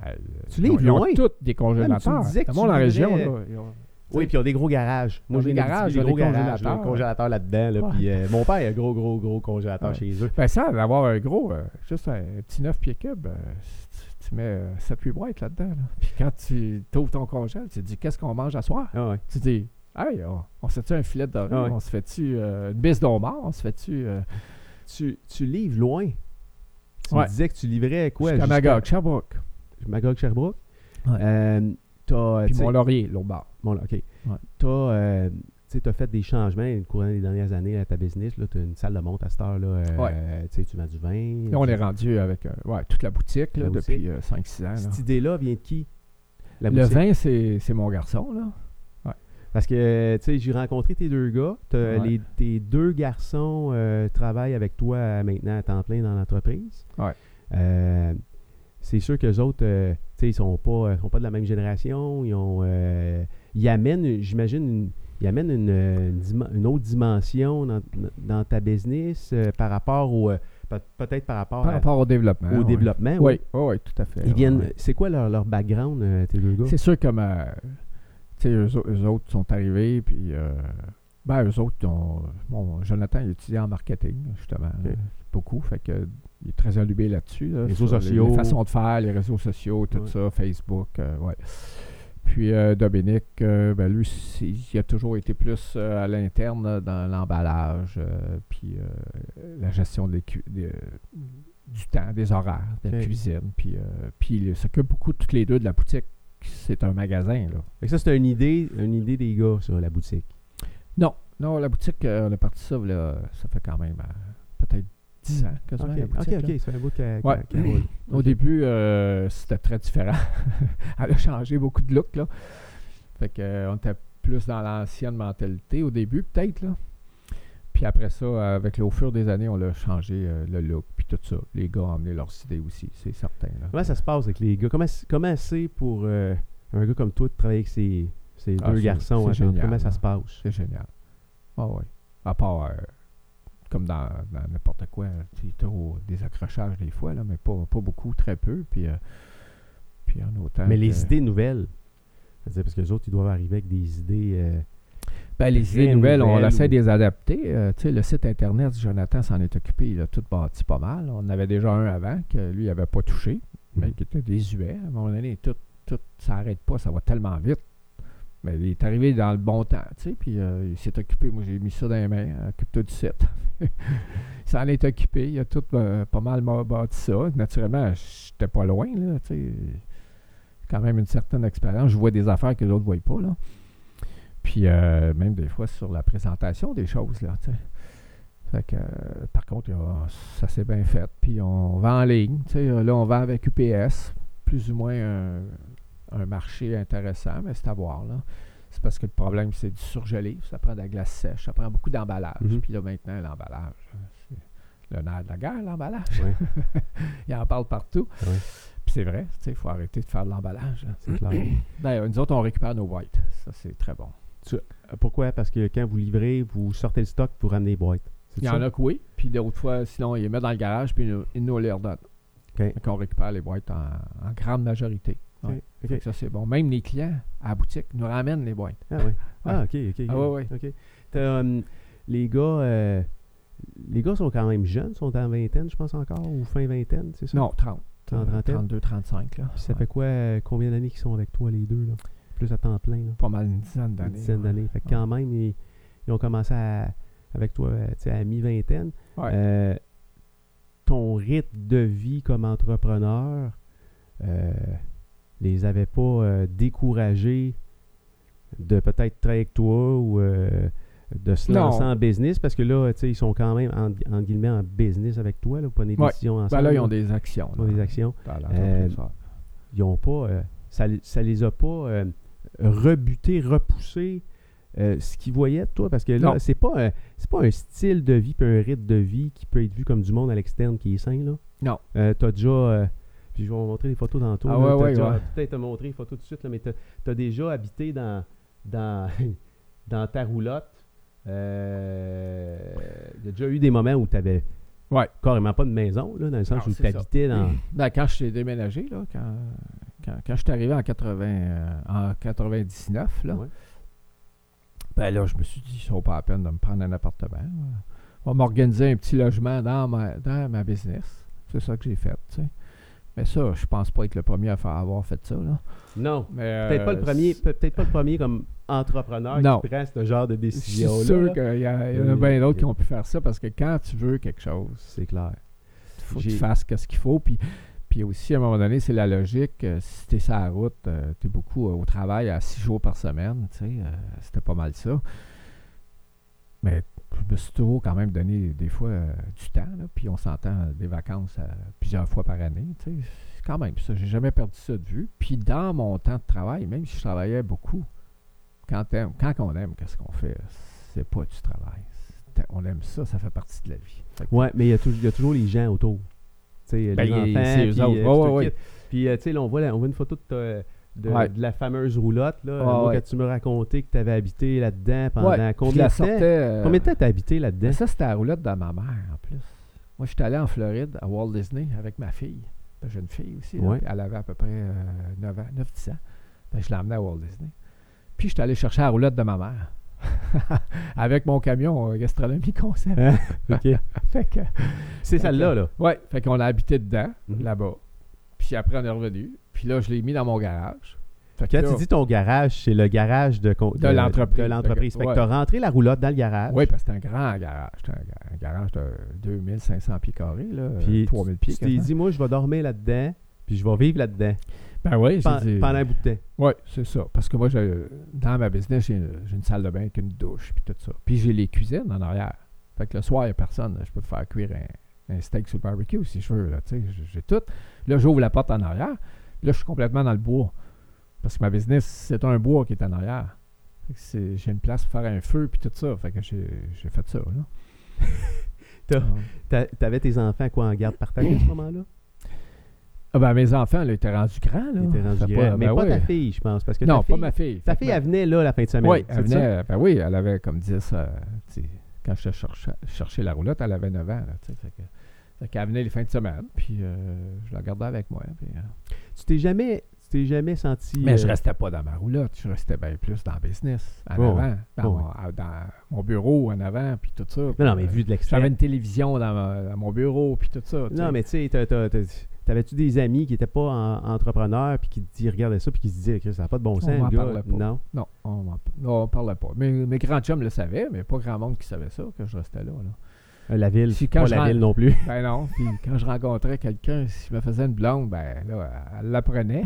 Euh,
Tu
ils
les
ont- ils ont
loin.
tous des
Ah, mais
congélateurs.
tu me disais que
le
tu
monde en
voudrais-
région, là. ils ont-
Oui, puis ils ont des gros garages.
Ils ont
Moi, j'ai
des
des
garages,
garages,
ils
des
ont
gros
des
garages, là,
congélateurs.
un congélateur là-dedans. là,
Ouais.
puis, euh, mon père, il a un gros, gros, gros congélateur
Ouais.
chez eux.
Ben ça, d'avoir un gros, euh, juste un petit 9 pieds cubes, euh, tu, tu mets 7-8 boîtes là-dedans. là. Puis quand tu ouvres ton congèle, tu te dis qu'est-ce qu'on mange à soir?
Ah ouais.
Tu te dis Hey, on, on se fait-tu un filet doré,
Ah ouais.
on se fait-tu euh, une bise d'homard, on se fait-tu euh,
tu, tu livres loin. Tu me
Ouais.
disais que tu livrais quoi? Ben,
jusqu'à Magog, Sherbrooke.
jusqu'à- Magog Sherbrooke.
Ouais.
Euh, t'as,
Puis
tu sais-
mon laurier, l'autre bord.
Bon, là, OK. T'as, euh, tu sais, t'as fait des changements au cours des dernières années à ta business. Là, t'as une salle de monte à cette heure. Là, euh, tu sais, tu vends du vin.
Là, on
tu-
est rendu avec euh, ouais, toute la boutique
La
là,
boutique.
depuis euh, 5-6 ans. là.
Cette idée-là vient de qui? La
Le
boutique.
vin, c'est c'est mon garçon. là.
Parce que, tu sais, j'ai rencontré tes deux gars. T'as
Ouais.
les- tes deux garçons euh, travaillent avec toi euh, maintenant à temps plein dans l'entreprise.
Ouais.
Euh, c'est sûr que les autres, euh, tu sais, ils sont pas, euh, sont pas de la même génération. Ils ont, euh, ils amènent, j'imagine, une, ils amènent une, euh, une dimen- une autre dimension dans, dans ta business euh, par rapport au, euh, peut- peut-être par rapport,
Par
à-
rapport au développement.
au
ouais.
développement.
Oui, oui, oui, tout à fait.
Ils
ouais,
viennent.
ouais.
C'est quoi leur, leur background, euh, tes deux gars
C'est sûr comme euh, tu sais, eux, au- eux autres sont arrivés puis euh, ben eux autres ils ont bon, Jonathan il étudie en marketing justement
Ok.
euh, beaucoup fait que il est très allumé là-dessus là,
Les
sur
réseaux sociaux.
les façons de faire, les réseaux sociaux, tout
Ouais.
ça, Facebook, euh, ouais. Puis euh, Dominique, euh, ben lui, c'est- il a toujours été plus euh, à l'interne dans l'emballage, euh, puis euh, la gestion des, cu- des, euh, du temps, des horaires, de la
Ok.
cuisine. Puis, euh, puis il s'occupe beaucoup toutes les deux de la boutique. C'est un magasin, là.
Fait que ça, c'était une idée, une idée des gars, ça, la boutique.
Non, non, la boutique, euh, on a parti ça, là, ça fait quand même euh, peut-être 10 ans quasiment,
Ok,
la
ok,
boutique. là.
ok, ça fait un bout qu'elle
Ouais.
qu'elle- qu'elle roule.
Au
Ok.
début, euh, c'était très différent. Elle a changé beaucoup de look, là. Fait que, euh, on était plus dans l'ancienne mentalité au début, peut-être, là. Puis après ça, avec le, au fur des années, on a changé euh, le look, puis tout ça. Les gars ont amené leurs idées aussi, c'est certain, là.
Comment ça se passe avec les gars? Comment, c- comment c'est pour euh, un gars comme toi de travailler avec ces, ces
Ah,
deux
c'est-
garçons?
c'est
hein, genre,
génial,
comment ça
hein.
se passe?
C'est génial. Ah oui. À part, euh, comme dans dans n'importe quoi, tu sais, t'as au- des accrochages des fois, là, mais pas, pas beaucoup, très peu. Puis, euh, puis en autant.
Mais
que-
les idées nouvelles, c'est-à-dire parce que les autres, ils doivent arriver avec des idées. euh,
Ben, les
Très
idées nouvelles, on
nouvelles
essaie
ou-
de les adapter. Euh, tu sais, le site Internet, Jonathan s'en est occupé, il a tout bâti pas mal. On en avait déjà un avant que lui, il n'avait pas touché, mais
Mhm.
qui était désuet. À un moment donné, tout, tout s'arrête pas, ça va tellement vite. Mais il est arrivé dans le bon temps, tu sais, puis euh, il s'est occupé. Moi, j'ai mis ça dans les mains, euh, occupe-toi du site. il s'en est occupé, il a tout euh, pas mal m'a- bâti ça. Naturellement, j'étais pas loin, là, tu sais. J'ai Quand même une certaine expérience. Je vois des affaires que d'autres ne voient pas, là. Puis euh, même des fois sur la présentation des choses, là, tu sais. Fait que, euh, par contre, il y a- ça s'est bien fait. Puis on vend en ligne, tu sais. Là, on vend avec UPS, plus ou moins un, un marché intéressant, mais c'est à voir, là. C'est parce que le problème, c'est du surgelé, ça prend de la glace sèche, ça prend beaucoup d'emballage.
Mhm.
Puis là, maintenant, l'emballage, hein, c'est le nerf de la guerre, l'emballage.
Ouais.
il en parle partout.
Ouais.
Puis c'est vrai, tu sais, il faut arrêter de faire de l'emballage. là.
c'est clair.
Ben, nous autres, on récupère nos whites. Ça, c'est très bon.
Euh, Pourquoi? Parce que quand vous livrez, vous sortez le stock pour ramener les boîtes. C'est
Il y
ça?
en a que oui, puis d'autres fois, sinon, ils les mettent dans le garage, puis ils nous, ils nous les redonnent.
OK.
Fait qu'on récupère les boîtes en, en grande majorité.
Ok,
Ouais.
ok.
Fait que Ça, c'est bon. Même les clients à la boutique nous ramènent les boîtes.
Ah oui. Ah, ok, ok.
Ah, ouais,
ok. T'as, euh, les gars. euh, les gars sont quand même jeunes, sont en vingtaine, je pense encore, ou fin vingtaine, c'est ça?
Non, 30.
En
euh,
trentaine?
32, 35. Là.
Puis ça
Ouais.
fait quoi, euh, combien d'années qu'ils sont avec toi, les deux, là? Plus à temps plein, là?
pas mal une dizaine d'années.
Une dizaine
ouais.
d'années. Fait que quand même, ils, ils ont commencé à- avec toi, euh, tu sais, à mi-vingtaine.
Ouais.
Euh, ton rythme de vie comme entrepreneur, euh, les avait pas euh, découragés de peut-être travailler avec toi ou euh, de se
Non.
lancer en business? Parce que là, tu sais, ils sont quand même, en, en guillemets, en business avec toi. Là, vous prenez des
Ouais.
décisions ensemble.
Ben là, ils ont des actions.
Ils ont
là,
des actions. Euh,
dans l'entreprise, ouais.
Ils ont pas... euh, ça, ça les a pas euh, rebutés, repoussés euh, ce qu'ils voyaient de toi. Parce que là,
Non.
c'est pas, un- c'est pas un style de vie puis un rythme de vie qui peut être vu comme du monde à l'externe qui est sain, là.
Non.
Euh, t'as déjà... euh, puis je vais vous montrer les photos dans
Ah ouais,
là, t'as
ouais,
déjà-
ouais.
Peut-être te montrer les photos tout de suite, là, mais t'as as déjà habité dans, dans, dans ta roulotte. Euh, il y a déjà eu des moments où t'avais
Ouais.
carrément pas de maison, là, dans le sens
Non,
où
c'est ça.
t'habitais dans...
Ben, quand je suis déménagé, là, quand, quand, quand je suis arrivé en, 80, euh, en 99, là,
Ouais.
ben là, je me suis dit, ça vaut pas la peine de me prendre un appartement. On va m'organiser un petit logement dans ma, dans ma business. C'est ça que j'ai fait, tu sais. Mais ça, je pense pas être le premier à faire- avoir fait ça, là.
Non.
Mais,
Peut-être pas
euh,
le premier,
c'est-
peut- peut-être pas le premier comme entrepreneur
Non.
qui prend ce genre de
Je suis
décision E là.
sûr qu'il y, a- il y en a
Euh,
bien d'autres qui
euh,
ont pu faire ça parce que quand tu veux quelque chose,
C'est clair.
faut que tu
J'ai-
fasses ce qu'il faut. Puis, puis aussi, à un moment donné, c'est la logique. euh, si tu es sur la route, tu es beaucoup euh, au travail à six jours par semaine. tu sais, euh, C'était pas mal ça. Mais je me suis toujours quand même donné des fois euh, du temps. là, puis on s'entend euh, des vacances euh, plusieurs fois par année. tu sais. C'est Quand même, ça, j'ai jamais perdu ça de vue. Puis dans mon temps de travail, même si je travaillais beaucoup, quand, t'aimes- quand on aime, qu'est-ce qu'on fait? C'est pas du travail. C'est- On aime ça, ça fait partie de la vie. Fait que-
Ouais, mais il y, a tou- il y a toujours les gens autour. Tu sais,
Ben,
les enfants,
il- c'est eux autres.
puis, euh,
Ouais,
tout
ouais,
le
ouais.
kit. Puis, euh, tu sais, là, on voit, la- on voit une photo de, ta- de,
Ouais.
de la fameuse roulotte, là.
Ouais,
Moi,
ouais.
quand tu me racontais que tu avais habité là-dedans pendant
Ouais, puis je
combien
la
de temps?
sortais, euh,
Combien de temps t'as habité
Mais
là-dedans?
ça, c'était la roulotte de ma mère, en plus. Moi, j'étais allé en Floride, à Walt Disney, avec ma fille. Une jeune fille aussi. là,
Ouais.
puis Elle avait à peu près 9 ans, 9-10 ans. Fait que je l'ai emmenée à Walt Disney. Puis, j'étais allé chercher la roulotte de ma mère. avec mon camion euh, gastronomie concept.
OK.
fait que,
C'est celle-là, là.
ouais, fait qu'on a habité dedans,
Mhm.
là-bas. Puis après, on est revenu. Puis là, je l'ai mis dans mon garage. Fait que
Quand
là-
tu dis ton garage, c'est le garage de, con-
De l'entreprise.
de l'entreprise. Fait que
Ouais.
tu as rentré la roulotte dans le garage.
Oui, parce que c'est un grand garage. C'est un, ga- un garage de 2500 pieds carrés, là, euh,
Puis
3000 pieds.
tu t'es
quasiment.
dit, moi, je vais dormir là-dedans, puis je vais vivre là-dedans
Ben oui,
pen-
j'ai dit-
pendant un bout de temps.
Oui, c'est ça. Parce que moi, je- dans ma business, j'ai j'ai une salle de bain avec une douche, puis tout ça. Puis j'ai les cuisines en arrière. Fait que le soir, il n'y a personne. Je peux faire cuire un, un steak sur le barbecue si je veux. là, tu sais, J'ai j'ai tout. Là, j'ouvre la porte en arrière. Puis là, je suis complètement dans le bois. Parce que ma business, c'est un bois qui est en arrière. Fait que c'est- J'ai une place pour faire un feu, puis tout ça. Fait que j'ai j'ai fait ça. là.
T'as-
Ah.
T'a- T'avais tes enfants quoi en garde partagée à ce moment-là?
Ah ben, mes enfants, là, ils étaient rendus grands. Là.
Ils étaient rendus
Ça fait
grands. mais
ben
pas
oui.
ta fille, je pense. Parce que
Non,
ta fille,
pas ma fille.
ta
Fait que
fille
ma-
elle venait là la fin de semaine.
Oui,
c'est
Ah, elle
ça?
venait, ben oui, elle avait comme 10, euh, tu sais, quand je cherchais, cherchais la roulotte, elle avait 9 ans. Là, tu sais, fait que, fait qu'elle venait les fins de semaine, puis euh, je la gardais avec moi. puis, euh.
Tu t'es jamais, tu t'es jamais senti.
mais je
euh,
restais pas dans ma roulotte, je restais bien plus dans le business, en
Ouais,
avant, dans,
Oh, ouais.
mon, à- dans mon bureau en avant, puis tout ça. puis,
Non, non, mais
euh,
vu de l'extérieur.
J'avais une télévision dans, ma- dans mon bureau, puis tout ça. tu sais.
Non, mais tu sais, t'as- t'as- t'as- t'avais-tu des amis qui n'étaient pas en- entrepreneurs puis qui te disaient, regardez ça, puis qui se disaient, Chris, ça n'a pas de bon sens,
m'en
le gars.
parlait pas.
Non.
Non, on m'en- non, on parlait pas. Mes, mes grands chums le savaient, mais pas grand monde qui savait ça, que je restais là. là.
Euh, La ville,
Si, quand
pas
je
la
rentre-
ville non plus.
Ben non. Puis quand je rencontrais quelqu'un, si je me faisais une blonde, ben là, elle l'apprenait.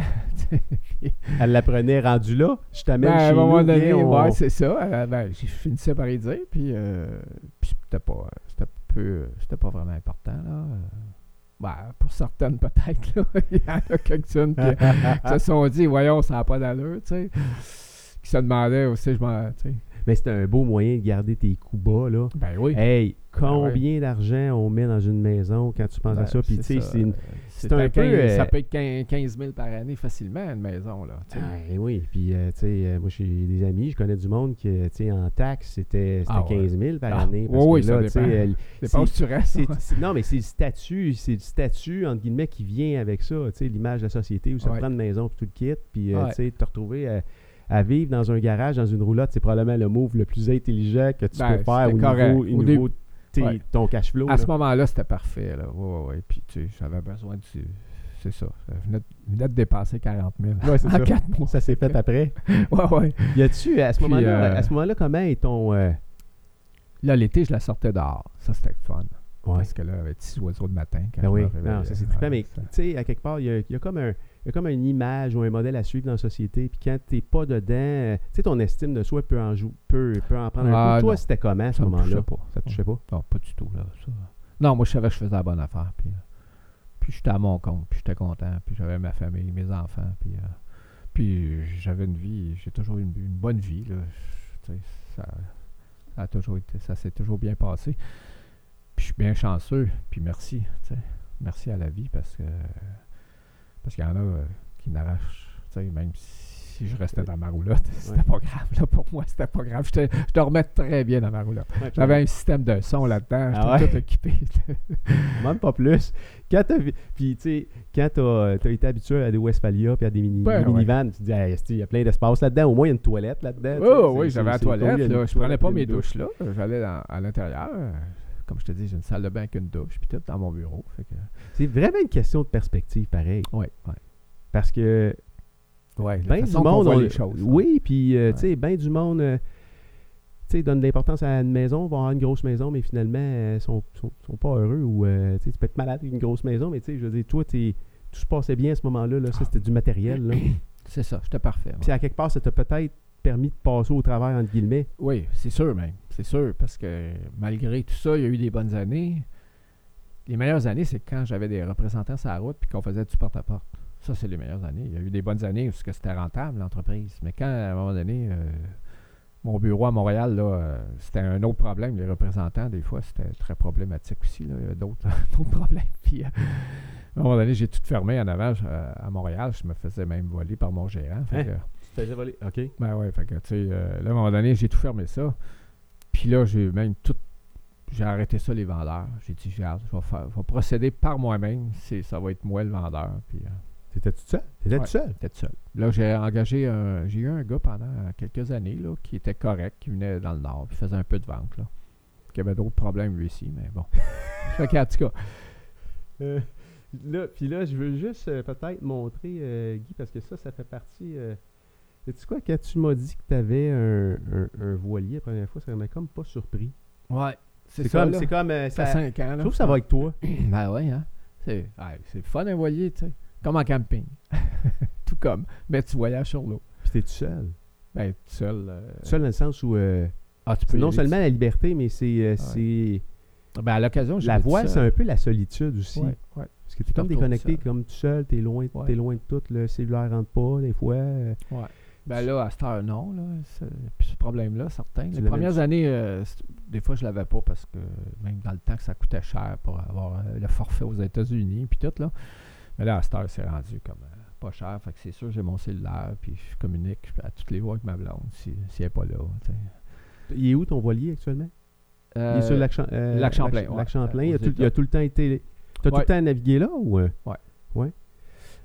tu sais.
Elle l'apprenait rendue là. Je t'amène
ben, à
chez
un moment
nous,
donné,
viens, on-
ouais, c'est ça. Euh, Ben, je finissais par y dire, puis, euh, puis c'était pas, euh, c'était peu, c'était pas vraiment important, là. Euh, Ben, pour certaines, peut-être, là. Il y en a quelques-unes qui qui se sont dit, voyons, ça n'a pas d'allure, tu sais. Qui se demandaient aussi, je m'en. tu sais.
Mais c'est un beau moyen de garder tes coups bas, là.
Ben oui.
Hey,
Ben ouais.
combien d'argent on met dans une maison quand tu penses à
Ben,
ça? Puis, tu sais,
ça.
c'est une-
C'est
c'est un
un
peu,
15
euh,
Ça peut être 15 15 000 par année facilement, une maison, là. tu sais.
Ben oui, puis euh, tu sais, euh, moi j'ai des amis, je connais du monde qui, euh, tu sais, en taxe, c'était c'était
Ah ouais.
15 000 par
Ah,
année.
oui,
Parce
oui,
que
ça
là, tu sais,
dépend.
euh,
Dépend où tu restes.
c'est- c'est- non, mais c'est le statut, c'est le statut, entre guillemets, qui vient avec ça, tu sais, l'image de la société où ça
Ouais.
prend une maison, puis tout le kit, puis euh,
Ouais.
tu sais, te retrouver à, à vivre dans un garage, dans une roulotte, c'est probablement le move le plus intelligent que tu
Ben,
peux faire au
c'était correct.
niveau,
Au
au niveau
début-
de tes-
ouais.
ton cash flow.
À ce
là.
moment-là, c'était parfait. Là. Ouais, ouais, ouais. Puis, tu sais, j'avais besoin de. C'est ça. Je venais de, je venais de dépasser 40 000.
Ouais, c'est
en
ça.
quatre mois.
Ça s'est fait après.
Ouais, ouais.
Y a-tu, à ce
Puis,
moment-là,
euh,
à ce moment-là, comment est ton. euh,
Là, l'été, je la sortais dehors. Ça, c'était le fun.
ouais.
Parce que là, il y avait petits oiseaux de matin. Quand
Ben
je
oui,
me réveillais.
non, ça c'est
Ouais,
trippant, mais tu
ça-
sais, à quelque part, il y a, il y a comme un. il y a comme une image ou un modèle à suivre dans la société. Puis quand t'es pas dedans, euh, tu sais, ton estime de soi peut en, jou- peut, peut en prendre un
Ah,
coup. Toi,
non.
c'était comment à ce
ça me touchait
moment-là?
pas.
Ça te touchait pas?
Non, pas du tout. Là, ça. Non, moi, je savais que je faisais la bonne affaire. Puis, euh, puis j'étais à mon compte. Puis, j'étais content. Puis, j'avais ma famille, mes enfants. Puis, euh, puis j'avais une vie. J'ai toujours eu une, une bonne vie. Là. Je- tu sais, Ça, ça a toujours été, ça s'est toujours bien passé. Puis, je suis bien chanceux. Puis, merci. tu sais. Merci à la vie parce que parce qu'il y en a euh, qui n'arrachent. tu sais, Même si je restais dans ma roulotte, c'était
Ouais.
pas grave. Là, pour moi, c'était pas grave. J'étais- Je dormais très bien dans ma roulotte. J'avais un système de son là-dedans. J'étais
Ah ouais?
tout équipé.
Même pas plus. Quand t'as vu- Puis, tu sais, quand t'as t'as été habitué à des Westphalia puis à des mini,
Ouais, ouais.
minivans, tu te dis, Hey, esti, il y a plein d'espace là-dedans. Au moins, il y a une toilette là-dedans. tu sais,
oh,
c'est-
oui, j'avais
c'est-
la
c'est cool, il y a
toilette.
une
là. Je prenais
toilette,
pas
une
mes
douche.
douches là. J'allais dans- à l'intérieur. Euh, Comme je te dis, j'ai une salle de bain avec une douche, puis tout dans mon bureau. Fait que...
C'est vraiment une question de perspective, pareil.
Ouais, ouais.
Parce que
Ouais, la
ben du
façon qu'on
monde
voit
on-
les choses. là.
Oui, puis euh,
Ouais.
tu sais, ben du monde euh, tu sais, donne de l'importance à une maison, vont avoir une grosse maison, mais finalement, euh, sont, sont, sont pas heureux. Ou euh, tu sais, tu peux être malade avec une grosse maison, mais tu sais, je veux dire, toi, t'es- tout se passait bien à ce moment-là. Là, ça, c'était du matériel. là.
C'est ça, j'étais parfait. ouais.
puis à quelque part, ça t'a peut-être permis de passer au travers, entre guillemets.
Oui, c'est sûr même. C'est sûr, parce que malgré tout ça, il y a eu des bonnes années. Les meilleures années, c'est quand j'avais des représentants sur la route puis qu'on faisait du porte-à-porte. Ça, c'est les meilleures années. Il y a eu des bonnes années où c'était rentable, l'entreprise. Mais quand, à un moment donné, euh, mon bureau à Montréal, là, euh, c'était un autre problème. Les représentants, des fois, c'était très problématique aussi. là. Il y avait d'autres d'autres problèmes. Puis, euh, à un moment donné, j'ai tout fermé en avant je- euh, à Montréal. Je me faisais même voler par mon gérant. Fait
Hein?
que,
Tu faisais voler. OK.
ben ouais, fait que, tu sais, euh, là, à un moment donné, j'ai tout fermé ça. Puis là, j'ai même tout. J'ai arrêté ça, les vendeurs. J'ai dit, regarde, je vais, faire- je vais procéder par moi-même. C'est, ça va être moi, le vendeur. Puis, euh,
T'étais tout seul? T'étais
Ouais.
tout seul?
peut-être seul. Là, j'ai engagé un- J'ai eu un gars pendant quelques années, là, qui était correct, qui venait dans le Nord, qui faisait un peu de vente, là. Qui avait d'autres problèmes, lui aussi, mais bon. fait que, en tout cas,
Euh, là, puis là, je veux juste euh, peut-être montrer, euh, Guy, parce que ça, ça fait partie. euh, Sais-tu quoi, quand tu m'as dit que tu avais un, un- un voilier la première fois, ça m'a comme pas surpris.
Ouais.
C'est
ça,
comme.
là.
C'est comme euh,
Ça
ça,
fait 5 ans. Là.
je trouve que ça va avec toi.
Ben ouais, hein. C'est ouais, c'est fun un voilier, tu sais. Comme en camping. Tout comme. Mais tu voyages sur l'eau.
Puis t'es tout seul.
Ben, tout seul. euh,
Tout seul dans le sens où. euh,
Ah, tu
c'est
peux y
non
aller
seulement la liberté, mais c'est. euh, c'est-
tout- Ben, à l'occasion, je
La
vais tout
voile, c'est
seul.
un peu la solitude aussi.
Ouais, ouais.
Parce que t'es
te
comme
retournes
déconnecté,
seul.
comme tout seul, t'es loin,
Ouais.
t'es loin de tout, le cellulaire rentre pas, des fois. euh,
Ben là, à cette heure, non. Là, C'est- puis ce problème-là, certain. Les
l'avais
premières années, euh, c'est- des fois, je l'avais pas parce que même dans le temps que ça coûtait cher pour avoir euh, le forfait aux États-Unis, puis tout, là. Mais là, à cette heure, c'est rendu comme euh, pas cher. Fait que c'est sûr, j'ai mon cellulaire, puis je communique à toutes les voix avec ma blonde si, si elle n'est pas là. tu sais.
Il est où ton voilier actuellement? Il est sur
Euh,
le lac, Cham- euh,
Lac Champlain,
Lac,
ouais.
Lac Champlain.
Euh,
il, a
aux
tout, il a
États.
tout le temps été. T'as tout
Ouais.
le temps navigué là ou? euh?
Ouais.
Ouais.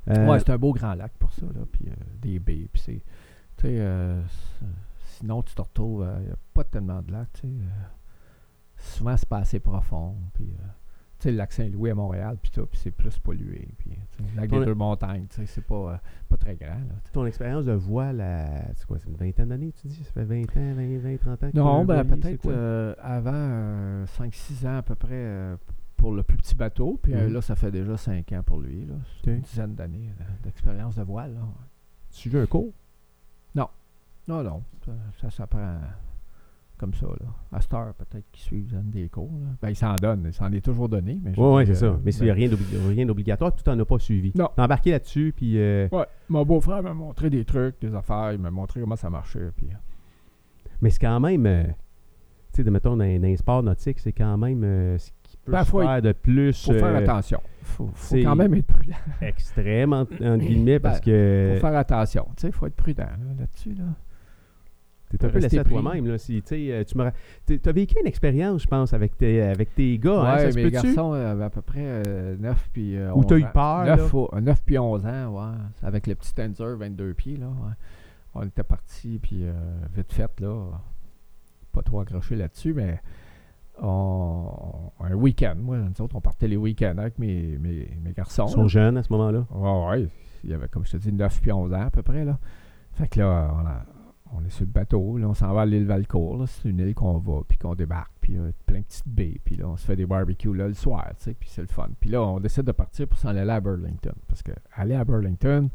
Euh,
Ouais, c'est un beau grand lac pour ça, là, puis euh, des baies, puis c'est... Tu sais, euh, s- sinon, tu te retrouves, euh, il n'y a pas tellement de lacs, tu sais. euh, souvent, c'est pas assez profond, puis... euh, tu sais, le lac Saint-Louis à Montréal, puis tout, puis c'est plus pollué, puis... tu sais, Le lac
Ton-
des Deux-Montagnes, tu sais, c'est pas, euh, pas très grand, là, tu sais.
ton expérience de voile à. C'est quoi, c'est une vingtaine d'années, tu dis? Ça fait 20 ans, 20, 20 30 ans que t'as
Non,
un
ben
voilier, c'est
peut-être
quoi?
euh, avant euh, 5-6 ans à peu près euh, pour le plus petit bateau, puis euh,
Mhm.
là, ça fait déjà 5 ans pour lui, là. C'est
Ok.
Une dizaine d'années là, d'expérience de voile, là. ouais.
Tu veux un cours?
Non, non. Ça, ça s'apprend comme ça, là. À cette heure, peut-être qu'ils suivent donnent des cours. là. Ben, ils s'en donnent. Ils s'en est toujours donné. mais je
Oui, oui,
veux
c'est
dire,
ça.
euh,
Mais c'est
ben,
rien d'obli- rien d'obligatoire, tu t'en as pas suivi.
Non.
T'es embarqué là-dessus, puis. euh,
Ouais, mon beau-frère m'a montré des trucs, des affaires, il m'a montré comment ça marchait. Puis...
Mais c'est quand même. euh, tu sais, de- mettons, dans, dans les sports nautiques, c'est quand même euh, ce qui peut
Ben,
se
faut y-
faire de plus.
Faut faire
euh,
attention. Faut, faut
c'est-
quand même être prudent.
extrême, entre, entre guillemets, parce que.
Ben, Faut faire attention. Tu sais, faut être prudent là, là-dessus. Là
T'es un peu
Rester
laissé à
pris.
toi-même. Là, si, tu sais, euh, tu me ra- t'es- t'as vécu une expérience, je pense, avec tes, avec tes gars. hein, ça
ouais,
se
mes
peut-tu?
garçons euh, avaient à peu près euh, 9 puis euh,
Ou
11
t'as eu
ans.
peur,
9,
là?
au- 9 puis 11 ans, ouais. Avec le petit Tenzer, 22 pieds, là. ouais. On était partis, puis euh, vite fait, là. Pas trop accroché là-dessus, mais on, un week-end. Moi, nous autres, on partait les week-ends avec mes, mes, mes garçons.
Ils sont
là.
jeunes à ce moment-là.
Ouais, ouais. Il y avait, comme je te dis, 9 puis 11 ans à peu près. Là. Fait que là, on, a- on est sur le bateau. Là, on s'en va à l'île Valcourt. là. C'est une île qu'on va, puis qu'on débarque. Puis il y a plein de petites baies. Puis là, on se fait des barbecues là, le soir. tu sais, Puis c'est le fun. Puis là, on décide de partir pour s'en aller à Burlington. Parce que aller à Burlington,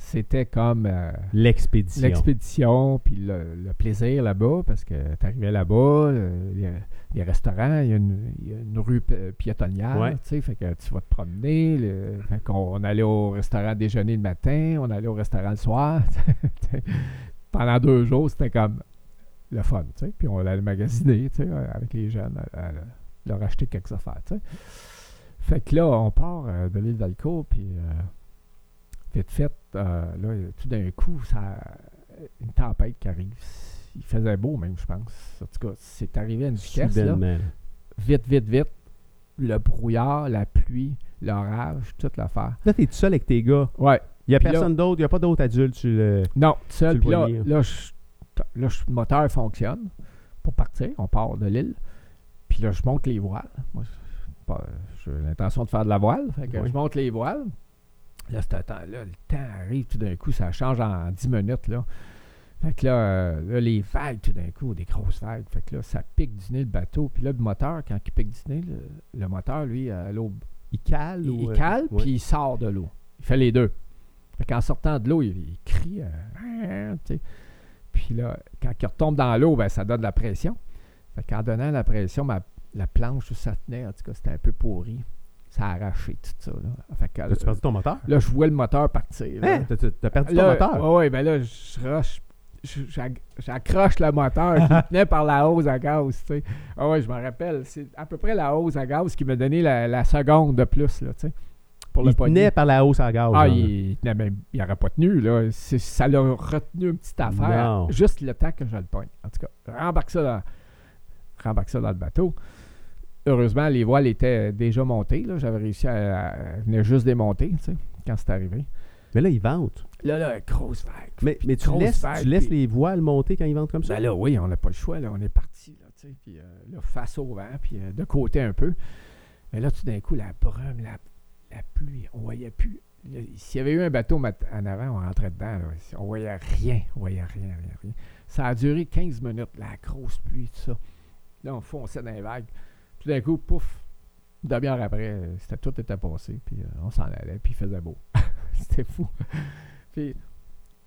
c'était comme euh,
L'expédition.
l'expédition, puis le, le plaisir là-bas. Parce que t'arrivais là-bas, euh, le- les, les restaurants, il y, a une- il y a une rue pi- piétonnière.
Ouais.
tu sais, Fait que tu vas te promener. le- fait qu'on- on, allait au restaurant déjeuner le matin, on allait au restaurant le soir. tu sais. Pendant deux jours, c'était comme le fun. tu sais. Puis on allait magasiner tu sais, euh, avec les jeunes, euh, euh, leur acheter quelques affaires. tu sais. Fait que là, on part euh, de l'île d'Alco, puis euh, vite fait, euh, là, tout d'un coup, ça, une tempête qui arrive. Il faisait beau même, je pense. En tout cas, c'est arrivé à une vitesse. Là
Soudainement.
vite, vite, vite. Le brouillard, la pluie, l'orage, toute l'affaire.
Là, t'es tout seul avec tes gars.
Ouais.
Il n'y a
Puis là- Euh,
personne d'autre, il n'y a pas d'autres adultes. sur le-
Non, tout seul.
Tu le
Puis là,
voyais, hein.
là, je- là, je- le moteur fonctionne pour partir. On part de l'île. Puis là, je monte les voiles. Moi, je- pas- j'ai l'intention de faire de la voile. Fait que
Oui.
je monte les voiles. Là, c'est un temps- là, le temps arrive tout d'un coup. Ça change en 10 minutes. Là. Fait que là, euh, là, les vagues tout d'un coup, des grosses vagues. Fait que là, ça pique du nez le bateau. Puis là, le moteur, quand il pique du nez, le, le moteur, lui, à l'eau
Il cale
Il,
ou.
il
euh,
cale,
ouais.
puis il sort de l'eau. Il fait les deux. Fait qu'en sortant de l'eau, il, il crie. euh, tu sais. puis là, quand il retombe dans l'eau, ben, ça donne de la pression. Fait qu'en donnant la pression, ma- la planche où ça tenait, en tout cas, c'était un peu pourri. Ça a arraché tout ça. Là, Fait que, euh,
Là, tu perdu ton moteur?
là, je vois le moteur partir. là.
Hein? T'as- T'as t'as perdu
euh, Là,
ton moteur?
ouais, ouais, ben là, je rush. je- j'ag- J'accroche le moteur qui me tenait par la hose à gaz. tu sais. Ah ouais, je me rappelle. C'est à peu près la hose à gaz qui me donnait la, la seconde de plus. Là, tu sais, pour le
il
poignet.
tenait par la hausse à gaz.
Ah,
genre, là.
il n'aurait pas tenu. Là. C'est- Ça l'a retenu une petite affaire.
Non.
Juste le temps que je le pogne. En tout cas, rembarque ça dans, rembarque ça dans le bateau. Heureusement, les voiles étaient déjà montées. là. J'avais réussi à, à- elles venaient juste démonter tu sais, quand c'est arrivé.
Mais là, il vente.
Là, là, grosse vague.
Mais, mais tu
grosse
laisses,
vague,
tu laisses
puis-
les voiles monter quand ils ventent comme ça?
Ben là, oui, on n'a pas le choix. Là. On est parti, là, tu sais, puis euh, là, face au vent, puis euh, de côté un peu. Mais là, tout d'un coup, la brume, la, la pluie, on voyait plus y- s'il y avait eu un bateau mat- en avant, on rentrait dedans. là. On voyait rien. On voyait rien, rien, rien. Ça a duré 15 minutes, la grosse pluie, tout ça. Là, on fonçait dans les vagues. Tout d'un coup, pouf, une demi-heure après, euh, c'était, tout était passé. Puis euh, on s'en allait, puis il faisait beau. c'était fou. puis,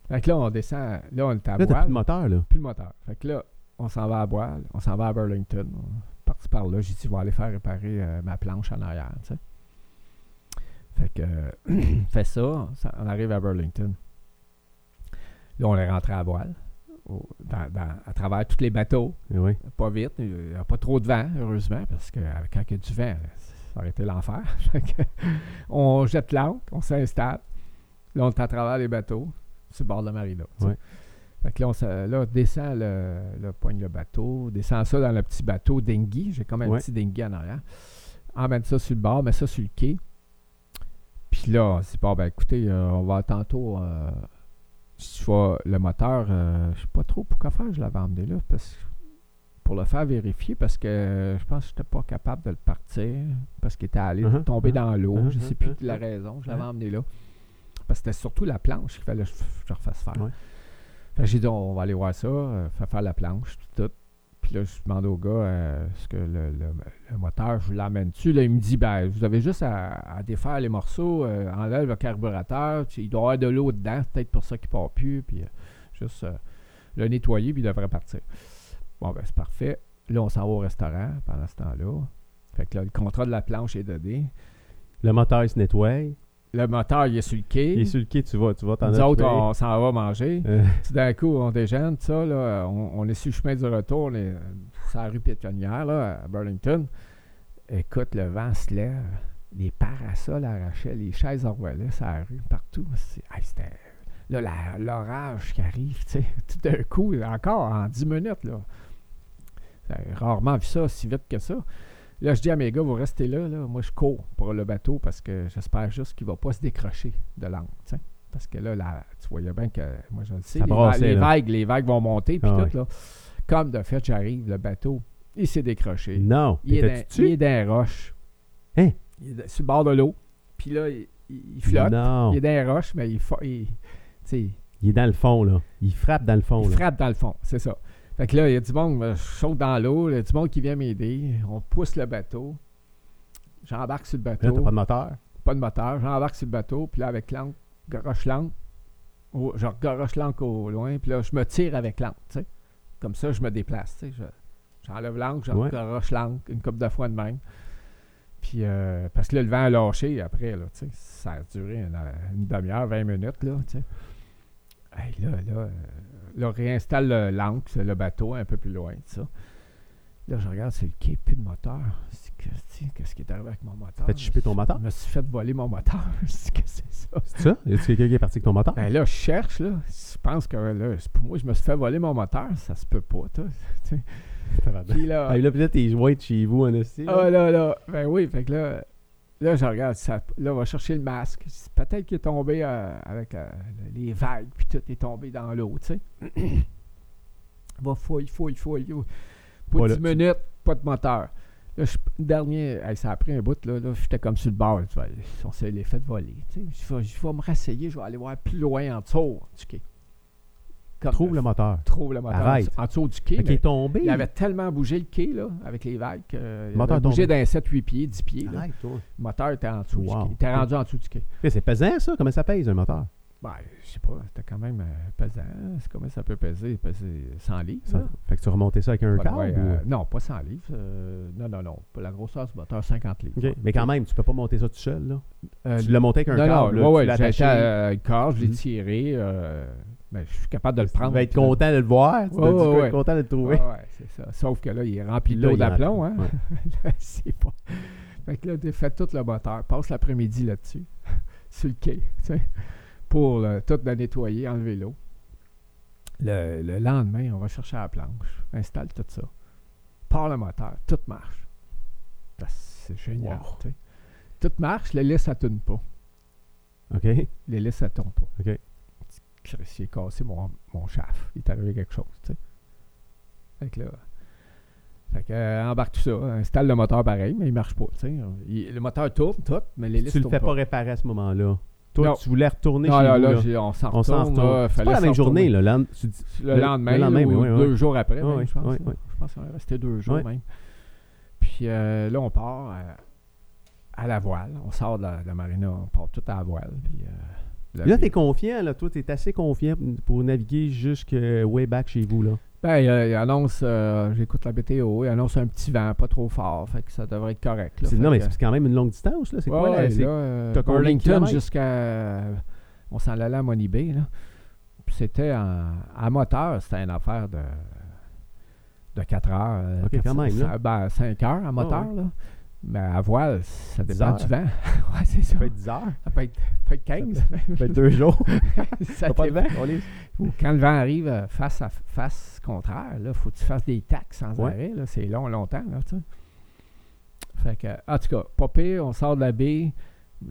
fait que là, on descend. Là, on est à
Là, t'as
voile
plus de moteur, là.
plus le moteur. Fait que là, on s'en va à Boile, on s'en va à Burlington. On est parti par là. J'ai dit, je vais aller faire réparer euh, ma planche en arrière, tu sais. Fait que, euh, fait ça, ça- on arrive à Burlington. Là, on est rentré à voile, au- dans- dans- à travers tous les bateaux,
Eh Oui.
pas vite, il n'y a pas trop de vent, heureusement, parce que euh, quand il y a du vent, ça aurait été l'enfer. Fait que, on jette l'ancre, on s'installe. Là, on est à travers les bateaux, sur le bord de la marina. tu sais.
Ouais.
Fait que là, on, se- là, on descend le, le poigne le bateau, descend ça dans le petit bateau dinghy. J'ai comme un
Ouais.
petit dinghy en arrière. Emmène ça sur le bord, met ça sur le quai. Puis là, on se dit, bon, ben écoutez, euh, on va tantôt. euh, je vais- le moteur, euh, je sais pas trop pourquoi faire, je l'avais emmené là. Parce, pour le faire vérifier, parce que euh, je pense que j'étais pas capable de le partir, parce qu'il était allé
Uh-huh,
tomber
uh-huh,
dans l'eau.
uh-huh,
je sais plus
uh-huh.
la raison, je l'avais emmené là. Parce que c'était surtout la planche qu'il fallait que je, je refasse faire.
Ouais.
Fait que j'ai dit, on va aller voir ça, euh, faire faire la planche, tout, tout. Puis là, je demande au gars, euh, est-ce que le, le- le moteur, je vous l'emmène-tu? Là, il me dit, ben, vous avez juste à, à défaire les morceaux, euh, enlève le carburateur, tu- il doit y avoir de l'eau dedans, c'est peut-être pour ça qu'il part plus, puis euh, juste euh, le nettoyer, puis il devrait partir. Bon, ben, c'est parfait. Là, on s'en va au restaurant pendant ce temps-là. Fait que là, le contrat de la planche est donné.
Le moteur, il se nettoie.
Le moteur, il est sur le quai.
Et sur le quai, tu vas, tu vas t'en
Nous autres,
occuper.
on s'en va manger.
Euh,
Tout d'un coup, on dégène, tout ça, là, on, on est sur le chemin du retour, on est euh, sur la rue piétonnière, là, à Burlington. Écoute, le vent se lève, les parasols arrachés, les chaises en relais sur la rue, partout. C'est- hey, c'était- là, la- l'orage qui arrive, tu sais, tout d'un coup, encore en 10 minutes, là. J'ai rarement vu ça si vite que ça. Là, je dis à mes gars, vous restez là, là. Moi, je cours pour le bateau parce que j'espère juste qu'il ne va pas se décrocher de l'angle. tu sais. Parce que là, la- tu voyais bien que moi je le sais.
Ça
Les, va-
brassait,
les
là.
vagues, les vagues vont monter, puis
Ah
tout, là. Comme de fait, j'arrive, le bateau, il s'est décroché.
non.
Il est,
T'étais-tu
dans, il
dessus?
est dans les roches.
Hein?
Il est dans- sur le bord de l'eau. Puis là, il, il- il flotte.
Non.
Il est dans les roches, mais il, fa- il- tu sais,
Il est dans le fond, là. Il frappe dans le fond,
il
Oh là.
frappe dans le fond, c'est ça. Fait que là, il y a du monde, euh, je saute dans l'eau, il y a du monde qui vient m'aider. On pousse le bateau. J'embarque sur le
Là,
bateau.
t'as pas de moteur.
pas de moteur. J'embarque sur le bateau, puis là, avec l'encre, garoche l'encre. au- je garoche l'encre au loin, puis là, je me tire avec l'encre, tu sais. Comme ça, je me déplace, tu sais. je- J'enlève l'encre, je
Ouais.
garoche l'encre une couple de fois de même. Puis, euh, parce que là, le vent a lâché après, là, tu sais. Ça a duré une, euh, une demi-heure, 20 minutes, là, tu sais. Hey, là, là, euh, là, réinstalle le- l'ancre, c'est le bateau un peu plus loin, tout ça. Là, je regarde, c'est le quai, plus de moteur. C'est que- tu sais, Qu'est-ce qui est arrivé avec mon moteur?
Fais-tu choper ton moteur?
Je me suis fait voler mon moteur. Je dis, Qu'est-ce que c'est ça?
C'est ça? Y a-tu quelqu'un qui est parti avec ton moteur?
Ben là, je cherche, là. Je pense que là, c'est pour moi, je me suis fait voler mon moteur. Ça se peut pas, toi.
Tabarnak.
Puis là,
Ah, là, peut-être t'es joint de chez vous, en esti. là.
ah là, là. Ben oui, fait que là, là, je regarde. ça- là, on va chercher le masque. Je dis, Peut-être qu'il est tombé euh, avec euh, les vagues, puis tout est tombé dans l'eau, tu sais. va fouille, fouille, fouille. fouille. Pour
Voilà.
10 minutes, pas de moteur. Là, je, dernier, hey, ça a pris un bout, là, là, j'étais comme sur le bord. tu vois, on s'est les fait voler. tu sais. Je vais, je vais me rasseyer, je vais aller voir plus loin en dessous du quai. Comme-
Trouve le moteur.
trouve le moteur
Arrête.
en dessous du quai.
Fait qu'il
mais-
est tombé.
il avait tellement bougé le quai, là, avec les vagues, qu'il avait
moteur
bougé
tombé.
d'un 7, 8 pieds, 10 pieds. là.
Arrête, toi.
Le moteur était en dessous du
Wow.
quai. Il était rendu en dessous du quai.
Hey, C'est pesant, ça? Comment ça pèse, un moteur?
Ben, je sais pas, c'était quand même euh, pesant. C'est comment ça peut peser? Peser 100 livres,
Ça-
là?
Fait que tu remontais ça avec un
Ouais,
câble?
Ah. ouais,
ou-
euh, non, pas 100 livres. euh, non, non, non. Pas la grosseur du moteur, 50 livres.
OK. Mais quand même, tu peux pas monter ça tout seul, là.
Euh,
tu l'as monté avec un
non, non,
câble, là.
ouais,
tu
ouais,
l'as
j'ai acheté
attaché.
euh, le corps, je l'ai
Mhm.
tiré. euh, ben, je suis capable de le
Tu
prendre.
vas être
puis de-
content de le voir. Tu
Ouais,
vas
ouais, Ah, ouais.
être content de le trouver.
Ouais, ouais, c'est ça. Sauf que là, il est rempli
Puis là,
d'eau
il rentre.
d'aplomb, hein?
Ouais.
Là, c'est pas. Fait que là, tu fais tout le moteur. Passe l'après-midi là-dessus, sur le quai, tu sais, pour le- tout le nettoyer, enlever l'eau. Le, le lendemain, on va chercher la planche, installe tout ça. Part le moteur, tout marche. Ça, C'est génial,
Wow.
tu sais. Tout marche, l'hélice, ça tourne pas.
OK?
L'hélice, ça tourne pas.
OK.
Chris, il a cassé mon, mon shaft. Il est arrivé quelque chose, tu sais. Fait que là. Fait que, euh, embarque tout ça, installe le moteur pareil, mais il marche pas, tu sais. Il- Le moteur tourne, tout, mais l'hélice
Tu le
tourne
fais
pas.
pas réparer à ce moment-là. Toi,
Non.
tu voulais retourner
Non,
chez
là,
vous,
là,
là.
j'ai- on s'en
On s'en
retourne. là,
retourne. C'est
fallait
pas la même
s'en retourner.
journée, là. l'an- tu dis-
Le,
Le-
lendemain,
le lendemain,
ou
oui, oui, oui.
deux jours après,
Ah
même,
oui,
je pense.
oui,
là.
oui.
Je pense qu'on est resté deux jours
Oui.
même. Puis euh, là, on part euh, à la voile. On sort de la, de la marina, on part tout à la voile. Puis, euh,
Là, t'es
vie-
confiant, là. Toi, t'es assez confiant pour naviguer jusque way back chez vous, là.
Ben, il, euh, il annonce, euh, j'écoute la météo, il annonce un petit vent, pas trop fort, fait que ça devrait être correct. là.
C'est-
Fait
non, mais
que-
c'est quand même une longue distance, là. C'est quoi,
Ouais,
la- c'est-
là, euh,
t'as combien de
Burlington
kilomètres?
jusqu'à. On s'en allait à Money Bay, là. Puis C'était en, à moteur, c'était une affaire de, de 4 heures. euh,
Ok, quand même, là. Ah,
ben, 5 heures à moteur, là. Mais à voile, ça
Dix
dépend
heures.
du vent. ouais, c'est ça.
Ça peut être 10 heures,
Ça peut être, peut être 15.
ça peut être 2 jours.
Ça
T'as pas de
dépend.
vent, on est-
Ou quand le vent arrive euh, face à f- face contraire, il faut que tu fasses des tacs sans
Ouais.
arrêt. là. C'est long, longtemps. Là, tu sais. fait que, en tout cas, pas pire, on sort de la baie.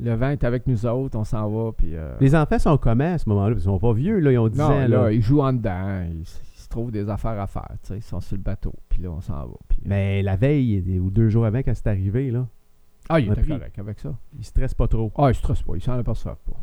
Le vent est avec nous autres, on s'en va. Puis, euh,
Les enfants sont comment à ce moment-là? Ils sont pas vieux, là. Ils ont 10
non,
ans,
là,
là.
ils jouent en dedans. Ils, s- ils se trouvent des affaires à faire. tu sais. Ils sont sur le bateau. Puis là, on s'en va. puis, euh,
Mais Ben, la veille ou deux jours avant, quand c'est arrivé, là,
ah, il
on a
était
pris-
correct avec ça.
ils stressent pas trop.
Ah, ils se stressent pas. Ils s'en aperçoivent pas.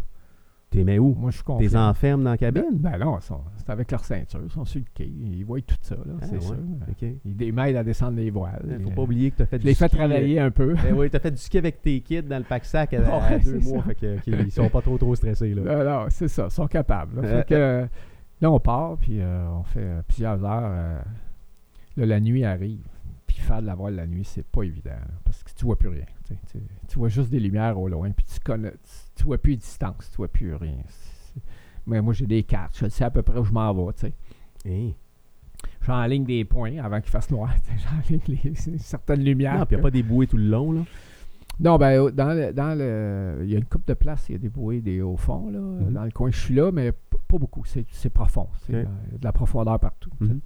T'es mais où?
Moi, je suis
T'es
confiant.
enfermes dans la cabine?
Ben non, ils sont- c'est avec leur ceinture. Ils sont sur le quai. Ils voient tout ça, là,
Ah,
c'est
ouais.
sûr.
OK.
Ils les mêlent à descendre les voiles.
Faut
Euh,
pas oublier que t'as fait
Je
du
les fais
ski, euh,
travailler un peu.
Ben oui, t'as fait du ski avec tes kids dans le pack-sac à, à
Ouais,
deux
c'est
mois.
ça.
Fait que, ok, ils sont pas trop trop stressés, là.
Non, non, c'est ça, ils sont capables. là.
Euh,
Fait que, euh, là, on part, puis euh, on fait euh, plusieurs heures. euh, là, la nuit arrive, puis faire de la voile la nuit, c'est pas évident, là, parce que tu vois plus rien. tu sais, tu- tu vois juste des lumières au loin, puis tu connais, tu, tu vois plus les distances, tu vois plus rien. C'est- Mais moi, j'ai des cartes, je sais à peu près où je m'en vais, tu sais.
Hein.
J'enligne des points avant qu'il fasse noir, tu sais, j'enligne les- certaines lumières.
Non, puis y a
que-
pas des bouées tout le long, là.
Non, ben, au- dans le, dans le- il y a une coupe de place, il y a des bouées des hauts fonds, là,
Mhm.
dans le coin. Je suis là, mais p- pas beaucoup. C'est c'est profond. C'est
Ok.
euh, il y a de la profondeur partout. tu sais.
Mhm.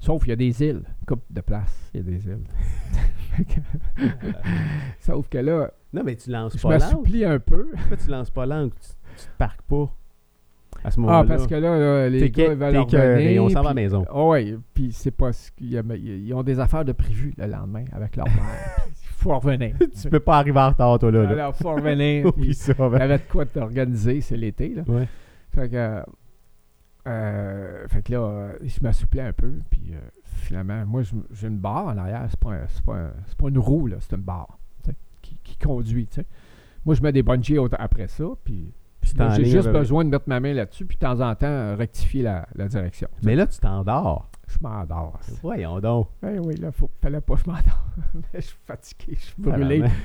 Sauf qu'il y a des îles, une coupe de place, il y a des îles. Fait que- Sauf que là,
Non, mais tu lances
je
pas l'angle.
m'assouplis un peu.
Pourquoi tu lances pas l'angle? Tu, tu te parques pas à ce
ah,
moment-là.
parce que là, là, les
T'es que-
gars ils
t'es
veulent
écoeuré,
revenir.
on s'en va à la
puis-
maison.
Ah ouais, puis c'est pas ce qu'il y a, mais ils ils ont des affaires de prévu le lendemain avec leur mère. puis Il faut revenir.
Tu peux pas arriver en retard, toi, là. là.
Alors, il faut revenir. puis-
Oublie ça,
Il y
ben.
avait de quoi t'organiser, c'est l'été. Là.
Ouais.
Fait que, euh, euh, fait que là, euh, je m'assouplais un peu. Puis euh, finalement, moi, je- j'ai une barre en arrière. C'est pas, un- c'est pas, un- c'est pas une roue, là, c'est une barre tu sais, qui, qui conduit. tu sais. Moi, je mets des bungees au- après ça. Puis
Puis tu
là, j'ai
t'enlignes
juste
avec-
besoin de mettre ma main là-dessus. Puis de temps en temps, euh, rectifier la, la direction. tu sais.
Mais là, tu t'endors.
Je m'endors.
Voyons donc.
Ben oui, là, faut, fallait pas que je m'endors. je suis fatigué, je suis
Ah,
brûlé.
Tabarnak.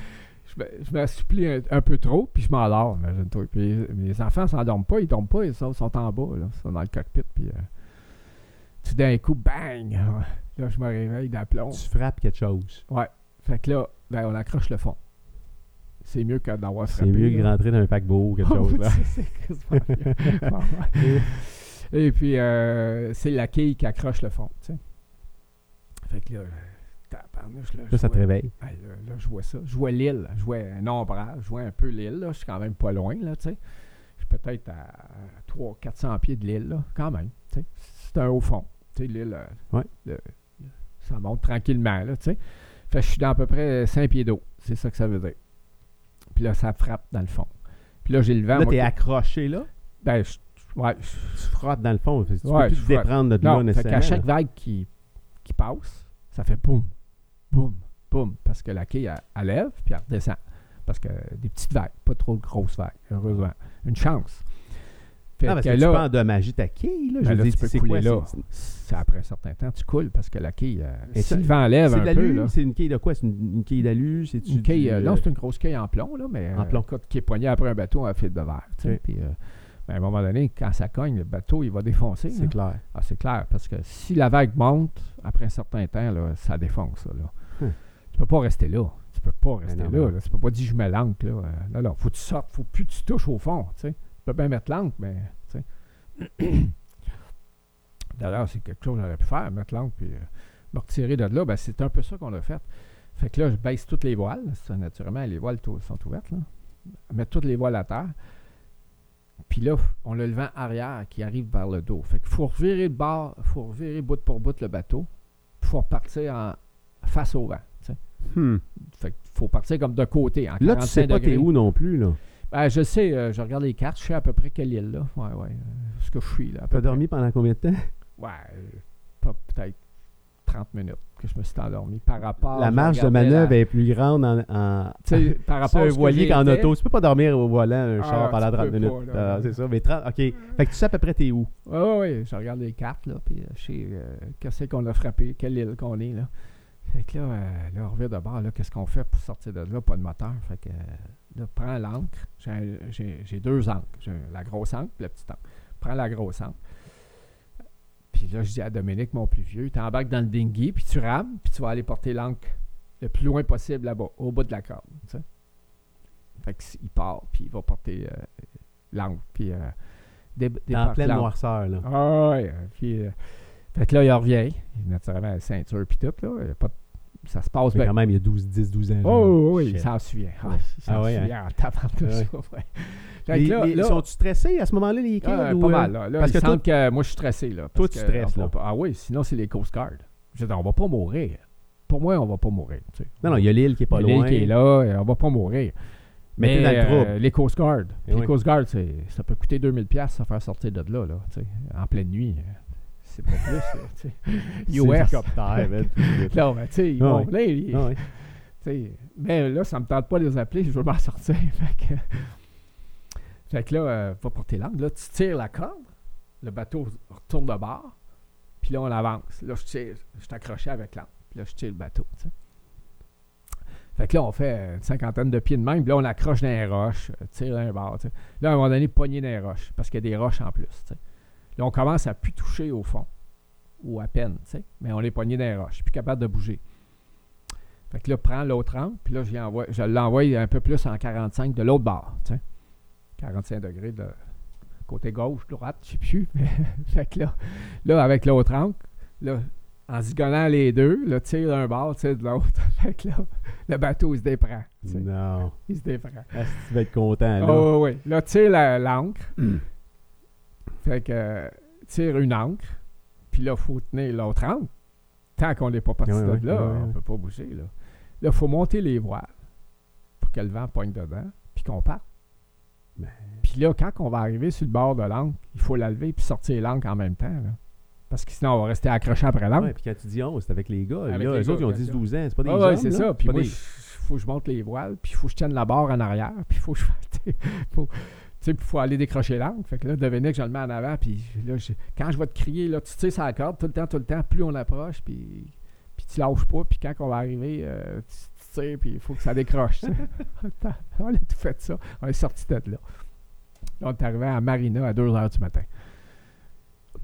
je me- je m'assouplis un, un peu trop, puis je m'endors, imagine-toi. Puis les- les enfants s'endorment pas, ils tombent pas, ils sont, sont en bas, là, ils sont dans le cockpit, puis euh, tout d'un coup, bang! Là, je me réveille d'aplomb.
Tu frappes quelque chose.
Fait que là, ben, on accroche le fond. C'est mieux que d'avoir
C'est
frappé.
mieux
là.
que rentrer dans un paquebot ou quelque chose, là.
C'est- c'est quasiment mieux. Ouais, ouais. Et puis, euh, c'est la quille qui accroche le fond, tu sais. Fait que là, tabarnouche, là, je
Là, ça te
vois-
réveille.
Hey, Ben, là, là, je vois ça. Je vois l'île. Je vois un ombrage. Je vois un peu l'île. là. Je suis quand même pas loin, là, tu sais. Je suis peut-être à 300-400 pieds de l'île, là, quand même. tu sais. C'est un haut fond. Tu sais, l'île, euh,
Ouais.
le- le- ça monte tranquillement, là, tu sais. Fait que je suis dans à peu près 5 pieds d'eau. C'est ça que ça veut dire. Puis là, ça frappe dans le fond. Puis là, j'ai le vent.
Là,
moi,
t'es
qui-
accroché, là.
ben, je- ouais, je-
Tu frottes dans le fond. Tu peux
Ouais,
plus
je
te
frotte.
déprendre de là,
non, fait
nécessairement.
qu'à chaque
là.
vague qui, qui passe, ça fait boum, boum, boum, parce que la quille, elle, elle lève, puis elle redescend. Parce que des petites vagues, pas trop de grosses vagues, heureusement. Une chance. Fait
Non, parce
que
que tu peux
là,
endommager ta quille, là.
ben
Je
là,
veux dire,
tu peux
c'est
couler
quoi?
là.
c'est-
C'est après un certain temps, tu coules parce que la quille, euh,
Et
si
ça-
le vent lève
C'est
un
de
peu, là,
l'alu, c'est une quille de quoi? C'est une, une quille d'alu, c'est
une quille, euh, non, c'est une grosse quille en plomb, là, mais
En
euh,
plomb.
écoute, qui est poignée après un bateau en fil de verre. tu sais,
Ok.
puis, euh, ben, à un moment donné, quand ça cogne, le bateau, il va défoncer. là.
c'est clair.
Ah, c'est clair, parce que si la vague monte, après un certain temps, là, ça défonce. Là, là.
Hmm.
Tu peux pas rester là. Tu peux pas rester
non,
là,
non.
là. Tu peux pas dire je mets l'ancre. Là. Euh, là, là, faut que tu sortes. Faut plus que tu touches au fond. tu sais. Tu peux bien mettre l'ancre, mais. tu sais. D'ailleurs, c'est quelque chose qu'on aurait pu faire, mettre l'ancre puis euh, me retirer de là. Ben, c'est un peu ça qu'on a fait. Fait que là, je baisse toutes les voiles. Ça, naturellement, les voiles tou- sont ouvertes. Là. Je mets toutes les voiles à terre. Puis là, on a le vent arrière qui arrive vers le dos. Fait qu'il faut revirer de bord, faut revirer bout pour bout le bateau. Il faut repartir en face au vent. tu sais.
Hmm.
Fait qu'il faut partir comme de côté. En
Là, tu sais
45
pas t'es
degrés.
où non plus, là.
Ben, je sais, euh, je regarde les cartes, je sais à peu près quelle île, là. Ouais, ouais. euh, ce que je suis, là. à peu
T'as
près.
dormi pendant combien de temps?
Ouais, euh, pas peut-être 30 minutes que je me suis endormi. Par rapport.
la
Ah, je
marge de
regardais
manœuvre
la-
est plus grande en, en
Tu sais, par
sur
rapport
un
à ce que
voilier qu'en
j'étais,
auto. Tu peux pas dormir au volant un
Ah,
char pendant
tu
30
peux
minutes.
pas, là.
Ah, c'est ça, mais 30, OK. Fait que tu sais à peu près t'es où.
Oui, oui, oui. Je regarde les cartes, là, puis euh, je sais euh, qu'est-ce qu'on a frappé, quelle île qu'on est, là. Fait que là, euh, là, on revient de bord, là, qu'est-ce qu'on fait pour sortir de là? Pas de moteur. Fait que euh, là, prends l'ancre. J'ai un- J'ai j'ai deux ancres. J'ai la grosse ancre et la petite ancre. Prends la grosse ancre. Puis là, je dis à Dominique, mon plus vieux, t'embarques dans le dinghy, puis tu rames, puis tu vas aller porter l'ancre le plus loin possible là-bas, au bout de la corde, tu sais. Fait que s- il part, puis il va porter euh, l'ancre, puis euh, dé-
En
débarque
pleine
l'ancre.
noirceur, là.
Ah ouais, euh, puis, euh, fait que là, il revient. Naturellement, la ceinture, puis tout, là. y a pas de- ça se passe
Mais
bien.
quand même, il y a 12, 10, 12 ans.
Oh, oui, oui,
Shit.
il s'en souvient. Ah,
Ouais.
il s'en
Ah ouais, hein?
souvient en tabarnak,
Ah ouais.
ça, ouais. Fait que
Les-
là,
les-
là,
Sont-tu stressés à ce moment-là, les kids?
ah,
ou,
pas
euh,
mal, là. Là,
parce
il
que
sent
toi-
que moi, je suis stressé, là.
Toi,
parce
tu
que
stresses,
on
là.
peut pas- Ah oui, sinon, c'est les Coast Guard. Je veux dire, on va pas mourir. Pour moi, on va pas mourir, tu sais.
Non, non, il y a l'île qui est pas
Le lien
loin.
qui est là, euh, on va pas mourir.
Mais t'es dans le
euh,
trouble.
les Coast Guard,
Eh
les
oui.
Coast Guard, c'est, ça peut coûter 2000 pièces à faire sortir de là, là tu sais, en pleine nuit. euh, C'est pas plus, là, tu sais.
C'est
US.
l'hélicoptère, man, tout de suite.
Non, mais tu sais, ils
Ah
vont
oui.
venir, ils-
Ah ouais.
tu sais, mais là, ça me tente pas de les appeler, je veux m'en sortir. Fait que, fait que là, euh, va porter l'angle. Là, tu tires la corde, le bateau retourne de bord, puis là, on avance. Là, je tire, je t'accrochais avec l'angle, puis là, je tire le bateau. tu sais. Fait que là, on fait une cinquantaine de pieds de même, puis là, on accroche dans les roches, euh, tire dans les bords. tu sais. Là, à un moment donné, pogner dans les roches, parce qu'il y a des roches en plus. tu sais. Là, on commence à plus toucher au fond, ou à peine, tu sais, mais on est pogné dans les roches, plus capable de bouger. Fait que là, prends l'autre angle, puis là, j'y envoie- je l'envoie un peu plus en 45 de l'autre bord, tu sais. 45 degrés de côté gauche, droite, je sais plus. Mais fait que là, là, avec l'autre angle, là, en zigonnant les deux, là, tire d'un bord, tire de l'autre. Fait que là, le bateau, il se déprend. tu
Mm.
sais.
Non.
Il se déprend.
Ah, si tu vas être content, là. Hmm.
Oh, oui. Là, tire la- l'ancre. Fait que euh, tire une ancre. Puis là, faut tenir l'autre ancre. Tant qu'on n'est pas parti
Ouais,
de
ouais,
là,
ouais,
on
ouais.
peut pas bouger. Là, il faut monter les voiles pour que le vent pogne dedans, puis qu'on parte.
Ben.
Puis là, quand on va arriver sur le bord de l'ancre, il faut la lever puis sortir l'ancre en même temps. là. Parce que sinon, on va rester accroché après l'ancre.
Ouais, puis quand tu dis 11, c'est avec les gars.
ah. Avec
là,
les
eux
gars,
autres, ils ont
bien sûr.
10-12 ans. C'est pas des
Ah
jeunes,
ouais, c'est
là.
ça. Puis
pas
moi,
des-
il faut que je monte les voiles, puis il faut que je tienne la barre en arrière, puis il faut que je fasse- tu sais, faut- tu sais, puis faut aller décrocher l'angle. Fait que là, devenez que je le mets en avant, puis là, je- quand je vais te crier, là, tu tires sur la corde tout le temps, tout le temps, plus on approche, puis, puis tu lâches pas, puis quand on va arriver, euh, tu, tu tires, puis il faut que ça décroche. tu sais. on a tout fait ça. On est sorti de là. Là, on est arrivé à Marina à 2 h du matin,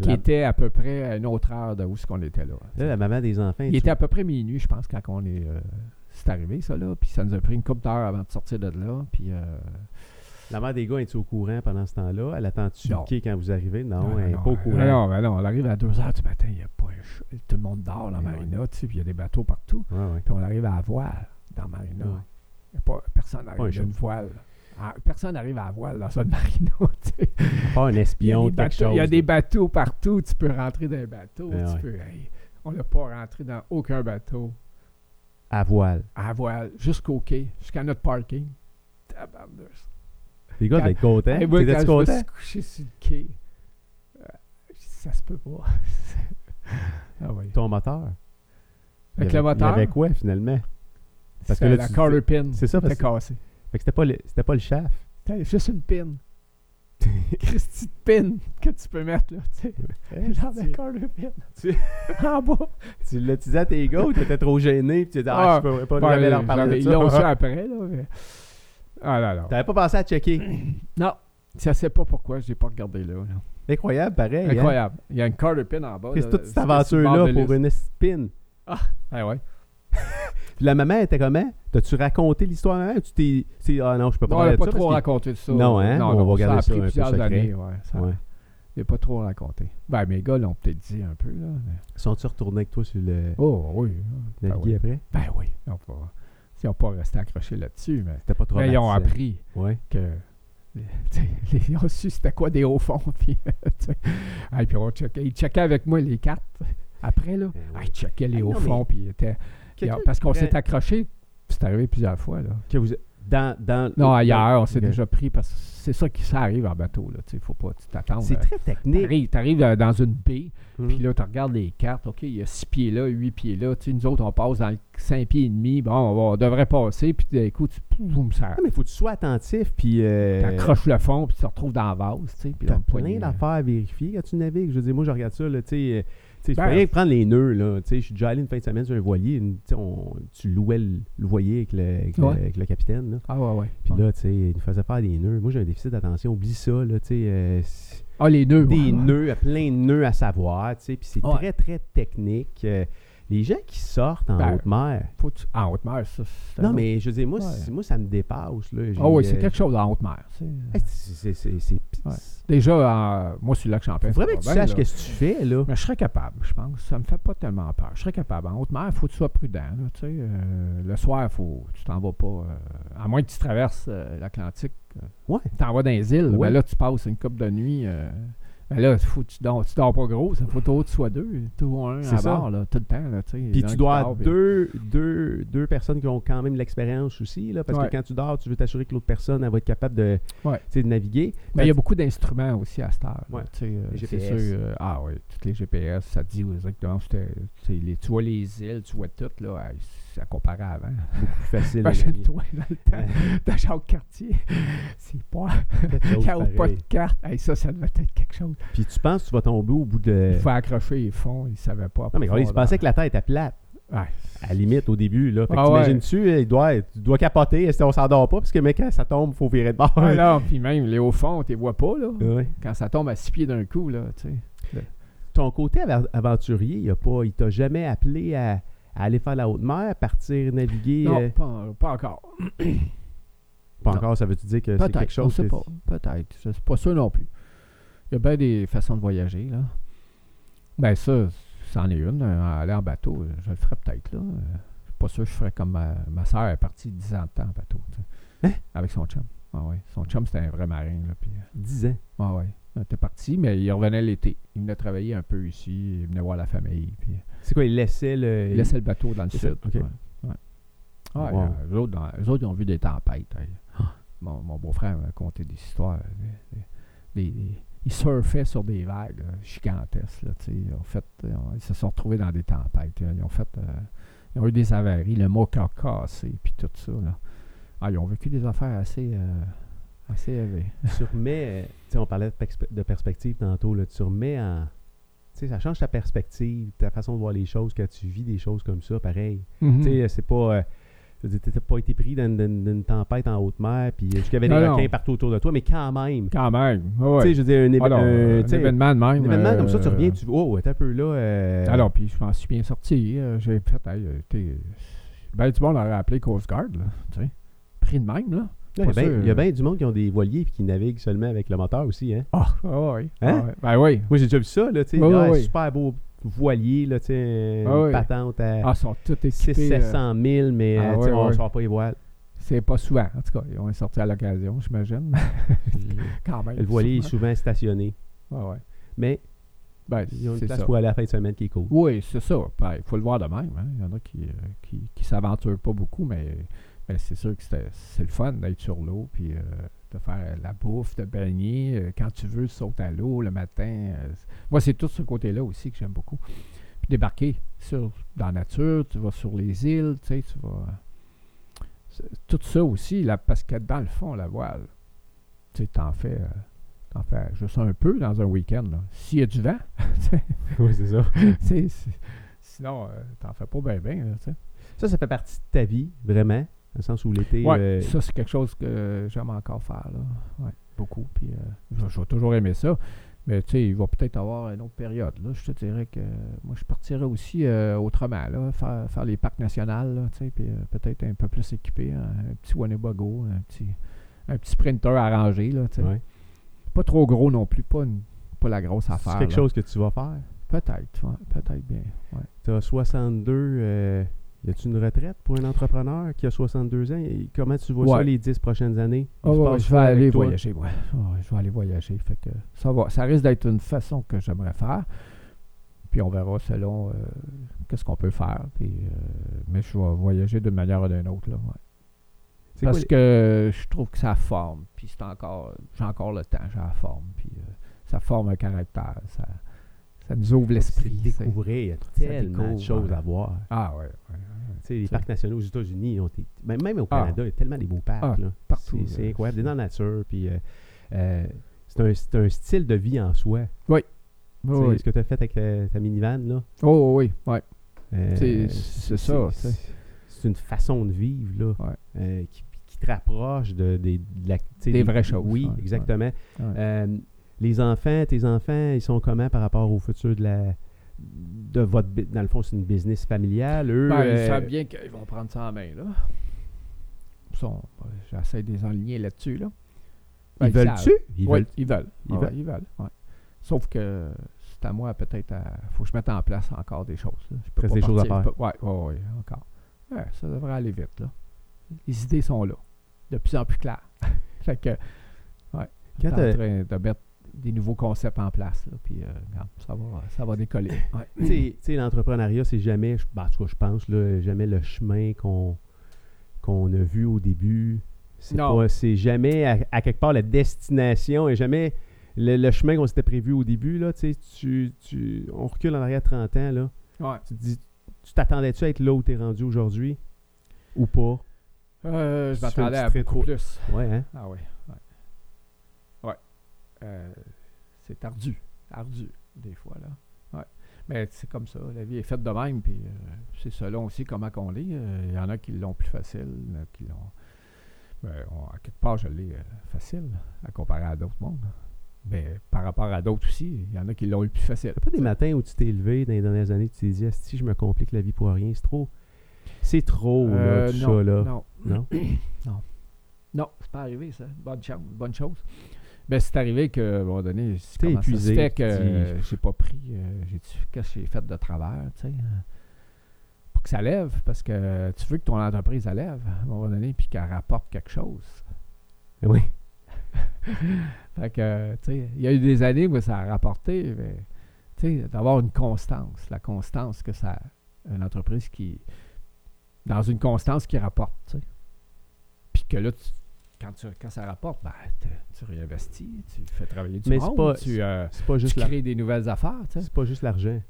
qui
La- Eh,
était à peu près à une autre heure de où ce qu'on était là.
Là, la maman des enfants.
Il
tu-
était à peu près minuit, je pense, quand on est. euh, c'est arrivé, ça, là. Puis ça nous a pris une couple d'heures avant de sortir de là. Puis. euh,
La mère des gars est-tu au courant pendant ce temps-là? Elle attend-tu
Non.
le quai quand vous arrivez? Non, elle n'est Ah pas au courant.
Non, non, ben non, on arrive à 2 h du matin, il y a pas un ch- Tout le monde dort dans
Mais
Marina, tu sais, puis il y a des bateaux partout.
Ouais, ouais.
Puis on arrive à la voile dans Marina.
Ouais.
Il y a pas, personne n'arrive
un
à
chat.
une voile. Ah, Personne n'arrive à la voile dans ça de Marina, tu sais.
Pas un
Il y, a
espion,
des
quelque
bateaux,
chose.
il y a des
là.
bateaux partout, tu peux rentrer dans les bateaux.
Ben
tu
ouais.
peux, hey, on n'a pas rentré dans aucun bateau.
À voile.
à la voile jusqu'au quai, jusqu'à notre parking. Tabarnouche.
Les gars doivent être contents.
Hey, moi, quand je
T'étais-tu
me
content?
suis couché sur le quai, euh, ça se peut pas. ah oui.
Ton moteur. Il
Avec
y
le
avait-
moteur,
Il y avait quoi, finalement? parce que
c'est
là,
la
tu-
collar pin
c'est ça, parce
était cassée.
Fait que c'était pas le, c'était pas le chef.
T'as juste une pin. Christy de pin que tu peux mettre là, tu sais. Genre la collar pin.
Tu-
en bas.
Eh, Tu l'as dit à tes gars ou t'étais trop gêné puis tu t'es dit
Ah,
ah, je pourrais pas
Ben,
jamais leur parler
j'avais-
de
Ils l'ont su
ça.
après là. mais- Ah là là.
T'avais pas pensé à checker.
Non, ça sais pas pourquoi je l'ai pas regardé là. là.
Incroyable, pareil. Hein?
Incroyable. Il y a une collar pin en bas.
Puis
là,
c'est toute cette
sur le bord de
aventure-là pour
l'île.
une spin.
Ah ouais.
Puis la maman était comment? T'as-tu raconté l'histoire à la maman ou tu t'es. c'est, Ah non, je peux pas
Non, on
parler
n'a
de
pas
ça.
trop
parce que-
raconté de ça.
Non, hein? On va garder ça
a pris
un peu
plusieurs
secret.
années, ouais, ça,
Ouais.
j'ai pas trop raconté. Ben, mes gars l'ont peut-être dit un peu, là. mais-
Sont-ils retournés avec toi sur le
Oh, oui.
le
Ah
guy
ouais.
après?
Ben oui. Ils n'ont pas, ils ont pas resté accrochés là-dessus, mais,
T'as pas trop
mais ils ont appris
Ouais.
que... tu sais, les- Ils ont su c'était quoi des hauts fonds. Puis, tu sais. Ah, puis on checkait- ils checkaient avec moi les cartes. Après, là,
Ben oui.
ah, ils checkaient les
Ah,
hauts
non,
fonds.
mais-
Puis ils étaient, ils ont- parce qu'on s'est accrochés. C'est arrivé plusieurs fois. Là.
que vous- Dans, dans
Non, ailleurs, on s'est
Euh, Ok.
déjà pris parce que c'est ça qui ça arrive en bateau. Là, tu sais, faut pas tu t'attends.
C'est
euh,
très technique.
T'arrives, t'arrives, euh, dans une baie,
Mhm.
puis là, tu regardes les cartes. OK, il y a 6 pieds là, 8 pieds là. Tu sais, nous autres, on passe dans 5 pieds et demi. Bon, on, va- on devrait passer, puis d'un coup, tu poum, ça
Ah, mais faut que tu sois attentif, puis. euh,
t'accroches le fond, puis tu te retrouves dans la vase. Tu sais, puis
T'as
là, le poignet,
plein d'affaires à vérifier quand tu navigues. Je veux dire, moi, je regarde ça, là, tu sais, euh, tu sais, je
Ben,
fais rien que prendre les nœuds, là. Tu sais, je suis déjà allé une fin de semaine sur un voilier, une- tu sais, on- tu louais le, le voilier avec le, avec le-
Ouais.
avec le capitaine, là.
Ah, ouais, ouais.
Puis là, tu sais, il nous faisait faire des nœuds. Moi, j'ai un déficit d'attention, oublie ça, là, tu sais. euh, c'est-
ah, les nœuds. ouais,
des
ouais.
nœuds, à plein de nœuds à savoir, tu sais, puis c'est
Ouais.
très, très technique. Euh, les gens qui sortent en
Ben,
haute mer...
Faut que tu- En haute mer, ça. c'est un
Non,
autre-
mais je veux dire, moi,
Ouais.
c'est- moi ça me dépasse, là. J'ai,
Ah, oui, c'est
euh,
quelque chose en haute mer. tu sais.
hey, c'est- c'est- c'est- c'est-
Ouais. Déjà, en- moi, sur le lac Champlain.
Faut
ça
vraiment
va
que
bien,
tu saches
là.
qu'est-ce que tu fais, là.
Mais je serais capable, je pense. Ça me fait pas tellement peur. Je serais capable. En haute mer, il faut que tu sois prudent. là, tu sais. Euh, le soir, faut, tu t'en vas pas. euh, à moins que tu traverses euh, l'Atlantique, euh,
Ouais.
tu t'en vas dans les îles.
Ouais.
Ben là, tu passes une coupe de nuit. euh, ben là, faut, que tu, dors, tu dors pas gros. Ça faut que tu sois deux. Tout un
C'est
à
ça.
bord, là, tout le temps. là, tu sais.
Puis
Un
tu
qui
dois
dort,
avoir
puis-
deux, deux, deux personnes qui ont quand même l'expérience aussi, là, parce
Ouais.
que quand tu dors, tu veux t'assurer que l'autre personne elle va être capable de,
Ouais.
tu sais, de naviguer. Ben,
Mais Ben, il y a beaucoup d'instruments aussi à cette heure. là,
Ouais.
tu sais, euh,
Les
c'est
GPS.
sûr, euh, ah oui, toutes les GPS, ça te dit exactement. c'était- tu sais, les- tu vois les îles, tu vois tout, là, à, à comparer à avant.
Beaucoup plus facile. à naviguer.
Imagine-toi dans Ben, le temps de Jacques Cartier. C'est pas.
Quelque chose
Il n'y a pas
pareil.
de carte. Hey, ça, ça devait être quelque chose.
Puis tu penses que tu vas tomber au bout de.
Il faut accrocher les fonds, il ne savait pas.
Euh. Non, mais regarde, il se pensait que la terre était plate,
Ouais.
à la limite, au début. Là. Fait que
Ah
t'imagines-tu, euh, il doit, tu dois capoter, est-ce qu'on s'endort pas, parce que, mec, quand ça tombe, il faut virer de bord.
Ah, non, puis même, les hauts fonds, tu les vois pas, là.
Ouais.
Quand ça tombe à six pieds d'un coup, là, tu sais.
Ton côté av- aventurier, il a pas- il t'a jamais appelé à, à aller faire la haute mer, partir, naviguer.
non,
euh,
pas, pas encore.
pas
non.
encore, ça veut-tu dire que c'est quelque
Peut-être, on
chose
sait
que-
pas. Peut-être. Je suis pas sûr non plus. Il y a bien des façons de voyager, là. Ben ça, c'en est une. euh, Aller en bateau, euh, je le ferais peut-être, là. Euh, Je suis pas sûr que je ferais comme ma, ma soeur est partie 10 ans de temps en bateau, tu sais.
Hein?
Avec son chum. Ah ouais. Son chum, c'était un vrai marin, là. Puis, euh,
10 ans.
ah ouais. Il était parti, mais il revenait l'été. Il venait travailler un peu ici, il venait voir la famille, puis
C'est quoi, il laissait le.
il laissait le bateau dans le
c'est ça,
sud.
ok.
ouais. Ouais. Ah,
Wow. Ah.
euh, eux, autres, dans- eux autres, ils ont vu des tempêtes. hein. Mon, mon beau-frère m'a conté des histoires. euh, des- des- des- ils surfaient sur des vagues là, gigantesques. là, tu sais. ils, ont fait, euh, ils se sont retrouvés dans des tempêtes. euh, Ils ont, fait, euh, ils ont eu des avaries, le mot a cassé, puis tout ça. là. Ah, ils ont vécu des affaires assez, euh, assez élevées.
tu remets, euh, tu sais, on parlait de, perspe- de perspective tantôt, là, tu remets en. Tu sais, ça change ta perspective, ta façon de voir les choses quand tu vis des choses comme ça, pareil.
Mm.
Tu sais, c'est pas. euh, je veux dire, t'as pas été pris dans une- dans une dans une tempête en haute mer, puis euh, jusqu'à y avait des
Non,
requins
non.
partout autour de toi, mais quand même.
Quand même. ah ouais.
Tu sais, je veux dire, un, éve-
Ah non,
un-
un
tu sais,
événement de
un
même.
événement comme ça, tu
euh, Ah
reviens, tu Oh, t'es un peu là. euh,
Alors, puis je m'en suis bien sorti. euh, j'ai fait, hey, euh, t'es- ben du monde aurait appelé Coast Guard, là, tu sais. Pris de même, là.
là, il y a
pas
bien-
sûr.
il y a bien du monde qui ont des voiliers puis qui naviguent seulement avec le moteur aussi, hein.
Ah, ah oui.
Hein?
ah oui. Ben oui.
Moi, j'ai déjà vu ça, là, tu sais,
Oui,
ah,
oui.
super beau voilier, là, tu sais, une
Ah, oui.
patente à
Ah, ils sont tous équipés.
6
euh,
700 000, mais
Ah,
euh, tu sais,
oui,
on
oui.
sort pas les voiles.
c'est pas souvent. En tout cas, ils ont sorti à l'occasion, j'imagine. mais
le
Quand même.
voilier est
sûrement.
souvent stationné,
Ah, ouais.
mais
Ben,
ils ont une
c'est
place
ça.
pour aller à la fin de semaine qui est cool.
Oui, c'est ça. Ben, Il faut le voir de même. hein. Il y en a qui, euh, qui, qui s'aventurent pas beaucoup, mais, mais c'est sûr que c'était- c'est le fun d'être sur l'eau, puis euh, de faire la bouffe, de baigner. euh, quand tu veux, sauter à l'eau le matin. euh, c'est- Moi, c'est tout ce côté-là aussi que j'aime beaucoup. Puis débarquer sur, dans la nature, tu vas sur les îles, tu sais, tu vas... euh, c'est- Tout ça aussi, là, parce que dans le fond, la voile, tu sais, t'en fais... euh, t'en fais juste un peu dans un week-end. là. S'il y a du vent, tu sais,
oui, c'est ça.
c'est- c'est- Sinon, euh, t'en fais pas bien, bien.
Ça, ça fait partie de ta vie, vraiment, dans le sens où l'été, euh,
Ça, c'est quelque chose que j'aime encore faire. Là. Ouais, beaucoup. Puis, euh, je- je vais toujours aimer ça. Mais tu sais, il va peut-être avoir une autre période. Là. Je te dirais que euh, moi, je partirais aussi euh, autrement. Là, faire, faire les parcs nationaux. Là, tu sais, puis, euh, peut-être un peu plus équipé. hein, un petit Winnebago, un petit, un petit sprinter arrangé. Là, tu sais.
ouais.
Pas trop gros non plus. Pas, une- pas la grosse affaire.
c'est quelque
là.
chose que tu vas faire.
Peut-être. ouais, peut-être bien. ouais.
Tu as 62, euh, y a-tu une retraite pour un entrepreneur qui a 62 ans? Et comment tu vois ça
Ouais.
les 10 prochaines années?
Ah
Il se
ouais,
passe
je vais
quoi avec
aller
toi?
voyager, moi. Ah ouais, je vais aller voyager. Fait que ça va. Ça risque d'être une façon que j'aimerais faire. Puis on verra selon euh, qu'est-ce qu'on peut faire. Puis, euh, mais je vais voyager d'une manière ou d'une autre. Là, ouais.
C'est
Parce
quoi les-
que je trouve que ça forme. Puis c'est encore. J'ai encore le temps, j'ai la forme. Puis euh, ça forme un caractère. Ça, ça nous ouvre
c'est
l'esprit. c'est-
découvrir, il y a tellement de
découvre,
choses
ouais.
à voir.
Ah ouais, ouais.
Tu sais, les
Ça-
parcs nationaux aux États-Unis, ils ont été- même, même au
Ah.
Canada, il y a tellement des beaux parcs.
Ah,
là.
partout,
C'est- C'est
là.
incroyable. Des dans la nature. Puis, euh, euh, c'est un, c'est un style de vie en soi.
Oui,
Tu sais,
oui.
Ce que tu as fait avec euh, ta minivan, là.
Oh oui, oui.
euh,
C'est- c'est ça,
c'est-
tu
C'est une façon de vivre, là,
Ouais.
euh, qui, qui te rapproche de, des- de la- tu sais,
Des vraies choses,
Oui,
ouais, ouais.
exactement.
Ouais.
Euh, les enfants, tes enfants, ils sont comment par rapport au futur de la de votre bu- dans le fond c'est une business familiale eux
Ben,
euh,
ils savent bien qu'ils vont prendre ça en main, là. Ils sont- ben, J'essaie de les enligner là-dessus, là. Ben,
ils veulent-tu Ah
savent.
ils
Oui,
veulent
ils veulent.
Ils
Ouais,
veulent.
ils veulent, ouais. Sauf que c'est à moi, peut-être, à... faut que je mette en place encore des choses. là. Je peux
Reste
pas
des choses à
partir, je peux- ouais, ouais, ouais, encore. Ouais, ça devrait aller vite, là. Les idées sont là. De plus en plus claires. fait que, ouais.
Quand euh,
on est
t'as-
en train de mettre des nouveaux concepts en place, là. Puis, euh, regarde, ça va, ça va décoller. Ouais.
Tu sais- tu sais, l'entrepreneuriat, c'est jamais, je- ben, en tout cas, je pense, là, jamais le chemin qu'on qu'on a vu au début. C'est
Non.
pas- c'est jamais, à, à quelque part, la destination et jamais le, le chemin qu'on s'était prévu au début. Là, tu, sais, tu, tu- on recule en arrière 30 ans. Là,
Ouais.
tu te dis, tu t'attendais-tu à être là où tu es rendu aujourd'hui ou pas?
Euh, je
Tu fais une
m'attendais à
petite
beaucoup
rétro.
plus.
Ouais, hein?
Ah oui, ouais. Ouais. Euh, c'est ardu, ardu, des fois, là. Ouais. Mais c'est comme ça, la vie est faite de même, puis euh, c'est selon aussi comment qu'on l'est. Euh, Il y en a qui l'ont plus facile, il y en a qui l'ont... Ben, on- à quelque part, je l'ai euh, facile, à comparer à d'autres mondes. Mais par rapport à d'autres aussi, il y en a qui l'ont eu plus facile.
T'as pas des matins où tu t'es levé dans les dernières années, tu t'es dit, si je me complique la vie pour rien, c'est trop. C'est trop, là,
Euh,
tout
non,
ça, là.
non,
Non?
Non, c'est pas arrivé, ça. Bonne chance, bonne chose. Ben, c'est arrivé que, à un moment donné, si
T'es
comment ça se
épuisé,
fait
tu
que
te dis-
euh, j'ai pas pris, euh, j'ai dit, qu'est-ce que j'ai fait de travers, tu sais, euh, pour que ça lève, parce que tu veux que ton entreprise, elle lève, à un moment donné, puis qu'elle rapporte quelque chose.
Eh Oui.
Fait que, tu sais, il y a eu des années où ça a rapporté, mais, tu sais, d'avoir une constance, la constance que ça, une entreprise qui, dans une constance qui rapporte, tu sais. Puis que là, tu- quand, tu- quand ça rapporte, ben, tu- tu réinvestis, tu fais travailler du
Mais c'est
monde,
pas-
tu, euh,
C'est pas
tu
juste la
crées des nouvelles affaires, tu sais.
C'est pas juste l'argent.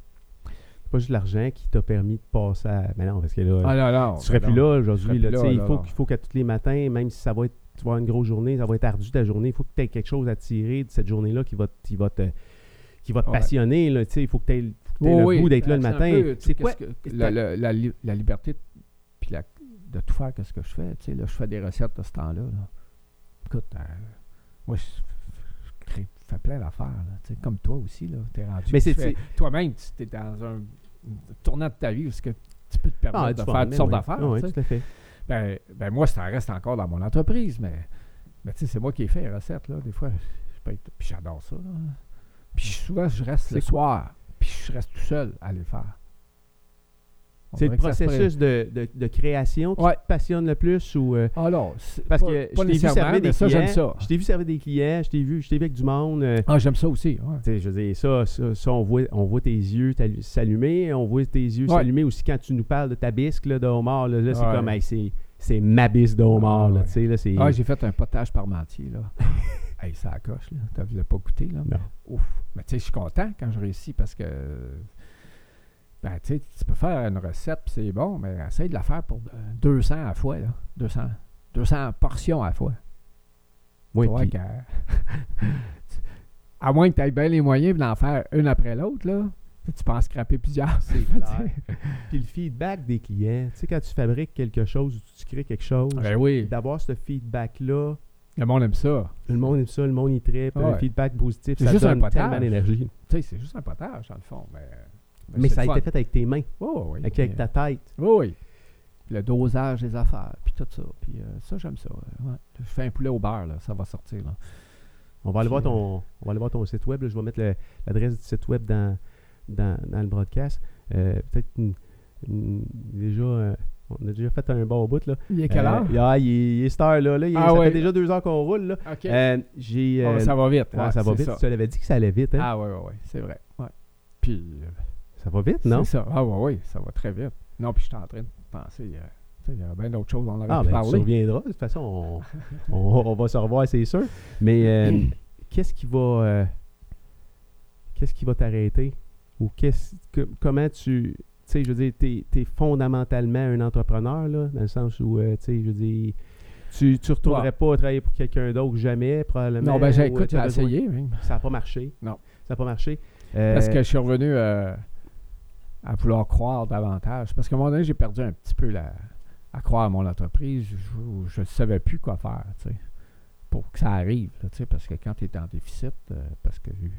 C'est pas juste l'argent qui t'a permis de passer à. Mais non, parce que là,
Ah non, non.
tu serais
ben
plus
non.
là
serais
aujourd'hui.
plus
là,
là,
tu sais, Il
là,
faut,
là.
qu'il faut qu'à tous les matins, même si ça va être. Tu vas avoir une grosse journée, ça va être ardu ta journée, il faut que tu aies quelque chose à tirer de cette journée-là qui va, t- qui va te, qui va te
Ouais.
passionner. là, tu sais, il faut que tu aies,
Oui,
le
Oh oui,
goût d'être là le
c'est un
matin.
peu, tu-
C'est quoi-
qu'est-ce que-
c'est
la,
ta-
la- la li- la liberté de- puis la- de tout faire, qu'est-ce que je fais? Tu sais, là, je fais des recettes de ce temps-là. là. Écoute, euh, moi, je, je crée- je fais plein d'affaires. là, tu sais, Comme toi aussi, là, t'es rendu. tu
Mais c'est-
fais-
c'est-
Toi-même, tu es dans un tournant de ta vie où est-ce que tu peux te permettre
Ah,
de
tu
faire
vas-
toutes
mais
sortes
oui.
d'affaires.
Ah, oui,
tu sais.
tout à fait.
ben, ben, moi, ça reste encore dans mon entreprise, mais, mais tu sais, c'est moi qui ai fait les recettes, là, des fois. je peux être- Puis j'adore ça, là. Puis souvent, je reste le
C'est-
soir, puis je reste tout seul à les faire. On
C'est le
dirait que ça se prend-
processus de, de- de création qui
Ouais.
te passionne le plus ou. euh,
Ah non, c'est
parce
pas-
que
pas
je t'ai vu
nécessairement,
servir des
mais ça, j'aime ça.
clients. Je t'ai vu servir des clients, je t'ai vu, je t'ai vu avec du monde. euh,
Ah, j'aime ça aussi, ouais.
Tu sais, je veux dire, ça, ça, ça, on, voit, on voit tes yeux t'allu- s'allumer, on voit tes yeux
Ouais.
s'allumer aussi quand tu nous parles de ta bisque là, de homard. Là, là, c'est
Ouais.
comme, Hey, c'est, c'est ma bisque de homard. là,
Ouais.
tu sais, là, c'est,
Ah, j'ai fait un potage parmentier, là. hey, ça accroche, là. T'as vu, l'as pas goûté, là.
Non.
Ouf. Mais tu sais, je suis content quand je réussis parce que. Ben, tu sais, tu peux faire une recette, puis c'est bon, mais essaye de la faire pour euh, 200 à la fois, là. 200, 200 portions à la fois.
Oui,
Tu vois
puis-
qu'à- à moins que tu aies bien les moyens puis d'en faire une après l'autre, là. Tu peux en scraper plusieurs.
c'est clair. Puis le feedback des clients, tu sais, quand tu fabriques quelque chose ou tu crées quelque chose,
Ben oui.
d'avoir ce feedback-là,
Le monde aime ça.
le monde aime ça, le monde y tripe,
Ouais.
un feedback positif,
C'est
ça
juste un
donne
potage.
tellement d'énergie.
Tu sais, c'est juste un potage, dans le fond. Mais,
Mais, ça a été fait avec tes mains,
Oh, oui.
avec, avec ta tête.
Oui, oui. Puis le dosage des affaires, puis tout ça. Puis euh, ça, j'aime ça. ouais. Ouais. Je fais un poulet au beurre, là, ça va sortir. Là.
On va aller voir
Puis,
ton, on va aller voir ton site web. là. Je vais mettre le- l'adresse du site web dans, dans, dans le broadcast. Euh, Peut-être une- une- déjà, euh, on a déjà fait un bon bout là.
Il est
Euh, il- ah, il, est- il est star là. là. Il-
Ah
ça
ouais.
fait déjà deux heures qu'on roule là.
OK.
Euh, J'ai.
Bon,
euh,
Ah, ben, ça va vite.
ouais,
ouais,
ça va
c'est
vite. Tu l'avais dit que ça allait vite. hein?
Ah oui, oui, oui, c'est vrai. Ouais. Puis, euh,
Ça va vite, non
oh, c'est ça. Ah oui, oui, ça va très vite. Non, puis je suis en train de penser, euh, tu Tu sais, Il y a bien d'autres choses, on aurait
Ah,
pu
ben, tu te
parler.
reviendras. De toute façon, on, on- on va se revoir, c'est sûr. Mais euh, qu'est-ce qui va. euh, qu'est-ce qui va t'arrêter? Ou qu'est-ce que- comment tu. Tu sais, je veux dire, t'es es fondamentalement un entrepreneur, là, dans le sens où, euh, tu sais, je veux dire, tu ne retournerais
Ouais.
pas travailler pour quelqu'un d'autre, jamais, probablement.
Non, ben,
ou,
j'ai-
euh,
écoute, j'ai
t'as besoin-
essayé, même.
Ça n'a pas marché.
Non.
Ça n'a pas marché. Euh,
Parce que je suis revenu euh, à vouloir croire davantage. Parce qu'à un moment donné, j'ai perdu un petit peu la, à croire à mon entreprise. Je ne savais plus quoi faire tu sais, pour que ça arrive. là, tu sais, parce que quand tu es en déficit, euh, parce que j'ai eu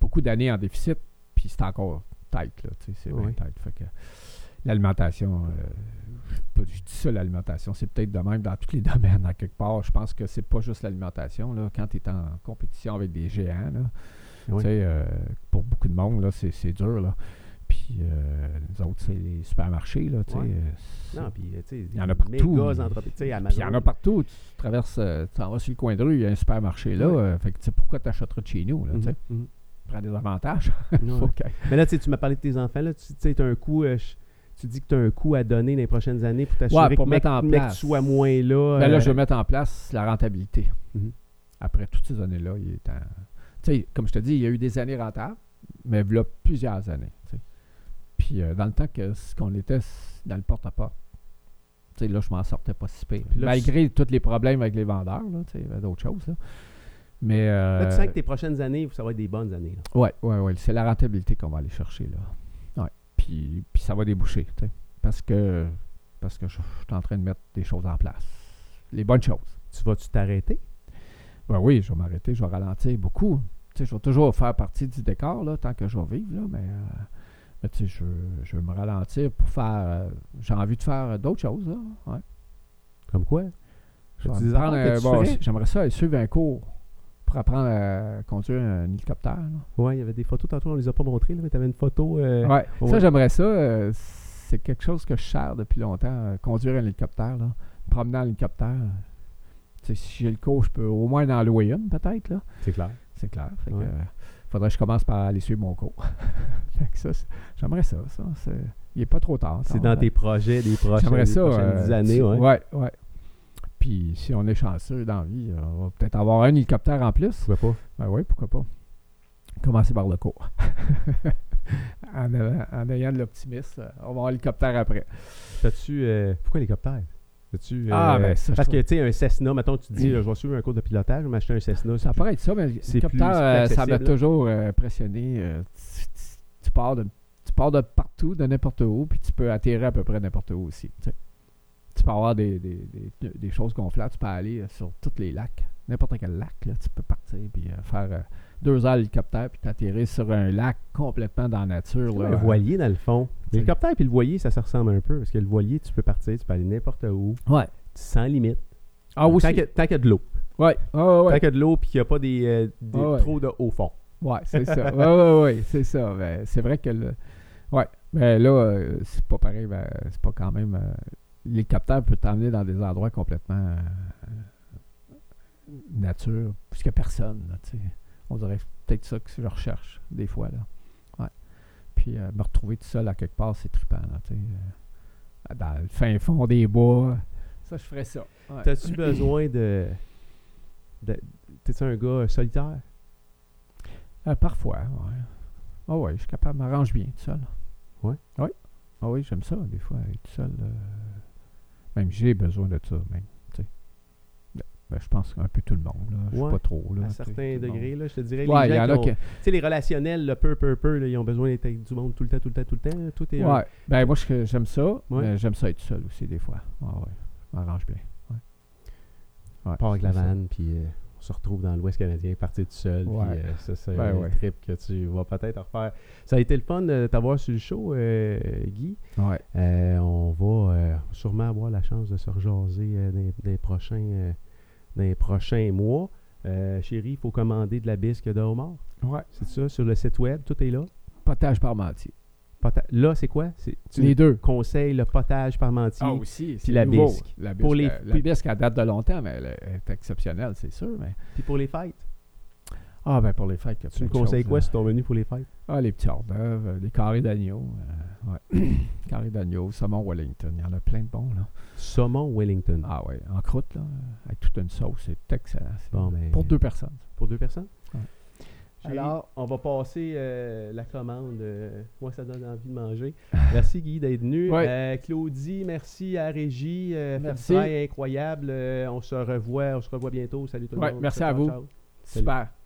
beaucoup d'années en déficit, puis c'est encore tight. là, tu sais, c'est bien
Oui.
tight. Fait que l'alimentation, euh, je- je dis ça, l'alimentation, c'est peut-être de même dans tous les domaines, à quelque part. Je pense que c'est pas juste l'alimentation. là. Quand tu es en compétition avec des géants, là,
Oui.
tu sais, euh, pour beaucoup de monde, là, c'est, c'est dur. Là. Puis euh, nous autres, c'est les supermarchés. Là, tu sais,
Ouais.
euh, c'est-
Non, puis, euh, tu sais,
Il y en a
des
partout.
mégas entreprises, tu sais,
Puis il y en a
Amazon.
partout. Tu traverses, euh, tu t'en vas sur le coin de rue, il y a un supermarché là.
Ouais.
euh, fait que tu sais, pourquoi tu achèterais de chez nous? Là, tu sais?
Mhm,
Prends des avantages.
mhm. Ouais.
OK.
Mais là, tu sais, tu m'as parlé de tes enfants. Là, tu tu sais, t'as un coup, euh, je- tu dis que tu as un coup à donner dans les prochaines années pour t'assurer
Ouais, pour
que, mec-
mettre en
mec,
place.
tu sois moins là.
Ben là,
euh,
je vais mettre en place la rentabilité.
Mhm.
Après toutes ces années-là, il est en... Tu sais, comme je te dis, il y a eu des années rentables, mais il y a plusieurs années. tu sais. Puis euh, dans le temps que ce qu'on était s- dans le porte-à-porte, tu sais, là, je m'en sortais pas si pire.
Puis là,
Malgré tous les problèmes avec les vendeurs, là, tu sais, il y avait d'autres choses. là. Mais...
là, tu
euh,
sens que tes prochaines années, ça va être des bonnes années. là.
oui, oui, oui. C'est la rentabilité qu'on va aller chercher, là. Ouais. Puis, puis ça va déboucher, tu sais. Parce que, parce que je, je suis en train de mettre des choses en place. Les bonnes choses.
Tu vas-tu t'arrêter?
Ben oui, je vais m'arrêter, je vais ralentir beaucoup. Tu sais, je vais toujours faire partie du décor, là, tant que je vais vivre, là, mais... euh, mais tu sais, je, je vais me ralentir pour faire... euh, j'ai envie de faire euh, d'autres choses, là. ouais.
Comme quoi?
Je
As-tu
vais
des
me prendre
affaires que
un-
tu
bon,
ferais?
J'aimerais ça aller suivre un cours pour apprendre à conduire un hélicoptère, là.
Ouais, il y avait des photos tantôt, on les a pas montrées, là, mais tu avais une photo. euh,
Ouais.
ouais.
Ça, j'aimerais ça. euh, c'est quelque chose que je cherche depuis longtemps. euh, conduire un hélicoptère, là. Me Promener en hélicoptère. euh, tu sais, si j'ai le cours, je peux au moins en louer une, peut-être, là.
C'est clair.
C'est clair. Fait que,
Ouais.
euh, faudrait que je commence par aller suivre mon cours. Fait que ça, c'est- j'aimerais ça, ça. c'est- Il n'est pas trop tard. ça,
C'est
on
dans
a-
tes projets des prochaines,
J'aimerais
des
ça.
prochaines
euh,
dix années.
tu-
Ouais.
ouais, ouais. Puis si on est chanceux dans la vie, euh, on va peut-être avoir un hélicoptère en plus.
Pourquoi pas?
Ben oui, pourquoi pas. Commencer par le cours. en, avant- en ayant de l'optimisme, euh, on va avoir l'hélicoptère après.
T'as-tu. euh, pourquoi l'hélicoptère? T'as-tu,
Ah,
euh,
ben, ça, je
Parce que,
trouve-
tu sais, un Cessna, mettons, tu te dis, là, je vais suivre un cours de pilotage, je vais m'acheter un Cessna.
Ça pourrait être ça, mais
c'est plus-
l'hélicoptère,
c'est
euh,
plus
ça m'a
accessible, là.
toujours euh, impressionné. Euh, tu, tu- tu pars de, tu pars de partout, de n'importe où, puis tu peux atterrir à peu près n'importe où aussi. tu sais. Tu peux avoir des, des, des, des choses gonflables, tu peux aller euh, sur tous les lacs, n'importe quel lac, là, tu peux partir puis euh, faire euh, deux heures d'hélicoptère, puis t'atterrir sur un lac complètement dans la nature.
Ouais,
là,
un
euh,
voilier dans le fond.
T'sais.
L'hélicoptère et le voilier, ça se ressemble un peu. Parce que le voilier, tu peux partir, tu peux aller n'importe où,
Ouais.
sans limite.
Ah,
tant
aussi.
qu'il y a- tant qu'il y a de l'eau.
Ouais, Ah, ouais,
Tant
ouais.
qu'il y a de l'eau puis qu'il n'y a pas des, euh, des-
Ah ouais.
trop de haut fond.
Ouais, c'est ça. Ouais, ouais, ouais, c'est ça. Ben, c'est vrai que le. Ouais. Mais là, euh, c'est pas pareil. ben, c'est pas quand même. euh, L'hélicoptère peut t'emmener dans des endroits complètement. euh, nature, puisque personne, là, tu sais. On dirait peut-être ça que je recherche, des fois, là. Ouais. Puis euh, me retrouver tout seul à quelque part, c'est trippant, là, tu sais. euh, dans le fin fond des bois. Ça, je ferais ça. Ouais.
T'as-tu besoin de. de- T'es-tu un gars solitaire?
Euh, parfois, ouais. Ah ouais, je suis capable, je m'arrange bien tout seul.
Ouais?
Oui. Ah oui, j'aime ça, des fois, être tout seul. euh, même j'ai besoin de ça, même. tu sais. Ben, ben, je pense un peu tout le monde, là. Je suis
Ouais,
pas trop, là.
à
tu sais,
certains
tout le monde.
degrés, là, je te dirais.
Ouais, il
les
y
gens
en
qui
a qui.
ont- Tu sais, les relationnels, le peu, peu, peu, là, ils ont besoin d'être avec du monde tout le temps, tout le temps, tout le temps. là. Toi, t'es un-
Ouais. Ben, moi, je- j'aime ça, mais j'aime ça être tout seul aussi, des fois. Ah ouais, je m'arrange bien. Ouais. Ouais,
On part avec
c'est
la
ça.
vanne, puis euh, on se retrouve dans l'Ouest canadien, partir tout seul. puis,
Ouais.
euh, ça, c'est
Ben
un
ouais.
trip que tu vas peut-être refaire. Ça a été le fun de t'avoir sur le show, euh, Guy.
Ouais.
Euh, on va euh, sûrement avoir la chance de se rejaser euh, dans, les- dans les prochains, euh, dans les prochains mois. Euh, chérie, il faut commander de la bisque de homard.
Ouais.
C'est ça, sur le site web, tout est là.
Potage parmentier.
Pota- là, c'est quoi? C'est- Tu
Les deux. Ah
conseilles le potage parmentier.
aussi.
c'est
Puis
nouveau.
La bisque,
Pour les-
euh, la bisque, elle date de longtemps, mais elle est exceptionnelle, c'est sûr. Mais
Puis pour les fêtes,
Ah ben pour les fêtes, il y a
tu
plein
me
de choses,
conseilles quoi
là.
sur ton menu pour les fêtes?
Ah, les petits hors-d'œuvre, euh, les carrés d'agneau. euh, ouais. carrés d'agneau, saumon Wellington. Il y en a plein de bons, là.
Saumon Wellington.
Ah ouais, en croûte, là, avec toute une sauce. C'est excellent. C'est
Bon, ben,
Pour deux personnes.
Pour deux personnes?
Ouais.
Chérie,
Alors-
on va passer euh, la commande. euh, moi, ça donne envie de manger. Merci, Guy, d'être venu.
Ouais.
Euh, Claudie, merci à Régie. euh, fait
Merci.
du travail incroyable. Euh, on se revoit. On se revoit bientôt. Salut tout le
Ouais,
monde.
merci
Ciao,
à
ciao,
vous.
ciao. Salut.
Super.